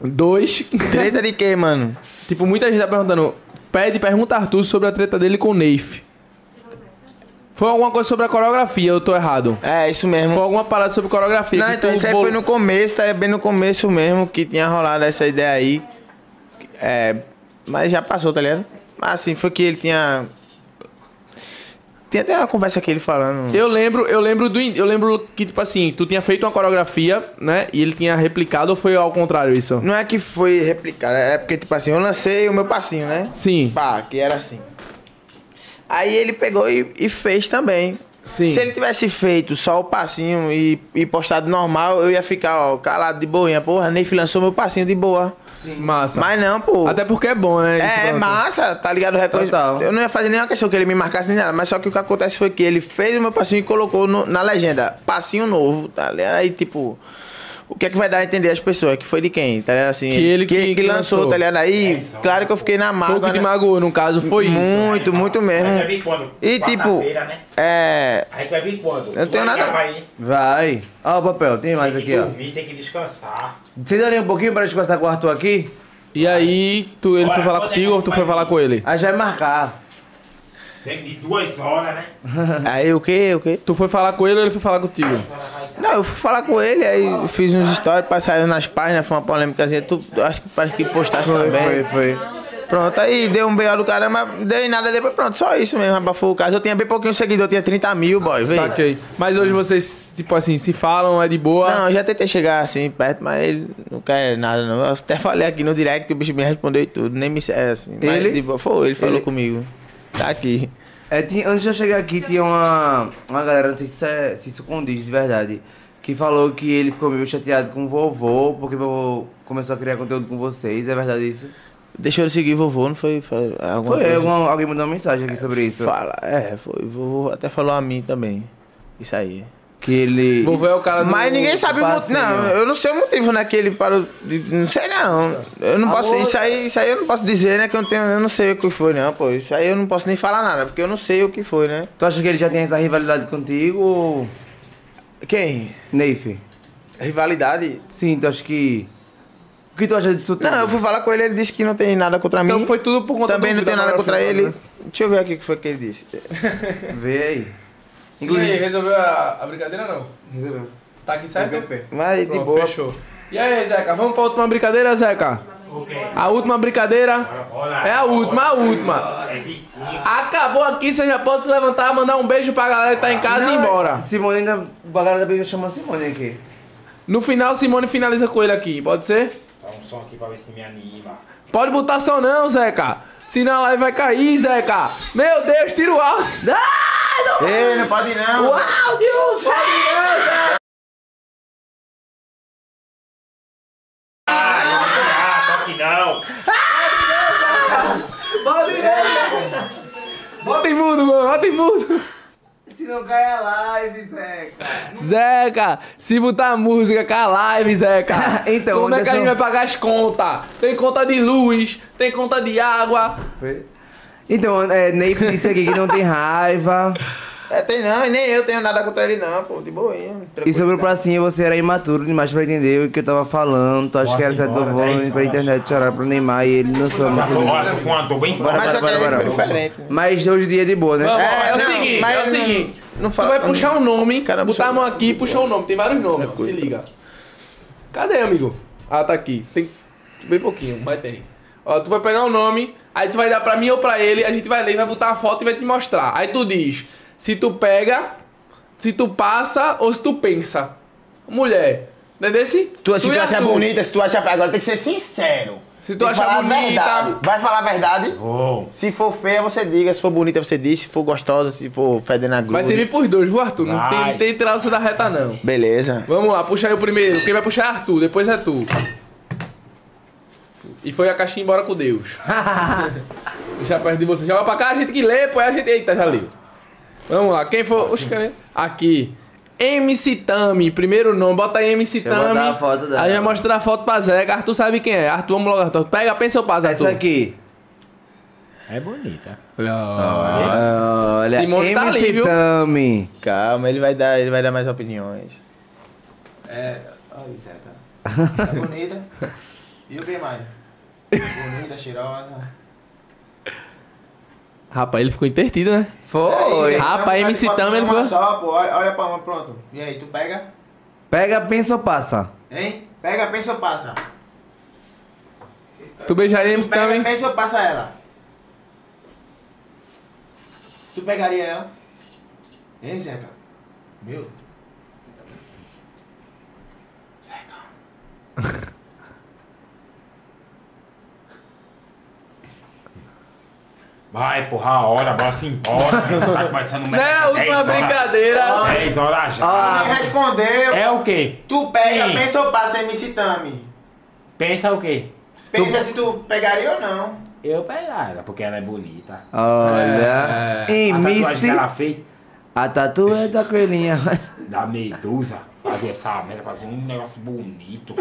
A: Dois.
D: Treta de quê, mano?
A: tipo, muita gente tá perguntando. Pede, pergunta a Arthur sobre a treta dele com o Neif. Foi alguma coisa sobre a coreografia, eu tô errado.
D: É, isso
A: Foi
D: mesmo.
A: alguma parada sobre coreografia.
D: Não,
A: que
D: então
A: Tipo, tu
D: isso aí
A: bol-
D: foi no começo, tá bem no começo mesmo que tinha rolado essa ideia aí. É, mas já passou, tá ligado? Mas assim, foi que ele tinha. Tinha até uma conversa que ele falando.
A: Eu lembro, eu lembro do. in- Eu lembro que, tipo assim, tu tinha feito uma coreografia, né? E ele tinha replicado ou foi ao contrário isso?
D: Não é que foi replicado, é porque, tipo assim, eu lancei o meu passinho, né?
A: Sim.
D: Pá, que era assim. Aí ele pegou e, e fez também.
A: Sim.
D: Se ele tivesse feito só o passinho e, e postado normal, eu ia ficar, ó, calado de boinha. Porra, Neif lançou meu passinho de boa.
A: Massa.
D: Mas não, pô.
A: Até porque é bom, né? esse
D: É, é
A: produto.
D: massa, tá ligado? O recorde.
B: Total.
D: Eu não ia fazer nenhuma questão que ele me marcasse nem nada, mas só que o que acontece foi que ele fez o meu passinho e colocou no- na legenda, passinho novo, tá ligado? Aí, tipo, o que é que vai dar a entender as pessoas? Que foi de quem, tá ligado? Assim,
A: Que ele que-
D: que lançou,
A: lançou.
D: tá ligado?
B: É,
D: Aí,
B: então.
D: claro que eu fiquei na
A: Foi o que
D: mágoa.
A: te
D: né?
A: magoou, no caso, foi isso.
D: Muito, muito
B: é
D: mesmo. E, tipo,
C: Né?
D: É.
C: Aí tu vai vir quando?
D: Eu
C: Tu
D: tenho
C: vai
D: nada-
C: gravar aí.
B: Vai. Ó, o papel, tem mais
C: Tem
B: aqui,
C: que
B: ó.
C: dormir, tem que descansar.
B: Vocês olhem um pouquinho pra gente conversar com o Arthur aqui?
A: E aí, tu, ele
C: Bora,
A: foi falar
C: quando é
A: contigo
C: que
A: ou tu
C: vai
A: foi
C: vir?
A: falar com ele?
B: Aí já vai marcar.
C: Tem de duas horas, né?
D: Aí o que, o que?
A: Tu foi falar com ele ou ele foi falar contigo?
D: Não, eu fui falar com ele, aí fiz uns stories, passaram nas páginas, foi uma polêmicazinha, tu, tu acho que parece que postasse também.
B: foi.
D: Pronto, aí deu um B.O. do caramba, deu em nada depois, pronto, só isso mesmo, abafou o caso. Eu tinha bem pouquinho seguidor, eu tinha 30 mil, boy, vem.
A: Saquei. Mas hoje vocês, tipo assim, se falam, é de boa.
D: Não, eu já tentei chegar assim perto, mas ele não quer nada, não. Eu até falei aqui no direct, o bicho me respondeu e tudo, nem me é assim. mas
B: Ele?
D: de boa, foi, ele falou
B: Ele?
D: comigo. Tá aqui.
B: É, tinha- antes de eu chegar aqui, tinha uma, uma galera, não sei se, é- se isso condiz de verdade, que falou que ele ficou meio chateado com o vovô, porque o vovô começou a criar conteúdo com vocês, é verdade isso?
D: Deixou ele seguir vovô, não foi? Foi, alguma
B: Foi,
D: coisa?
B: algum- alguém mandou uma mensagem aqui sobre isso.
D: Fala, é, foi, vovô até falou a mim também. Isso aí.
B: Que ele...
A: Vovô é o cara do.
D: Mas ninguém sabe o motivo.
B: passinho.
D: Não, eu não sei o motivo naquele parou. de- Não sei não. Eu não posso.
B: Amor.
D: Isso aí, isso aí eu não posso dizer, né? Que eu não tenho. Eu não sei o que foi, não, pô. Isso aí eu não posso nem falar nada, porque eu não sei o que foi, né?
B: Tu acha que ele já tem essa rivalidade contigo ou...
D: Quem?
B: Neif?
D: Rivalidade?
B: Sim, tu acha que... O que tu acha disso tudo?
D: Não, eu fui falar com ele, ele disse que não tem nada contra mim.
A: Então foi tudo por conta
D: Também
A: do
D: não tem
A: Vidal
D: nada
A: Amaral
D: contra
A: Fernando,
D: ele.
A: né?
D: Deixa eu ver aqui o que foi que ele disse.
B: Vê aí.
A: E aí, resolveu a, a brincadeira não?
B: Resolveu.
A: Tá aqui certo?
D: Mas de
A: Pronto,
D: boa.
A: fechou. E aí, Zeca, vamos pra última brincadeira, Zeca? A última brincadeira é a última, a última.
C: é
A: Acabou aqui, você já pode se levantar, mandar um beijo pra galera que
B: Ah,
A: tá em casa e ir embora.
B: é, Simone ainda. A galera da Bíblia chama Simone aqui.
A: No final, Simone finaliza com ele aqui, pode ser?
C: Dá um som aqui pra ver se me anima.
A: Pode botar som não, Zeca. Senão a live vai cair, Zeca. Meu Deus, tira o áudio.
K: Ei, não pode não.
C: Ah, só que não!
A: Bota em mudo, mano, bota em mudo.
B: Se não cai a live, Zeca.
A: Zeca, se botar música com a live, Zeca.
B: Então,
A: como é que a
B: Anderson-
A: gente vai pagar as contas? Tem conta de luz, tem conta de água.
B: Foi. Então, é, Ney disse aqui que não tem raiva.
D: É, tem não, e nem eu tenho nada contra ele não, pô, de boinha.
B: E sobre o pracinha, você era imaturo demais pra entender o que eu tava falando. Tu acha que era certo
C: embora, dez
B: voo pra
C: horas.
B: internet chorar pro Neymar e ele não soube.
C: Já tô, ó, tô com uma dor bem
D: Mas
C: forte.
D: só que
B: bora,
D: aí
B: bora,
D: foi
B: bora.
D: diferente. né?
B: Mas hoje em dia é de boa, né?
A: Vamos, é, o
D: não,
A: seguinte,
D: mas
A: é o
D: não-
A: seguinte.
D: não
A: tu
D: fala-
A: vai puxar um nome,
D: Cara,
A: botar
D: puxa
A: a mão aqui e puxar um nome. Tem vários nomes, ó, se liga. Cadê, amigo? Ah, tá aqui. Tem bem pouquinho, mas tem. Ó, tu vai pegar o nome, aí tu vai dar pra mim ou pra ele, a gente vai ler, vai botar a foto e vai te mostrar. Aí tu diz se tu pega, se tu passa ou se tu pensa. Mulher, entendeu?
K: Tu, se tu,
A: e a
K: acha bonita, se tu acha. Agora tem que ser sincero.
A: Se é tu
K: Tem que
A: achar
K: falar a
A: bonita-
K: verdade. Vai falar a verdade?
C: Bom,
K: Se for feia, você diga. Se for bonita, você diz. Se for gostosa, se for fedendo a gruda.
A: Vai servir pros dois, viu, Arthur? Não tem,
C: Vai.
A: não tem traça da reta, não.
K: Beleza.
A: Vamos lá, puxa aí o primeiro. Quem vai puxar é Arthur, depois é tu. E foi a caixinha embora com Deus. Deixa perto de você. Joga pra cá, a gente que lê, pô. é A gente. Eita, já leu. Vamos lá, quem
B: Tá
A: for. Oxe, cadê? Aqui. MC Tami, primeiro nome, bota aí MC
B: eu
A: Tami.
B: botar a foto dela.
A: Aí vai mostrar a foto pra Zeca. Arthur sabe quem é. Arthur, vamos logo, Arthur. Pega, pensa ou passa, Arthur.
B: Essa aqui.
C: é bonita.
B: Olha,
A: Simone tá ali,
B: MC
A: viu?
B: Tami.
K: Calma, ele vai dar, ele vai dar mais opiniões. É. Olha, Zeca. Tá bonita. E o que mais? Bonita, cheirosa.
A: Rapaz, ele ficou intertido, né?
B: Foi.
A: Rapaz, MC Tami, ele ficou.
K: Só, pô, olha, olha pra uma, pronto. E aí, tu pega?
B: Pega, pensa ou passa?
K: Hein? Pega, pensa ou passa?
A: Tu beijaria então, MC
K: Pega,
A: Tami?
K: pensa ou passa ela? Tu pegaria ela? Hein, Zeca? Meu.
C: Vai, porra, a hora, bora se embora. Tá começando
A: Não é a última brincadeira.
C: 10 horas já.
K: Me respondeu.
C: Ah, É o quê?
K: Tu pega,
C: Sim.
K: pensa ou passa, MC Tami?
C: Pensa o quê?
K: Pensa se tu pegaria ou não.
C: Eu pegar ela, porque ela é bonita.
A: É,
B: Olha.
C: A tatuagem que
B: MC.
C: ela fez
B: A tatu é da coelhinha.
C: da medusa, fazer essa merda, fazer um negócio bonito.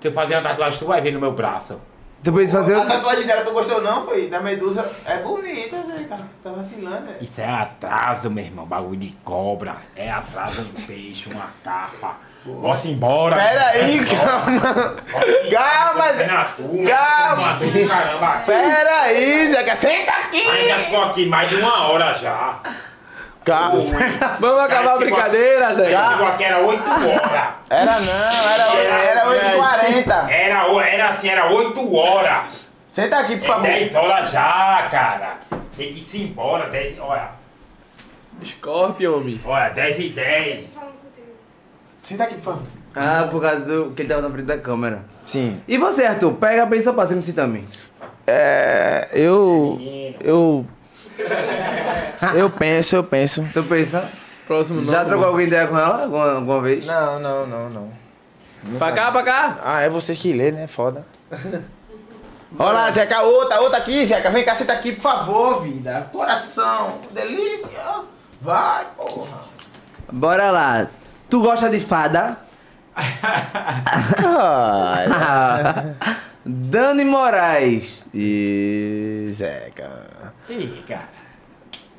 C: Se eu fazer uma tatuagem, tu vai ver no meu braço.
B: Depois fazer
K: A
B: o.
K: tatuagem dela tu gostou não, foi? Da medusa. É bonita, Zeca. Tá vacilando, é.
C: Isso é atraso, meu irmão. Bagulho de cobra. É atraso, um peixe, uma capa. Bora embora.
K: Pera aí, calma. Calma, Zeca. Calma.
C: Calma. Caramba.
K: Pera aí, Zeca. Senta aqui.
C: Mas já ficou aqui mais de uma hora já. tipo,
K: Calma.
A: Vamos acabar a brincadeira, Zeca.
C: Já chegou aqui, era 8 horas.
K: Era não, era, era 8h40.
C: Era, o- era assim, era 8 horas.
K: Senta aqui, por
C: É
K: favor.
C: 10 horas já, cara. Tem que ir embora. 10, olha,
A: Escorte, homem.
C: olha, 10 e 10.
K: Senta aqui, por favor.
B: Ah, por causa do. que ele tava na frente da câmera.
D: Sim.
B: E você, Arthur? Pega, pensa ou passa, MC Tami?
D: É, eu. Eu. Eu penso, eu penso.
B: Tu pensa?
A: Próximo nome.
B: Já trocou alguma ideia com ela alguma, alguma vez?
D: Não, não, não, não.
A: Pra cá, pra cá.
D: Ah, é você que lê, né? Foda.
K: Olha lá, Zeca, outra, outra aqui, Zeca. Vem cá, senta aqui, por favor, vida. Coração, delícia. Vai, porra.
B: Bora lá. Tu gosta de fada?
K: Ai,
B: Dani Moraes.
K: e Zeca.
C: Ih, cara.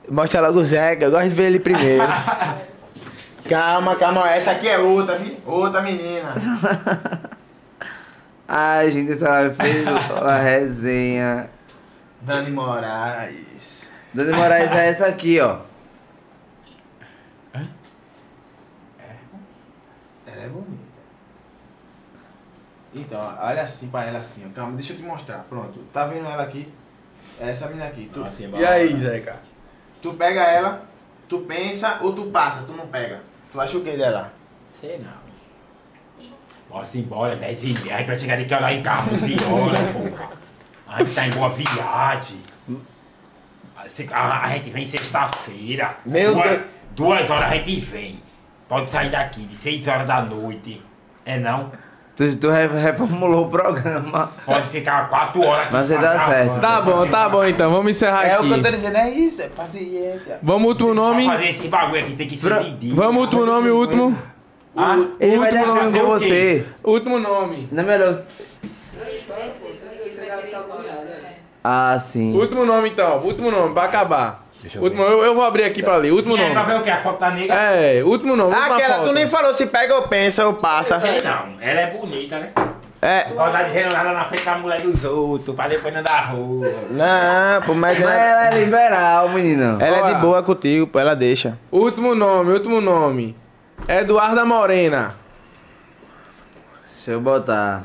K: Mostra logo o Zeca, eu gosto de ver ele primeiro. calma, calma, essa aqui é outra, viu? Outra menina.
B: Ai, gente, essa live fez uma resenha.
K: Dani Moraes.
B: Dani Moraes é essa aqui, ó.
K: Ela é bonita. Então, olha assim pra ela assim, ó. Calma, deixa eu te mostrar. Pronto. Tá vendo ela aqui? É Essa menina aqui. Tu,
C: Assim.
A: E aí, Zeca?
K: tu pega ela, tu pensa ou tu passa, tu não pega. Tu acha o que dela?
C: Sei não. Posso ir embora, 10 e meia, pra chegar de que lá em casa, 11 horas, porra. A gente tá em boa viagem. A, se- a- a gente vem sexta-feira.
K: Meu
C: duas,
K: Deus.
C: Duas horas a gente vem. Pode sair daqui de 6 horas da noite. É não?
B: Tu, tu re- reformulou o programa.
C: Pode ficar 4 horas.
B: Mas você dá certo.
A: Tá bom, tá bom então, vamos encerrar
K: É o
A: aqui.
K: que eu tô dizendo, é isso, é paciência.
A: Vamos último nome.
C: Pra fazer esse bagulho aqui tem que ser de dia.
A: Vamos último nome, último.
C: Ah,
B: Ele vai dar
C: último
B: certo
C: nome
B: com
C: é o quê?
B: você.
A: Último nome.
B: Não é melhor. Ah, sim.
A: Último nome então, último nome, pra acabar. Último, eu, eu vou abrir aqui pra ler. Último
C: É, pra
A: nome.
C: ver o que? A foto da nega?
A: É, último nome. última
K: Aquela,
A: foto.
K: tu nem falou se pega ou pensa ou passa.
C: Sei não, ela é bonita, né?
K: É.
C: Não tá dizendo nada na frente da mulher dos outros, pra depois não dar rua.
K: Não, pô, mas
B: Mas
K: ela,
B: ela é liberal, menino.
K: ela é
A: Olha.
K: de boa contigo, pô, ela deixa.
A: Último nome, último nome. Eduarda Morena.
B: Deixa eu botar.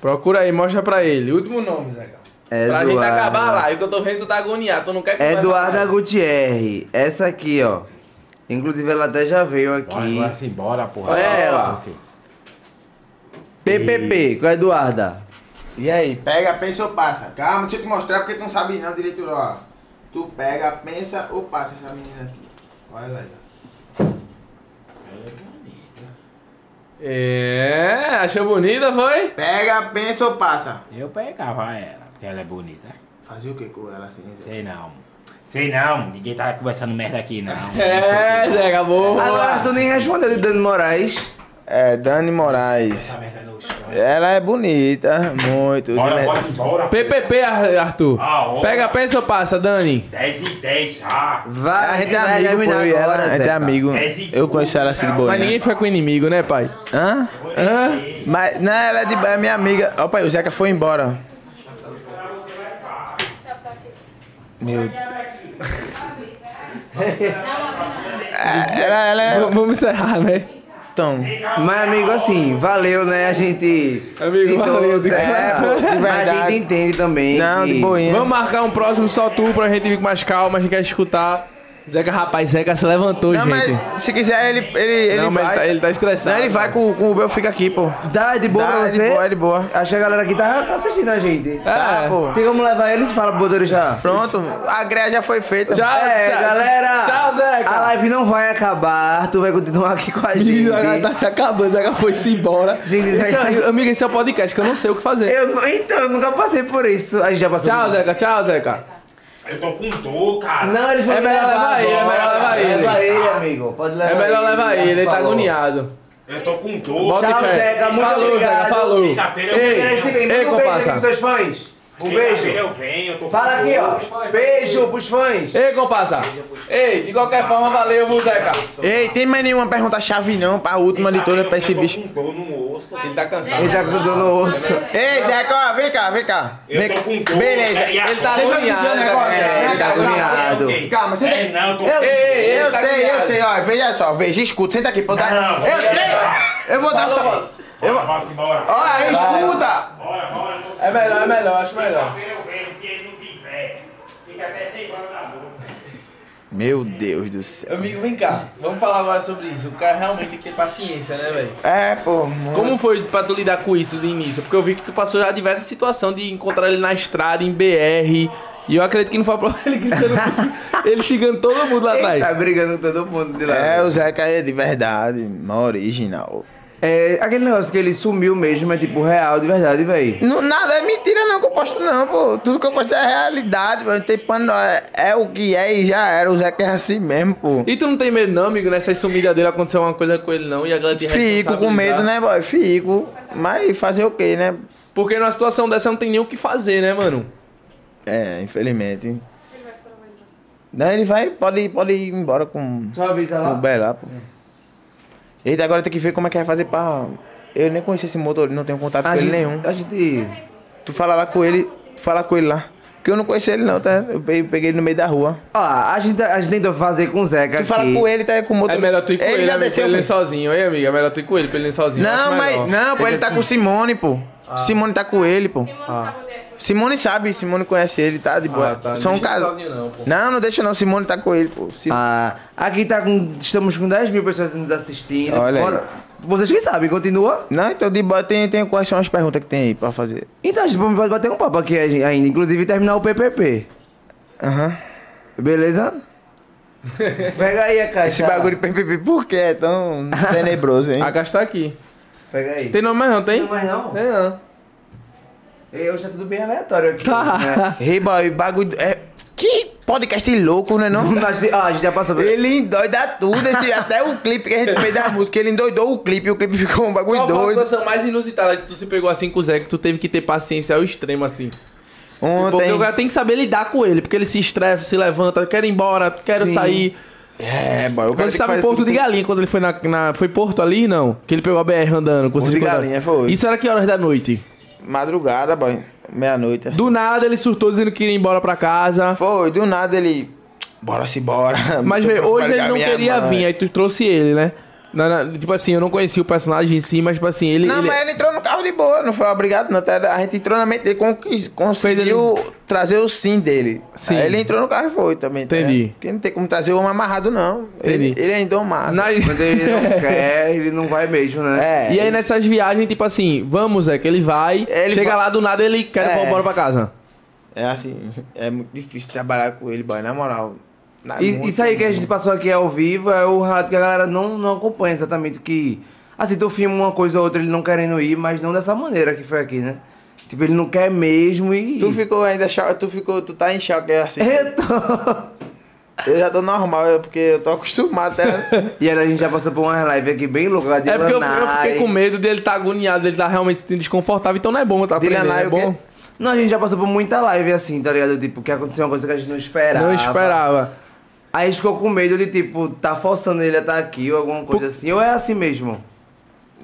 A: Procura aí, mostra pra ele. Último nome, Zeca. Pra gente
B: Eduarda.
A: acabar lá. E o que eu tô vendo, tu tá agoniado. Tu não quer conversar
B: Eduarda
A: mais.
B: Gutierre. Essa aqui, ó. Inclusive, ela até já veio
C: Bora,
B: aqui.
C: bora, simbora, porra. Tá
B: Olha ela. PPP com a Eduarda.
K: E aí? Pega, pensa ou passa. Calma, deixa eu te mostrar porque tu não sabe não direito, ó. Tu pega, pensa ou passa essa menina aqui. Olha ela aí. ó.
A: É, achou bonita, foi?
K: Pega, pensa ou passa.
C: Eu pegava ela, porque ela é bonita.
K: Fazer o que com ela assim? Zé?
C: Sei não. Sei não, ninguém tá conversando merda aqui, não.
A: É, Zeca, boa.
B: Agora tu nem respondeu de Dani Moraes.
K: É, Dani Moraes.
C: Essa merda no chão.
K: Ela é bonita, muito. é
C: Bora, bora, embora.
A: PPP, Ar- Arthur.
C: Ah, ó.
A: Pega, pensa ou passa, Dani?
C: 10 e 10 já.
B: Vai,
K: A gente é
B: vai
K: amigo, pô,
B: terminar
K: eu e ela,
B: agora,
K: a gente é
B: Zeca.
K: amigo. Eu conheci ela assim de boa.
A: Mas ninguém fica com inimigo, né, pai?
K: Hã?
A: Hã?
K: Mas, não, ela é de é minha amiga. Opa, o Zeca foi embora. Meu Deus. É, ela, ela é.
A: V- Vamos encerrar, né?
K: Então,
B: Mas, amigo, assim, valeu, né? A gente. é,
A: Amigo, valeu, de
B: certo.
A: coração.
K: De
B: Mas a
K: verdade.
B: gente entende também.
K: não, de
B: que-
K: boinha.
A: Vamos marcar um próximo só tu pra gente vir com mais calma, a gente quer escutar. Zeca, rapaz, Zeca se levantou,
K: Não,
A: gente.
K: mas se quiser, ele, ele,
A: Não,
K: ele
A: mas
K: vai.
A: ele tá- ele tá estressado,
K: Não, ele vai
A: cara.
K: com, com o Uber, eu fico aqui, pô.
B: Dá de boa
K: Dá,
B: pra
K: é de
B: você?
K: boa, é de boa.
B: Acho que a galera aqui tá assistindo a gente. Tá,
A: É.
K: pô.
B: Tem como levar eles? Fala pro motorista.
K: Pronto, a greia já foi feita.
A: Já,
B: É,
A: tchau,
B: galera.
A: Tchau, Zeca.
B: A live não vai acabar. Tu vai continuar aqui com a gente.
A: Ih, a galera tá se acabando, Zeca foi-se embora.
B: Gente,
A: Esse
B: Zeca-
A: é- amiga, esse é o podcast que eu não sei o que fazer.
B: Eu não- então, eu nunca passei por isso. A gente já passou
A: Tchau,
B: por isso.
A: Zeca, tchau, Zeca.
C: Eu tô com dor, cara.
B: Não, eles vão
A: É
B: me
A: melhor levar ele, é
B: agora.
A: melhor levar ele.
B: Leva ele, amigo. Pode levar
A: É melhor levar ele, ele tá
B: Falou.
A: agoniado.
C: Eu tô com dor.
A: Bota
B: Tchau,
A: fé.
B: Zeca, muito
A: falou,
B: obrigado.
A: Zeca, falou.
C: Quinta-feira eu
A: Ei,
C: venho.
B: Eles ficam-
A: ei,
B: Manda um beijo
A: compassa.
B: aqui pros seus fãs. Um beijo.
C: Eu venho, eu tô com
B: Fala aqui,
C: dor.
B: ó. Beijo pros fãs.
A: Ei, compassa. Ei, de qualquer forma, valeu, viu, Zeca?
K: Ei, tem mais nenhuma pergunta-chave não, pra última de todas,
D: tá
K: pra esse bicho.
C: Eu tô com dor no osso.
A: Ele tá cansado.
B: Ele tá com dor no osso.
K: Ei, Zeca, ó, vem cá, vem cá.
C: Eu
K: Vem
C: tô
K: cá.
C: com dor.
K: Beleza.
C: E a
A: Ele tá
C: foto-
K: Deixa eu dizer um
A: agoniado.
K: negócio.
A: É,
B: ele tá
K: Calma,
B: agoniado.
K: Calma, você
C: É,
K: tem-
C: não, eu tô
K: Eu,
A: Ei, ei,
K: eu
A: tá
K: sei,
A: agoniado.
K: eu sei, ó, veja só, veja, escuta, senta aqui, pô, tá?
C: Não,
K: eu
C: vou-
K: sei, eu vou dar só. Eu, ó,
C: Posso ir embora?
K: escuta!
C: Bora, bora. eu tô-
A: É melhor, é melhor, acho melhor.
C: Quinta-feira eu venho, se ele não tiver. Fica até 6 horas da noite.
K: Meu Deus do céu.
A: Amigo, vem cá. Vamos falar agora sobre isso. O cara realmente tem que ter paciência, né, velho?
K: É, pô,
A: Como foi pra tu lidar com isso de início? Porque eu vi que tu passou já diversas situações de encontrar ele na estrada, em BR. E eu acredito que não foi a prova ele gritando. ele xingando todo mundo lá
B: Ele tá
A: atrás.
B: brigando com todo mundo de lá.
K: É, o Zeca é de verdade, uma original.
B: É, aquele negócio que ele sumiu mesmo, é tipo real, de verdade, véi.
K: Não, nada é mentira não que eu posto não, pô. Tudo que eu posto é realidade, pô. Não tem pano, não. é, é o que é e já era. O Zeca é assim mesmo, pô.
A: E tu não tem medo, não, amigo, nessa sumida dele aconteceu uma coisa com ele, não? E a galera te
K: Fico com medo,
A: responsabilizar?
K: né, boy? Fico. Mas fazer o quê, né?
A: Porque numa situação dessa não tem nem o que fazer, né, mano?
K: É, infelizmente. Não, ele vai, pode, pode ir embora com,
B: Só avisa
K: com o
B: lá.
D: é
K: Uber lá, pô. Ele agora tem que ver como é que vai fazer pra
D: Eu nem conheço esse motorista, não tenho contato
B: A
D: com ele
B: gente,
D: nenhum.
A: tá-
B: a gente.
D: Tu fala lá com ele, tu fala com ele lá. Porque eu não conheci ele não, tá? Eu pe- peguei ele no meio da rua.
B: Ó, a gente, a gente tentou fazer com o Zeca.
D: Tu fala
B: aqui.
D: com ele, tá aí com o motor.
A: É melhor tu ir com ele,
D: já
A: amigo,
D: desceu,
A: pra ele ir
D: filho.
A: sozinho. Aí, amiga, é melhor tu ir com ele pra ele ir sozinho. eu acho
D: Não, mas.
A: melhor. é
D: Não, pô, ele tá com o Simone, pô.
A: Ah.
D: Simone tá com ele, pô.
E: Simone sabe onde é.
D: Simone sabe, Simone conhece ele, tá? De boa.
A: Ah, tá.
D: São um
A: Deixa ele
D: casal.
A: sozinho não, pô.
D: Não, não deixa não, Simone tá com ele, pô. Sim-
B: Ah, aqui tá com. Estamos com 10 mil pessoas nos assistindo.
D: Olha aí.
B: Vocês que sabem, continua.
D: Não, então de boa, tem, tem quais são as perguntas que tem aí pra fazer?
B: Então a gente pode bater um papo aqui ainda, inclusive terminar o PPP.
D: Aham.
B: Beleza? Pega aí a caixa.
D: Esse bagulho de PPP, por que é tão tenebroso, hein?
A: Tá. A Gás tá aqui.
B: Pega aí.
A: Tem nome mais não, tem?
B: Não, mas não.
A: Tem não.
B: Ei, Hoje tá tudo bem aleatório aqui.
A: Tá.
B: né?
D: Hey, boy, bagulho. É... Que podcast louco, né? Não?
B: Nós- ah, a gente já passou por-
D: Ele endoida tudo, esse- até o clipe que a gente fez da música, ele endoidou o clipe, o clipe ficou um bagulho
A: Qual foi a
D: doido.
A: situação mais inusitada que tu se pegou assim com o Zé, que tu teve que ter paciência ao extremo, assim? tipo, Porque
D: Ontem.
A: o cara tem que saber lidar com ele, porque ele se estressa, se levanta, quer ir embora, quero sair.
D: É, boy, o cara
A: Você
D: tem que
A: sabe
D: fazer
A: Porto
D: tudo
A: de Galinha, quando ele foi na, na- Foi Porto ali, não? Que ele pegou a BR andando. com
D: Porto
A: vocês
D: de
A: contaram.
D: Galinha, foi.
A: Isso era que horas da noite?
D: com- Madrugada, boy. Meia-noite. assim.
A: Do nada ele surtou dizendo que iria embora pra casa.
D: Foi, do nada ele. Bora se bora.
A: Mas,
D: Tô
A: velho, hoje
D: preocupado
A: ele
D: com a
A: não
D: minha
A: queria
D: mãe.
A: vir, aí tu trouxe ele, né? Na- na- tipo assim, eu não conhecia o personagem em si, mas tipo assim, ele.
D: Não,
A: ele-
D: mas ele entrou no carro de boa, não foi obrigado, não. tá? A gente entrou na mente dele, conqui- conseguiu trazer o sim dele.
A: Sim.
D: Aí ele entrou no carro e foi também. tá?
A: Entendi.
D: Porque não tem como trazer o homem amarrado, não. Ele,
A: Entendi.
D: ele é indomado.
A: na-
B: Quando ele não quer, ele não vai mesmo, né?
D: É.
A: E aí nessas viagens, tipo assim, vamos, Zé, que ele vai,
D: Ele
A: chega
D: vai-
A: lá do nada ele quer
D: É.
A: ir embora pra casa.
D: É assim, é muito difícil trabalhar com ele, boy, na moral.
A: É
D: Na-
B: E-
D: muito
B: isso aí que a gente
D: mesmo.
B: passou aqui ao vivo é o rato que a galera não, não acompanha exatamente o que. Assim, tu filma uma coisa ou outra, ele não querendo ir, mas não dessa maneira que foi aqui, né? Tipo, ele não quer mesmo e.
D: Tu ficou ainda choque, tu ficou, tu tá em choque é assim.
B: Eu
D: Eu já tô normal, é porque eu tô acostumado tá? até.
B: E aí a gente já passou por umas lives aqui bem loucas de
A: é porque eu, eu
B: Lanai.
A: fiquei com medo dele tá agoniado, dele tá realmente se sentindo desconfortável, então não é bom tá
D: De
A: aprendendo,
D: Lanai,
A: é
D: o quê?
A: bom.
B: Não, a gente já passou por muita live assim, tá ligado? Tipo, que aconteceu uma coisa que a gente não esperava.
A: Não esperava.
B: Aí a gente ficou com medo de, tipo, tá forçando ele a estar aqui ou alguma coisa assim. Ou é assim mesmo?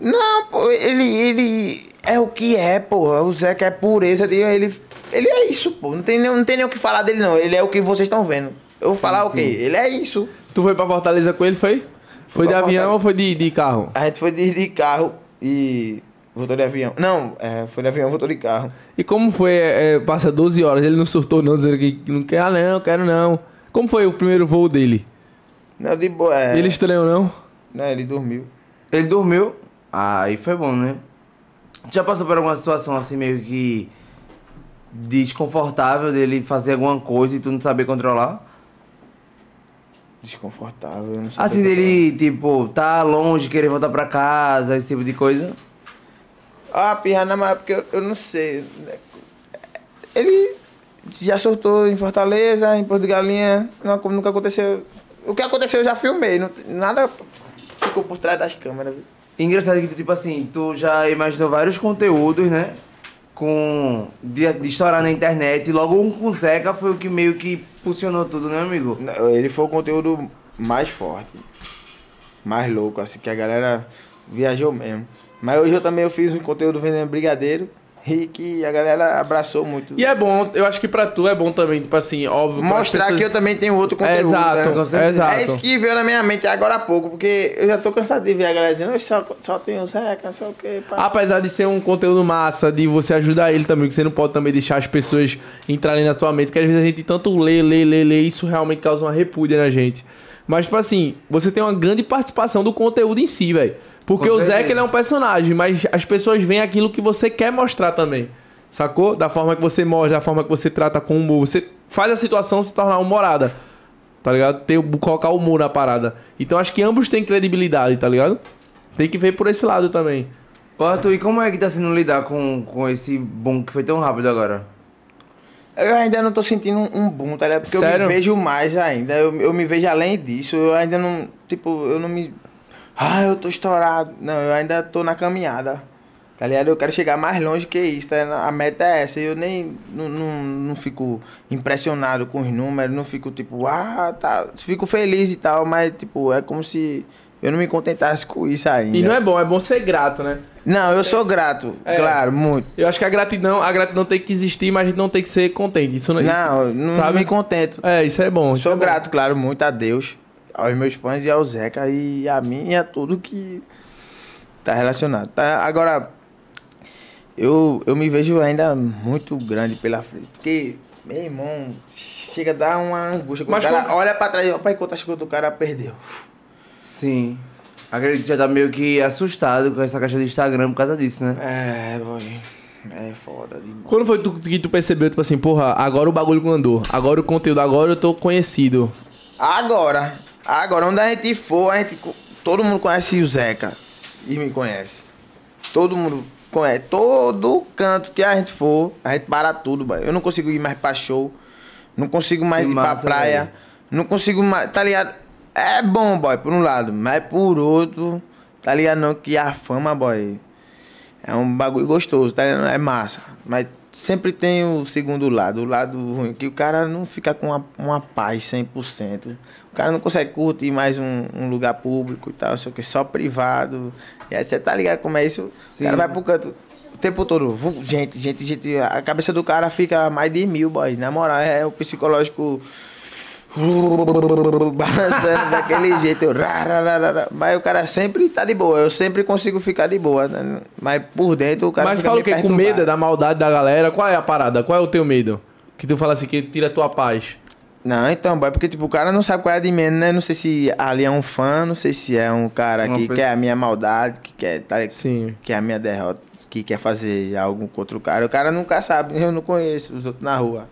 D: Não, pô, ele, ele é o que é, porra. O Zeca é pureza, de- ele, ele é isso, pô. Não tem, nem, não tem nem o que falar dele, não. Ele é o que vocês estão vendo. Eu vou falar o quê? Ele é isso.
A: Tu foi pra Fortaleza com ele, foi? Foi de
D: pra
A: avião
D: Fortaleza.
A: ou foi de, de carro?
D: A gente foi de, de carro e voltou de avião. Não, é, foi de avião, voltou de carro.
A: E como foi, é, é, passa 12 horas, ele não surtou não, dizendo que não quer, ah não, quero não. Como foi o primeiro voo dele?
D: Não, de boa. É,
A: Ele estranhou não?
D: Não, ele dormiu.
B: Ele dormiu. Aí foi bom, né? Já passou por alguma situação assim meio que desconfortável dele fazer alguma coisa e tu não saber controlar?
D: Desconfortável, eu não sei.
B: Assim,
D: o que eu tô
B: dele, tipo, tá longe, querer voltar pra casa, esse tipo de coisa.
D: Ah, pirra, na moral, porque eu, eu não sei. Ele já soltou em Fortaleza, em Porto de Galinha. Não, como nunca aconteceu. O que aconteceu eu já filmei. não- nada ficou por trás das câmeras. viu?
B: Engraçado que tu, tipo assim, tu já imaginou vários conteúdos, né? Com. De, de estourar na internet. E logo um com Zeca foi o que meio que impulsionou tudo, né, amigo?
D: Não, Ele foi o conteúdo mais forte. Mais louco, assim, que a galera viajou mesmo. Mas hoje eu também eu fiz um conteúdo vendendo brigadeiro. E que a galera abraçou muito.
A: E é bom, eu acho que pra tu é bom também, tipo assim, óbvio. pras
D: Mostrar
A: pessoas-
D: que eu também tenho outro conteúdo.
A: É exato,
D: né?
A: com certeza. exato.
D: É isso que veio na minha mente agora há pouco, porque eu já tô cansado de ver a galera dizendo, "Oxe, só, só tem o Zeca, só o quê, pá."
A: Apesar de ser um conteúdo massa, de você ajudar ele também, que você não pode também deixar as pessoas entrarem na sua mente, porque às vezes a gente tanto lê, lê, lê, lê, isso realmente causa uma repúdia na gente. Mas, tipo assim, você tem uma grande participação do conteúdo em si, velho. Porque
B: Com
A: o Zeca,
B: certeza.
A: ele é um personagem, mas as pessoas veem aquilo que você quer mostrar também. Sacou? Da forma que você mostra, da forma que você trata com humor. Você faz a situação se tornar humorada. Tá ligado? Tem, colocar humor na parada. Então acho que ambos têm credibilidade, tá ligado? Tem que ver por esse lado também.
B: Ô, Arthur, e como é que tá sendo lidar com, com esse boom que foi tão rápido agora?
D: Eu ainda não tô sentindo um, um boom, tá ligado? Porque
A: Sério?
D: eu me vejo mais ainda, eu, eu me vejo além disso, eu ainda não, tipo, eu não me... Ah, eu tô estourado. Não, eu ainda tô na caminhada, tá ligado? Eu quero chegar mais longe que isso, tá ligado? A meta é essa, eu nem, não, não, não fico impressionado com os números, não fico, tipo, ah, tá... Fico feliz e tal, mas, tipo, é como se eu não me contentasse com isso ainda.
A: E não é bom, é bom ser grato, né?
D: Não, eu sou grato,
A: É.
D: claro, muito.
A: Eu acho que a gratidão, a gratidão tem que existir, mas a gente não tem que ser contente. Isso não,
D: Não, eu não
A: Sabe?
D: me contento.
A: É, isso é bom. isso
D: Sou
A: é bom.
D: grato, claro, muito a Deus, aos meus fãs e ao Zeca e a mim e a tudo que tá relacionado. Tá? Agora, eu, eu me vejo ainda muito grande pela frente. Porque, meu irmão, chega a dar uma angústia. quando
A: Mas
D: o cara
A: como-
D: olha pra trás e rapaz, quantas coisas o cara perdeu.
B: Sim. Acredito que já tá meio que assustado com essa caixa do Instagram por causa disso, né?
D: É, boy. É foda demais.
A: Quando foi tu, que tu percebeu, tipo assim, porra, agora o bagulho andou, agora o conteúdo, agora eu tô conhecido.
D: Agora, agora, onde a gente for, a gente, co- todo mundo conhece o Zeca e me conhece. Todo mundo conhece. Todo canto que a gente for, a gente para tudo, boy. Eu não consigo ir mais pra show, não consigo mais
B: Que
D: ir pra
B: massa,
D: praia,
B: velho.
D: não consigo mais, tá ligado? É bom, boy, por um lado, mas por outro, tá ligado? Não, que a fama, boy, é um bagulho gostoso, tá ligado? É massa. Mas sempre tem o segundo lado, o lado ruim, que o cara não fica com uma, uma paz 100%. O cara não consegue curtir mais um, um lugar público e tal, só que só privado. E aí você tá ligado como é isso?
B: Sim.
D: O cara vai pro canto o tempo todo. vu- Gente, gente, gente. A cabeça do cara fica mais de mil, boy. Na moral, é o psicológico balançando daquele jeito. eu rá, rá, rá, rá, rá. Mas o cara sempre tá de boa. Eu sempre consigo ficar de boa. né? Mas por dentro o cara
A: mas
D: fica
A: fala o
D: meio
A: quê? Com
D: perturbado.
A: medo da maldade da galera? Qual é a parada? Qual é o teu medo? Que tu fala assim, que tira a tua paz.
D: Não, então, boy, porque tipo, o cara não sabe qual é a de menos, né? Não sei se ali é um fã, não sei se é um cara
B: Uma
D: que
B: pessoa-
D: quer a minha maldade, que quer, tá,
A: Sim.
D: que é a minha derrota, que quer fazer algo contra o cara. O cara nunca sabe, eu não conheço os outros na rua.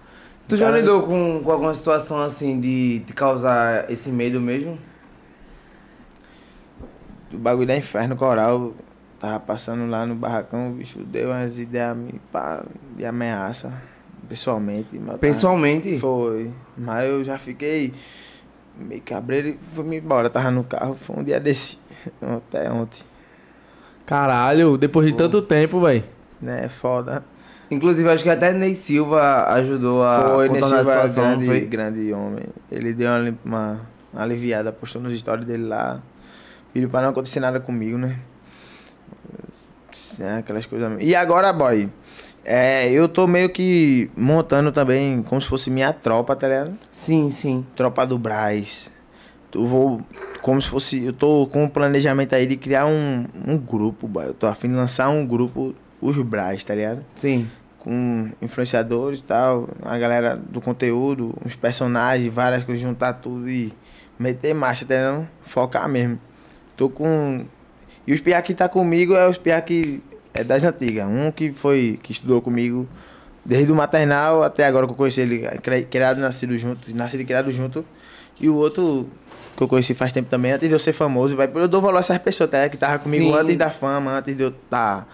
B: Tu já
D: Cara,
B: lidou com, com alguma situação assim de, de causar esse medo mesmo?
D: do bagulho da Inferno Coral, tava passando lá no barracão, o bicho deu umas ideias a mim, pá, de ameaça, pessoalmente. mas eu
B: Pessoalmente?
D: tava- Foi. Mas eu já fiquei meio cabreiro e fui embora, tava no carro, foi um dia desse, até ontem,
A: Caralho, depois de tanto tempo, velho.
D: né, foda.
B: Inclusive, acho que até Ney Silva ajudou a
D: foi nesse
B: contornar a
D: lugar,
B: situação.
D: grande,
B: foi?
D: grande homem. Ele deu uma, lim- uma- uma aliviada, postou nos stories dele lá. Pediu pra não acontecer nada comigo, né? É, Aquelas coisas. E agora, boy, é, eu tô meio que montando também como se fosse minha tropa, tá ligado?
B: Sim, sim.
D: Tropa do Brás. Eu vou. Como se fosse. Eu tô com um planejamento aí de criar um, um grupo, boy. Eu tô afim de lançar um grupo, os Brás, tá ligado?
B: Sim.
D: com influenciadores e tal, a galera do conteúdo, uns personagens, várias coisas, juntar tudo e meter marcha, tá ligado? Focar mesmo. Tô com. E os piá que tá comigo é os piá que é das antigas. Um que foi, que estudou comigo desde o maternal até agora que eu conheci ele, cre- criado e nascido junto, nascido e criado junto. E o outro que eu conheci faz tempo também, antes de eu ser famoso, vai, eu dou valor a essas pessoas, tá ligado? Que tava comigo
B: Sim.
D: antes da fama, antes de eu estar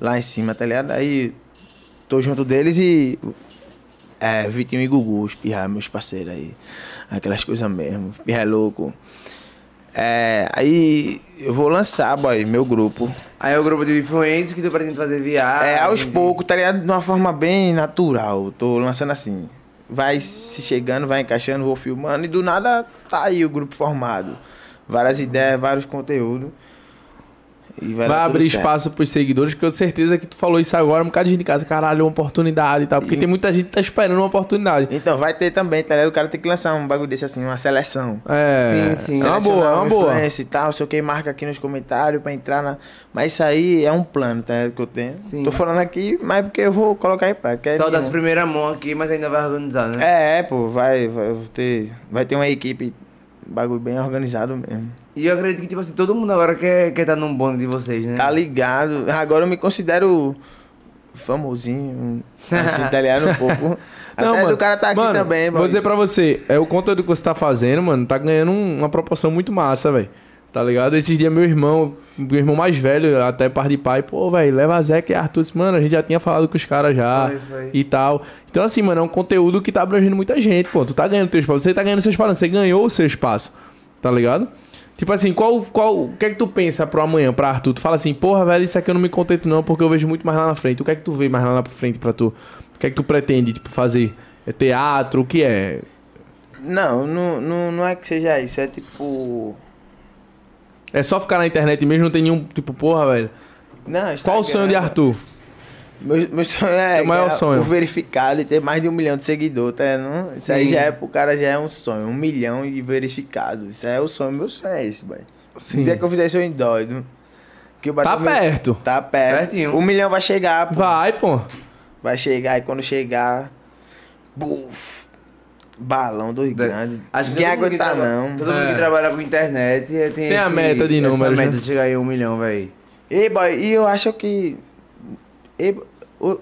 D: lá em cima, tá ligado? Aí tô junto deles e. É, Vitinho e Gugu, os pirra, meus parceiros aí. Aquelas coisas mesmo. Pirra é louco. É, aí eu vou lançar, boy, meu grupo.
B: Aí é o grupo de influência que tu pretende fazer
A: Ah,
B: viagem.
D: É, aos poucos, tá ligado? De uma forma bem natural. Tô lançando assim. Vai se chegando, vai encaixando, vou filmando e do nada tá aí o grupo formado. Várias ideias, vários conteúdos. E
A: Vai,
D: vai dar tudo
A: abrir
D: certo.
A: espaço pros seguidores, que eu tenho certeza que tu falou isso agora, um bocado de gente em casa. Caralho, uma oportunidade e tal. Porque tem muita gente que tá esperando uma oportunidade.
D: Então, vai ter também, tá ligado? O cara tem que lançar um bagulho desse assim, uma seleção.
A: É.
B: Sim, sim.
A: É uma
D: Selecionar
A: boa, é uma boa.
D: influência e tal, sei o que, marca aqui nos comentários pra entrar na. Mas isso aí é um plano, tá? ligado? Que eu tenho.
B: Sim.
D: Tô falando aqui, mas porque eu vou colocar em prática. é
B: Só das
D: nenhum.
B: primeira mão aqui, mas ainda vai organizar, né?
D: É, é, pô, vai, vai ter. Vai ter uma equipe, bagulho bem organizado mesmo.
B: E eu acredito que, tipo assim, todo mundo agora quer, quer tá num bonde de vocês, né?
D: Tá ligado? Agora eu me considero famosinho, assim, italiano um pouco. Até
A: Não, mano.
D: do cara tá aqui
A: Mano,
D: também,
A: Vou
D: boy.
A: dizer pra você, é o conteúdo que você tá fazendo, mano, tá ganhando um- uma proporção muito massa, velho. Tá ligado? Esses dias meu irmão, meu irmão mais velho, até par de pai, pô, velho, leva Zeca e Arthur. Disse, Mano, a gente já tinha falado com os caras já
B: Foi, foi.
A: e tal. Então, assim, mano, é um conteúdo que tá abrangendo muita gente, pô. Tu tá ganhando teu espaço, você tá ganhando seu espaço, não, você ganhou o seu espaço, tá ligado? Tipo assim, qual, qual, o que é que tu pensa pro amanhã, pra Arthur? Tu fala assim, porra, velho, isso aqui eu não me contento não, porque eu vejo muito mais lá na frente. O que é que tu vê mais lá na frente pra tu? O que é que tu pretende, tipo, fazer? É teatro? O que é?
D: Não, não, não, não é que seja isso. É tipo.
A: É só ficar na internet mesmo, não tem nenhum tipo, porra, velho.
D: Não,
A: Qual o
D: Instagram,
A: sonho de Arthur?
D: Meu, meu sonho é,
A: Teu maior
D: ganhar
A: sonho.
D: o verificado e ter mais de um milhão de seguidores, tá? Não, isso aí
B: Sim.
D: já é pro cara, já é um sonho. Um milhão de verificados. Isso aí é o sonho. Meu sonho é esse, boy.
A: Sim.
D: O dia que eu fizer isso, eu endoido. Que eu bater
A: Tá
D: um mil-
A: perto.
D: Tá perto.
B: Pertinho.
D: Um milhão vai chegar, pô.
A: Vai, pô.
D: Vai chegar e quando chegar. Buf! Balão dos grandes.
B: Acho que
D: Ninguém
B: todo mundo que
D: aguentar,
B: traba-
D: tá, não.
B: Todo mundo
A: É.
B: que trabalha com internet é, tem,
A: Tem a meta de números,
B: Essa meta
A: né?
B: de chegar em um milhão, véi.
D: Ei, boy, e eu acho que. Ei, bo- o-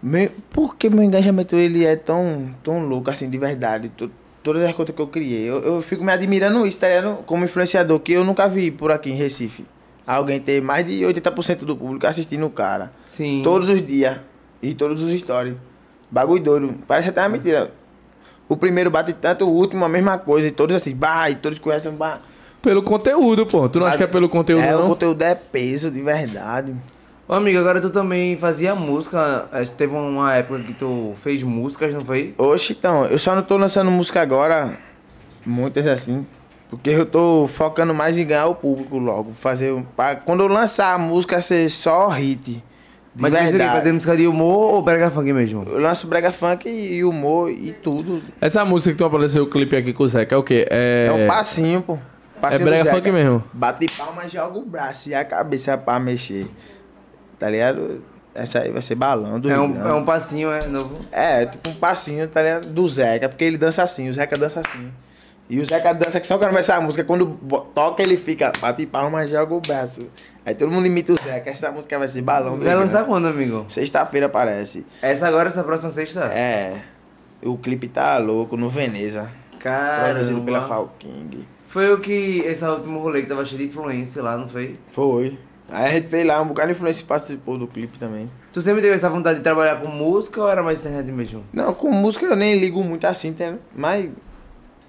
D: meu- por que meu engajamento ele é tão, tão louco assim, de verdade? To- todas as contas que eu criei. Eu, eu fico me admirando isso, tá ligado? Como influenciador, que eu nunca vi por aqui em Recife. Alguém ter mais de 80% do público assistindo o cara.
B: Sim.
D: Todos os dias. E todos os stories. Bagulho doido. Parece até uma mentira. O primeiro bate tanto, o último a mesma coisa. E todos assim, bah, e todos conhecem, bah.
A: Pelo conteúdo, pô. Tu não acha que é pelo conteúdo,
D: É,
A: não?
D: o conteúdo é peso, de verdade.
B: Ô, amigo, agora tu também fazia música. Acho que teve uma época que tu fez músicas, não foi?
D: Oxe, então, eu só não tô lançando música agora, muitas assim, porque eu tô focando mais em ganhar o público logo, fazer, um- pra, quando eu lançar a música ser só hit, de
B: Mas tu
D: verdade.
B: queria fazer música de humor ou brega funk mesmo?
D: Eu lanço brega funk e humor e tudo,
A: Essa música que tu apareceu o clipe aqui com o Zeca é o quê? É,
D: é, um passinho, pô. Passinho do
A: brega
D: Zeca.
A: funk mesmo.
D: Bate palma, joga o braço e a cabeça pra mexer, tá ligado? Essa aí vai ser balão do
B: É
D: Rio
B: um,
D: Grande.
B: é um passinho, é novo.
D: É, tipo um passinho, tá ligado? Do Zeca, porque ele dança assim, o Zeca dança assim. E o Zeca dança que só quando vai sair a música, quando bo- toca ele fica, bate palma, joga o braço. Aí todo mundo imita o Zeca, essa música vai ser balão.
B: Vai
D: né?
B: lançar quando, amigo?
D: Sexta-feira aparece.
B: Essa agora, essa próxima sexta?
D: É, o clipe tá louco, no Veneza. Produzido pela
B: Caramba.
D: Falking.
B: Foi o que. Esse último rolê que tava cheio de influência lá, não foi?
D: Foi. Aí a gente fez lá, um bocado de influência participou do clipe também.
B: Tu sempre teve essa vontade de trabalhar com música ou era mais internet mesmo?
D: Não, com música eu nem ligo muito assim, entendeu? Mas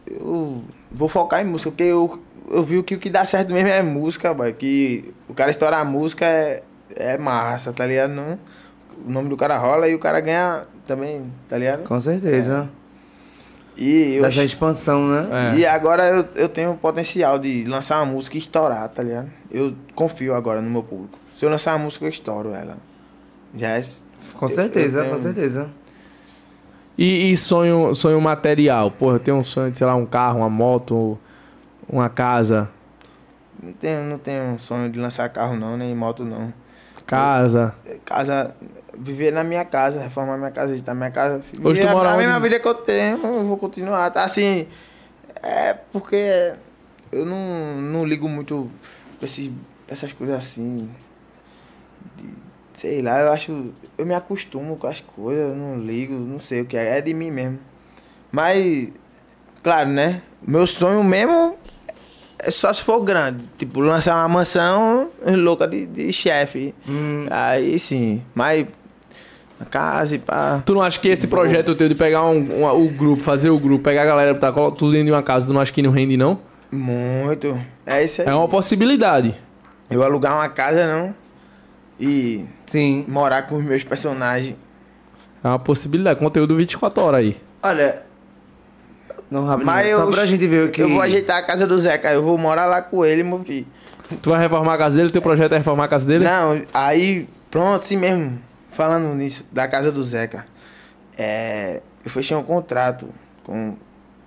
D: eu vou focar em música, porque eu, eu vi que o que dá certo mesmo é música, boy. Que o cara estourar a música é, é massa, tá ligado? Não, o nome do cara rola e o cara ganha também, tá ligado?
B: Com certeza.
D: E, eu,
B: Dessa expansão, né?
A: É.
D: e agora eu, eu tenho o potencial de lançar uma música e estourar, tá ligado? Eu confio agora no meu público. Se eu lançar uma música, eu estouro ela. Já é.
B: Com
D: eu- eu
B: certeza,
D: tenho-
B: com certeza.
A: E, e sonho, sonho material? Porra, eu tenho um sonho de, sei lá, um carro, uma moto, uma casa.
D: Não tenho, não tenho sonho de lançar carro, não, nem moto, não.
A: Casa.
D: casa, viver na minha casa, reformar minha casa, agitar minha casa.
A: Hoje tu
D: Viver
A: mora
D: a, a
A: onde?
D: mesma vida que eu tenho, eu vou continuar. Tá assim, é porque eu não, não ligo muito pra esses, essas coisas assim. de- sei lá, eu acho. Eu me acostumo com as coisas, eu não ligo, não sei o que é, é de mim mesmo. Mas, claro, né? Meu sonho mesmo é só se for grande. Tipo, lançar uma mansão louca de, de chefe. Aí sim. Mas a casa e pá.
A: Tu não acha que esse projeto teu de pegar um, um- o grupo, fazer o grupo, pegar a galera, tá colo- tudo dentro de uma casa, tu não acha que não rende, não?
D: Muito. É isso aí.
A: É uma possibilidade.
D: Eu alugar uma casa não. E
B: Sim.
D: morar com os meus personagens.
A: É uma possibilidade. Conteúdo 24 horas aí.
B: Olha. Não, rapidinho,
D: Mas eu,
B: só pra gente ver o que.
D: eu vou ajeitar a casa do Zeca. Eu vou morar lá com ele, meu filho.
A: Tu vai reformar a casa dele, teu projeto é reformar a casa dele?
D: Não, aí, pronto, assim mesmo. Falando nisso, da casa do Zeca. É, eu fechei um contrato com,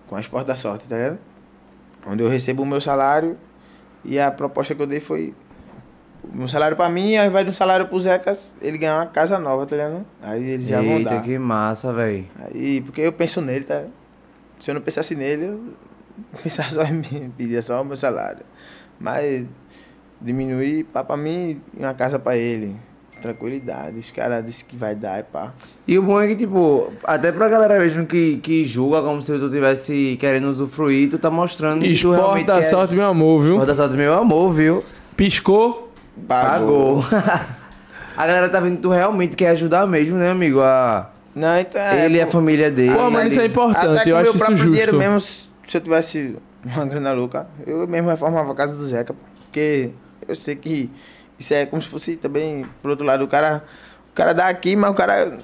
D: com as Portas da Sorte, tá ligado? Onde eu recebo o meu salário e a proposta que eu dei foi o meu salário pra mim, aí vai de um salário pro Zeca, ele ganhar uma casa nova, tá ligado? Aí eles já vão
B: Eita,
D: dar.
B: que massa, véi.
D: Aí, porque eu penso nele, tá? Se eu não pensasse nele, eu pensava só em mim, pedia só o meu salário. Mas diminuir pá pra mim e uma casa pra ele. Tranquilidade. Os caras disseram que vai dar e pá.
B: E o bom é que, tipo, até pra galera mesmo que, que julga como se tu tivesse querendo usufruir, tu tá mostrando que tu realmente
D: é
A: Exporta a
B: quer.
A: sorte, meu amor, viu?
B: Exporta sorte, meu amor, viu?
A: Piscou.
B: Pagou. a galera tá vendo que tu realmente quer ajudar mesmo, né, amigo? A...
D: Não, então é.
B: Ele e a
D: pô,
B: família dele.
A: Pô, mas isso é
D: Até
A: importante,
D: com
A: eu
D: meu
A: acho isso
D: próprio dinheiro
A: justo.
D: mesmo, se se eu tivesse uma grana louca, eu mesmo reformava a casa do Zeca. Porque eu sei que isso é como se fosse também, por outro lado, o cara. O cara dá aqui, mas o cara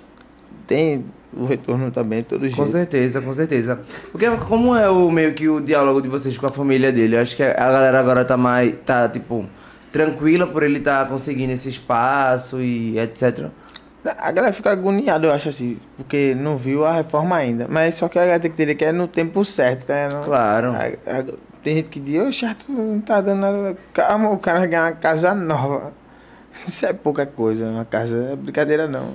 D: tem o retorno também, de todo jeito.
B: Com certeza, com certeza. Porque como é o meio que o diálogo de vocês com a família dele? Eu acho que a galera agora tá mais. tá tipo. tranquila por ele tá conseguindo esse espaço e etc.
D: A galera fica agoniada, eu acho assim, porque não viu a reforma ainda. Mas só que a galera tem que entender que é no tempo certo, né? Não-
B: Claro.
D: A- a- tem gente que diz, oxe, Arthur, não tá dando nada. Calma, o cara ganha uma casa nova. Isso é pouca coisa, uma casa é brincadeira não.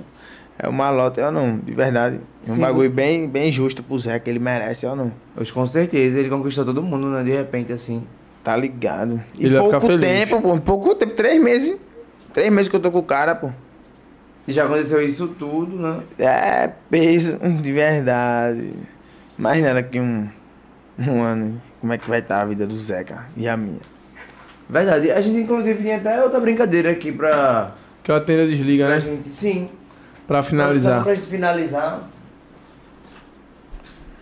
D: É uma lota, eu não, de verdade. É um
B: Sim.
D: bagulho bem, bem justo pro Zé, que ele merece, eu não.
B: Mas com certeza, ele conquistou todo mundo, né? De repente, assim.
D: Tá ligado. E
A: Ele vai
D: pouco
A: ficar feliz.
D: tempo, pô. Pouco tempo, três meses. Três meses que eu tô com o cara, pô.
B: E já aconteceu isso tudo, né?
D: É peso de verdade. Mas nada que um, um ano, como é que vai estar a vida do Zeca e a minha?
B: Verdade. A gente, inclusive, tinha até outra brincadeira aqui pra.
A: Que eu atendo desliga,
B: pra
A: né?
B: gente. Sim.
A: Pra finalizar.
B: Pra gente finalizar.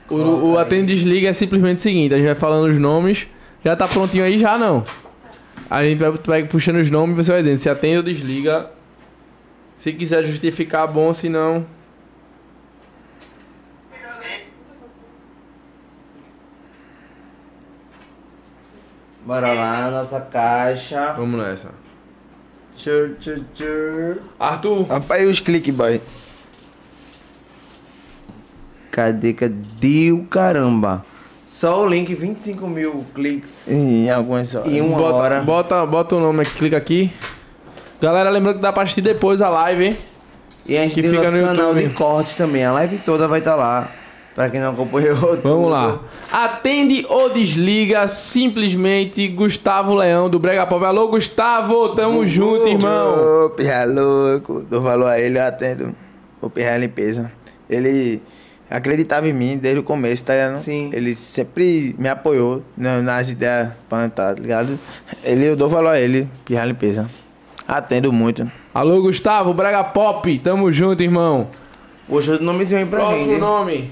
A: O, o atende desliga é simplesmente o seguinte, a gente vai falando os nomes, já tá prontinho aí já não. A gente vai, vai puxando os nomes e você vai dizendo se atende ou desliga. Se quiser justificar, bom, se não...
B: Bora lá, nossa caixa.
A: Vamos nessa.
B: Tchur, tchur, tchur.
A: Arthur,
D: Rapaz, e os cliques, boy.
B: Cadê, cadê o caramba? Só o link, 25 mil cliques
D: Em algumas horas.
B: em uma
A: bota,
B: hora.
A: Bota, bota o nome aqui, clica aqui. Galera, lembrando que dá pra assistir depois a live, hein?
B: E a gente
A: que
B: tem
A: fica
B: nosso
A: no
B: canal
A: YouTube.
B: de cortes também. A live toda vai estar lá. Pra quem não acompanhou tudo.
A: Vamos lá. Atende ou desliga simplesmente Gustavo Leão do Brega Pop. Alô, Gustavo, tamo junto, irmão.
D: Ô, pirra é louco. Dou valor a ele, eu atendo. O pirra é limpeza. Ele acreditava em mim desde o começo, tá ligado?
B: Sim.
D: Ele sempre me apoiou na- nas ideias pra tá ligado? Ele, eu dou valor a ele, pirra limpeza. Atendo muito.
A: Alô, Gustavo, Brega Pop, tamo junto, irmão.
B: Puxa outro nomezinho aí pra
A: Próximo
B: gente.
A: nome.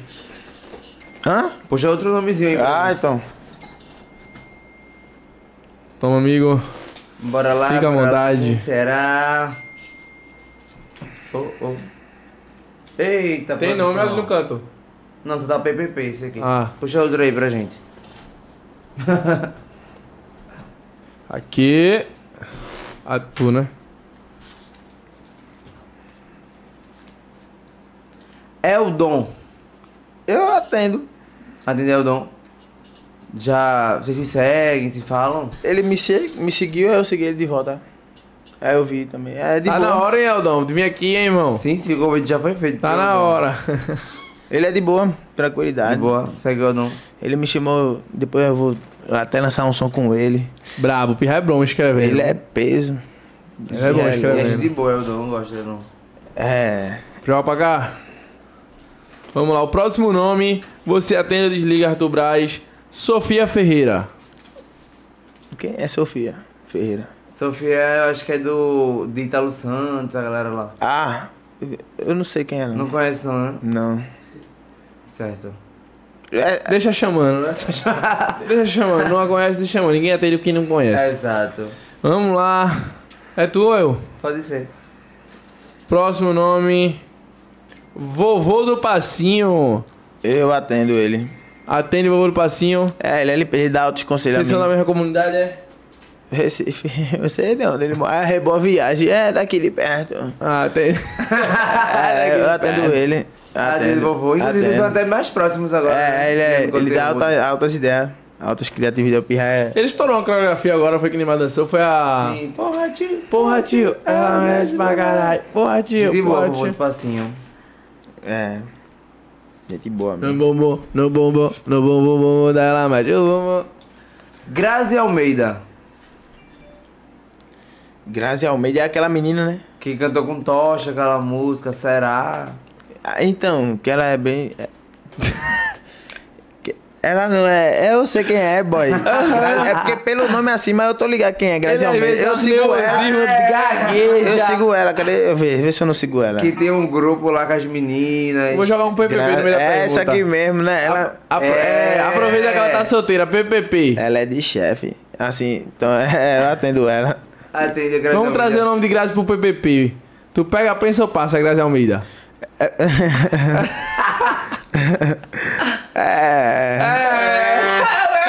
D: Hã?
B: Puxa outro nomezinho aí pra
D: Ah,
B: gente.
D: então.
A: Toma, amigo.
B: Bora lá.
A: Fica à
B: bora lá.
A: vontade.
B: Quem será? Oh, oh. Eita,
A: Tem
B: produção.
A: nome ali no canto.
B: Não, só tá PPP esse aqui.
A: Ah.
B: Puxa outro aí pra gente.
A: Aqui. A tu, né?
B: É o Dom.
D: Eu atendo.
B: Atendeu o Dom? Já. Vocês se seguem, se falam?
D: Ele me, se- me seguiu, aí eu segui ele de volta. Aí eu vi também. É de
A: tá
D: boa.
A: na hora, hein, Eldon? Vim aqui, hein, irmão?
B: Sim, sim, o convite já foi feito.
A: Tá
B: pelo
A: na
B: Dom.
A: hora.
D: Ele é de boa, tranquilidade.
B: De boa, segue o Dom.
D: Ele me chamou, depois eu vou até lançar um som com ele.
A: Brabo, Pirra é bom escrevendo.
D: Ele é peso.
A: Ele é bom
D: É,
B: E a gente
A: escrevendo.
B: de boa, é o Dom, gosta do Dom.
D: É.
A: Joga pra cá. Vamos lá, o próximo nome. Você atende ou desliga Arthur Braz. Sofia Ferreira.
D: Quem é Sofia Ferreira?
B: Sofia, eu acho que é do. de Italo Santos, a galera lá.
D: Ah, eu não sei quem é,
B: Não
D: não.
B: conhece, não, né?
D: Não.
B: Certo.
D: É,
A: Deixa chamando, né? deixa chamando. Não a conhece, deixa chamando. Ninguém atende quem não
D: É.
A: conhece.
B: Exato.
A: Vamos lá. É tu ou eu?
B: Pode ser.
A: Próximo nome. Vovô do Passinho.
D: eu atendo ele.
A: Atende vovô do Passinho.
D: É, ele é LP, ele dá altos conselhos. a
A: Vocês são
D: mim.
A: da mesma comunidade, é?
D: Recife, eu sei não, ele mora. É Reboa Viagem, é daqui de perto.
A: Ah, tem.
D: É, eu atendo ele.
B: Ah, de vovô. Inclusive, vocês são até mais próximos agora. né?
D: Tá É, ele, é,
B: Mesmo
D: ele dá
B: conteúdo.
D: alta- altas ideias, altas criatividades. O Pirra é.
A: Ele estourou uma coreografia agora, foi que nem mais dançou, foi a.
B: Sim, porra, tio.
A: Porra, tio, ela mexe pra caralho. Porra, tio,
B: De boa,
A: porra,
B: vovô
A: tio.
B: de passinho.
D: É. Gente boa,
A: No
D: mesmo.
A: bumbum, no bumbum, no bumbum, bumbum dela, mas o bumbum.
B: Grazi Almeida,
D: Grazi Almeida é aquela menina, né?
B: que cantou com tocha aquela música, será?
D: Ah, então, que ela é bem. é- Que- Ela não é. Eu sei quem é, boy. Gra- É porque pelo nome assim, mas eu tô ligado quem é, Grazi
A: Ele, às
D: Almeida.
A: vezes, um é
D: Eu
A: um
D: sigo
A: nervosismo,
D: ela.
A: gagueja.
D: Eu sigo ela, cadê? Eu ver, vê se eu não sigo ela.
B: Que tem um grupo lá com as meninas.
A: Vou jogar um PPP no
D: Gra-
A: meio da pergunta.
D: é essa aqui mesmo, né? Ela,
A: Apro- é, aproveita que ela tá solteira, PPP.
D: ela é de chefe. Assim, então é, eu atendo ela.
B: Atende a Grazi
A: Vamos um-
B: Almeida.
A: trazer o nome de Grazi pro PPP. Tu pega, pensa ou passa, Grazi Almeida?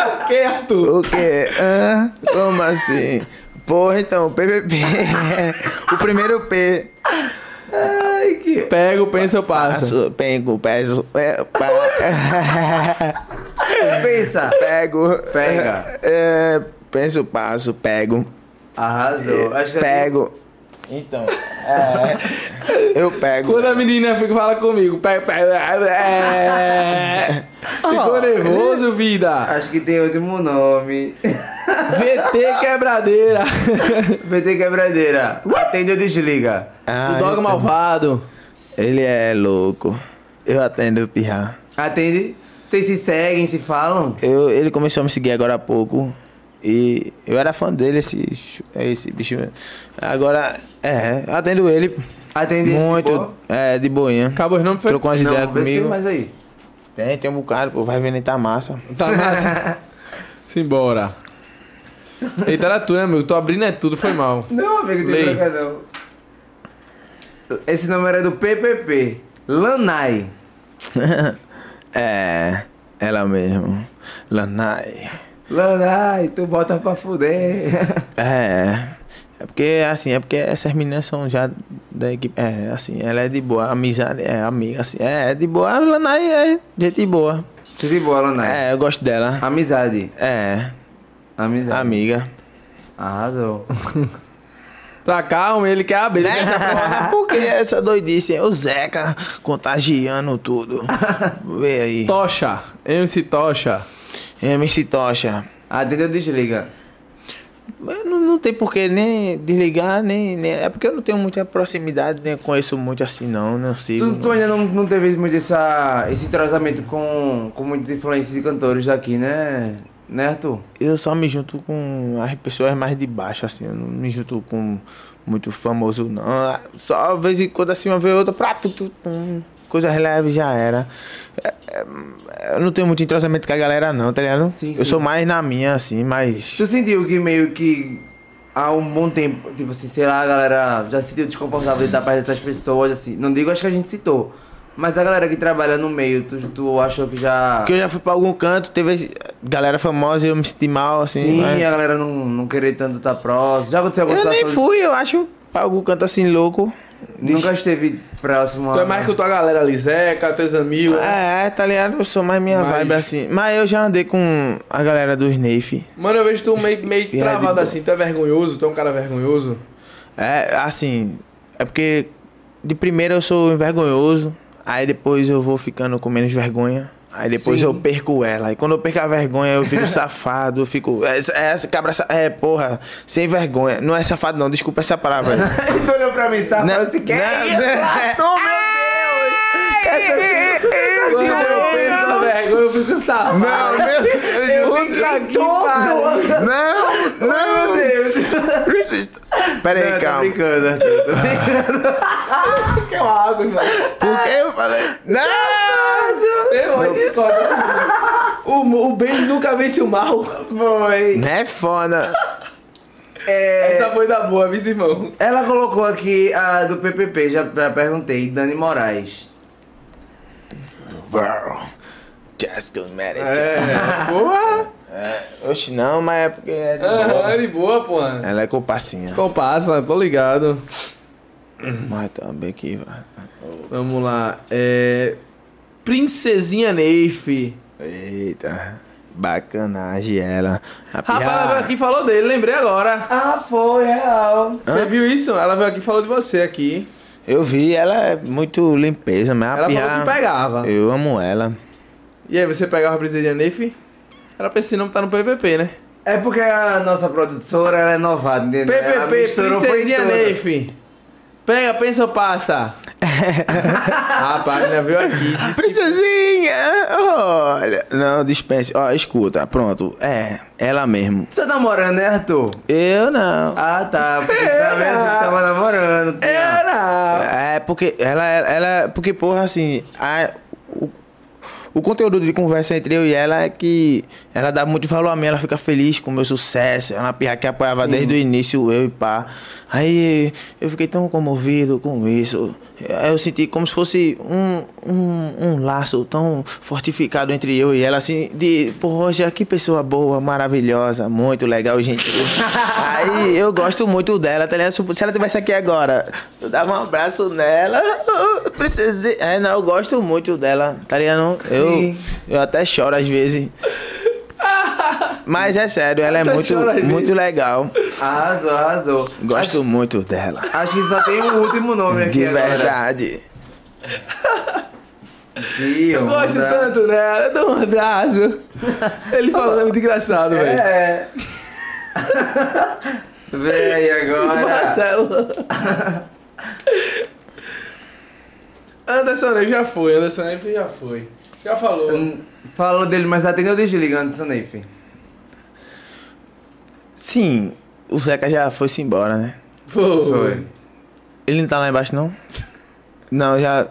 A: O que, Arthur?
D: O quê? Hã? Como assim? Porra, então, o PPP. o primeiro P. Ai, que.
A: Pego, pensa, eu passo.
D: Passo, pego, peso. É, pa-
B: Pensa.
D: pego.
B: Pega.
D: É, penso, passo, pego.
B: Arrasou.
D: É,
B: Acho que é
D: pego.
K: Então,
D: Eu pego.
A: Quando a menina fica, fala comigo, pego, pego, é... Ficou nervoso, vida?
B: Acho que tem último nome.
A: VT quebradeira.
B: PT Quebradeira. Atende ou desliga?
D: Ah,
A: o dog
D: eu-
A: malvado.
D: Ele é louco. Eu atendo o pirra.
B: Atende. Vocês se seguem, se falam?
D: Eu, ele começou a me seguir agora há pouco. E eu era fã dele, esse, chu- esse bicho. Agora, é, eu atendo ele.
B: Atende ele de
D: Muito.
B: boa?
D: é, de boinha.
A: Acabou os nomes, foi...
D: Trocou umas ideias
B: vê se tem
D: comigo.
B: mais aí.
D: Tem, tem um bocado, pô. Vai vender tá massa.
A: Tá massa. Simbora. Eita, era tu, né, amigo? Tô abrindo é tudo, foi mal.
B: Não, amigo, tem
A: Lei.
B: troca não. Esse nome era do PPP. Lanai.
D: é, ela mesmo. Lanai.
B: Lanai, tu bota pra fuder.
D: É. É porque, assim, é porque essas meninas são já da equipe. É, assim, ela é de boa. Amizade, é amiga, assim. É, é de boa. A Lanai é gente boa.
B: Tudo de boa, Lanai.
D: É, eu gosto dela.
B: Amizade.
D: É,
B: Amizade.
D: amiga.
B: Arrasou.
A: Pra cá, homem, ele quer abrir. ele quer
D: Essa porra, por que essa doidice? hein? O Zeca contagiando tudo. Vê aí.
A: Tocha, MC Tocha.
D: MC Tocha.
B: Atende ou desliga?
D: Mas Não, não tem por que nem desligar, nem, nem- É porque eu não tenho muita proximidade, nem conheço muito assim, não. Não sigo.
B: Tu, tu
D: não.
B: ainda não, não teve muito essa, esse tratamento com, com muitos influencers e cantores daqui, né? Né, Arthur?
D: Eu só me junto com as pessoas mais de baixo, assim. Eu não me junto com muito famoso, não. Só vez em quando, assim, uma vez ou outra, pra tu, tu, tum, coisas leves já era. É, é, eu não tenho muito entrosamento com a galera, não, tá ligado?
B: Sim,
D: eu
B: sim.
D: sou mais na minha, assim, mais.
B: Tu sentiu que meio que há um bom tempo, tipo assim, sei lá, a galera já se sentiu desconfortável de estar perto dessas pessoas, assim. Não digo acho que a gente citou, mas a galera que trabalha no meio, tu, tu achou que já.
D: Porque eu já fui pra algum canto, teve galera famosa e eu me senti mal, assim.
B: Sim, é
D: mas-
B: a galera não, não querer tanto estar próximo. Já aconteceu alguma
D: Eu nem
B: situação?
D: fui, eu acho, pra algum canto assim louco.
B: Nunca esteve próximo a.
A: Tu é mais que tua galera ali, Zeca, teus amigos.
D: É, tá ligado? Eu sou mais minha
A: Mas-
D: vibe assim. Mas eu já andei com a galera dos Neif.
A: Mano, eu vejo tu meio, meio
D: de
A: travado
D: boa.
A: assim. Tu é vergonhoso, tu é um cara vergonhoso.
D: É, assim, é porque de primeiro eu sou envergonhoso, aí depois eu vou ficando com menos vergonha. Aí depois eu perco ela. E quando eu perco a vergonha, eu fico safado, eu fico. É, é, essa cabra. sa- É, porra, sem vergonha. Não é safado, não, desculpa essa palavra. aí. Né?
B: Ele olhou pra mim, sabe?
D: Não,
B: Não, se quer
D: não,
B: isso, Ah,
D: não.
B: Arthur,
A: Quando eu penso
B: meu Deus! Essa-
A: na vergonha, eu fico safado.
D: Não, meu Deus.
B: fiquei
D: que
B: todo-
D: pariu. Não, não, meu Deus. Pera aí,
B: Não, tô
D: calma.
B: brincando, Arthur, tô brincando.
D: Por que eu falei? Não!
A: Eu, eu discordo. O, o bem nunca vence o mal.
B: Foi.
D: Não é foda.
B: É,
A: Essa foi da boa, vice irmão.
B: Ela colocou aqui a do PPP, já, já perguntei, Dani Moraes.
D: Wow. Just don't matter.
A: É, boa.
D: Oxe, não, mas é porque é de
A: Aham,
D: boa.
A: de boa, pô.
D: Ela é compassinha.
A: Qual passa? Tô ligado.
D: Mas também aqui, vai.
A: Vamos lá. É. Princesinha Neife.
D: Eita. Bacanagem ela. A
A: Rapaz, ela veio
D: piada.
A: aqui e falou dele, lembrei agora.
B: Ah, foi, real.
A: Você viu isso? Ela veio aqui e falou de você aqui.
D: Eu vi, ela é muito limpeza, mas a
A: ela
D: piada.
A: falou que pegava.
D: Eu amo ela.
A: E aí, você pegava a Princesinha Neife? Era pra esse nome tá no PPP, né?
B: É porque a nossa produtora ela é novada, entendeu? Ela
A: PPP,
B: misturou, foi
A: Princesinha
B: tudo.
A: Neife. Pega, pensa ou passa? Rapaz, ainda veio aqui. disse que
D: Princesinha! Olha. Não, dispense. Ó, escuta, pronto. É, ela mesmo.
B: Você tá namorando, né, Arthur?
D: Eu não.
B: Ah, tá. Porque tá vendo que você tava namorando. tinha.
D: É, porque ela, ela, é, porque porra, assim, a- o, o conteúdo de conversa entre eu e ela é que ela dá muito valor a mim, ela fica feliz com o meu sucesso, ela é uma pirra que apoiava desde o início eu e pá. Aí eu fiquei tão comovido com isso, Eu senti como se fosse um, um, um laço tão fortificado entre eu e ela, assim, de, pô, Roger, que pessoa boa, maravilhosa, muito legal e gentil. Aí eu gosto muito dela, tá ligado? Se ela estivesse aqui agora, eu dava um abraço nela. Preciso de- É, não, eu gosto muito dela, tá ligado? Eu,
B: Sim.
D: eu até choro às vezes. Mas é sério, ela é
A: Até
D: muito,
A: choro às vezes.
D: muito legal.
B: Arrasou, arrasou.
D: Gosto muito dela.
B: Acho que só tem o último nome aqui
D: De
B: agora.
D: verdade.
B: Que
A: Eu gosto
B: onda.
A: tanto dela, eu dou um abraço. Ele falou, é muito engraçado, velho.
B: É. Véi, agora.
A: Marcelo. Anderson Neve já foi, Anderson Neve já foi. Já falou.
B: Hum, Falou dele, mas atende ou desliga antes do Neif?
D: Sim, o Zeca já foi-se embora, né?
B: Foi.
D: Ele não tá lá embaixo, não? Não, já,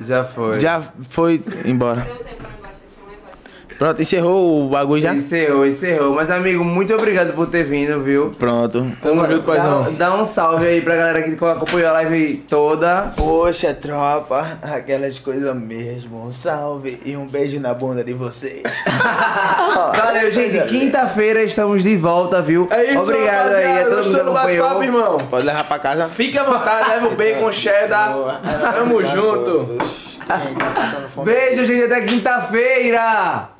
B: Já foi.
D: já foi embora.
E: Deu tempo lá embaixo, deixa eu lá embaixo.
D: Pronto, encerrou o bagulho já?
B: Encerrou, encerrou. Mas, amigo, muito obrigado por ter vindo, viu?
D: Pronto.
A: Tamo junto,
B: Dá,
A: paizão.
B: dá um salve aí pra galera que acompanhou a live toda.
D: Poxa, tropa, aquelas coisas mesmo. Um salve e um beijo na bunda de vocês.
B: Valeu, gente. Quinta-feira estamos de volta, viu?
A: Ah, É isso,
B: Obrigado
A: rapaziada.
B: aí a todo mundo
A: Gostou
B: que
A: do bate-papo,
B: acompanhou.
A: irmão?
D: Pode levar pra casa.
A: Fique à vontade, leva o bacon cheddar.
B: Tá
A: Tamo junto.
D: tá Passando fome.
B: Beijo, gente. Até quinta-feira.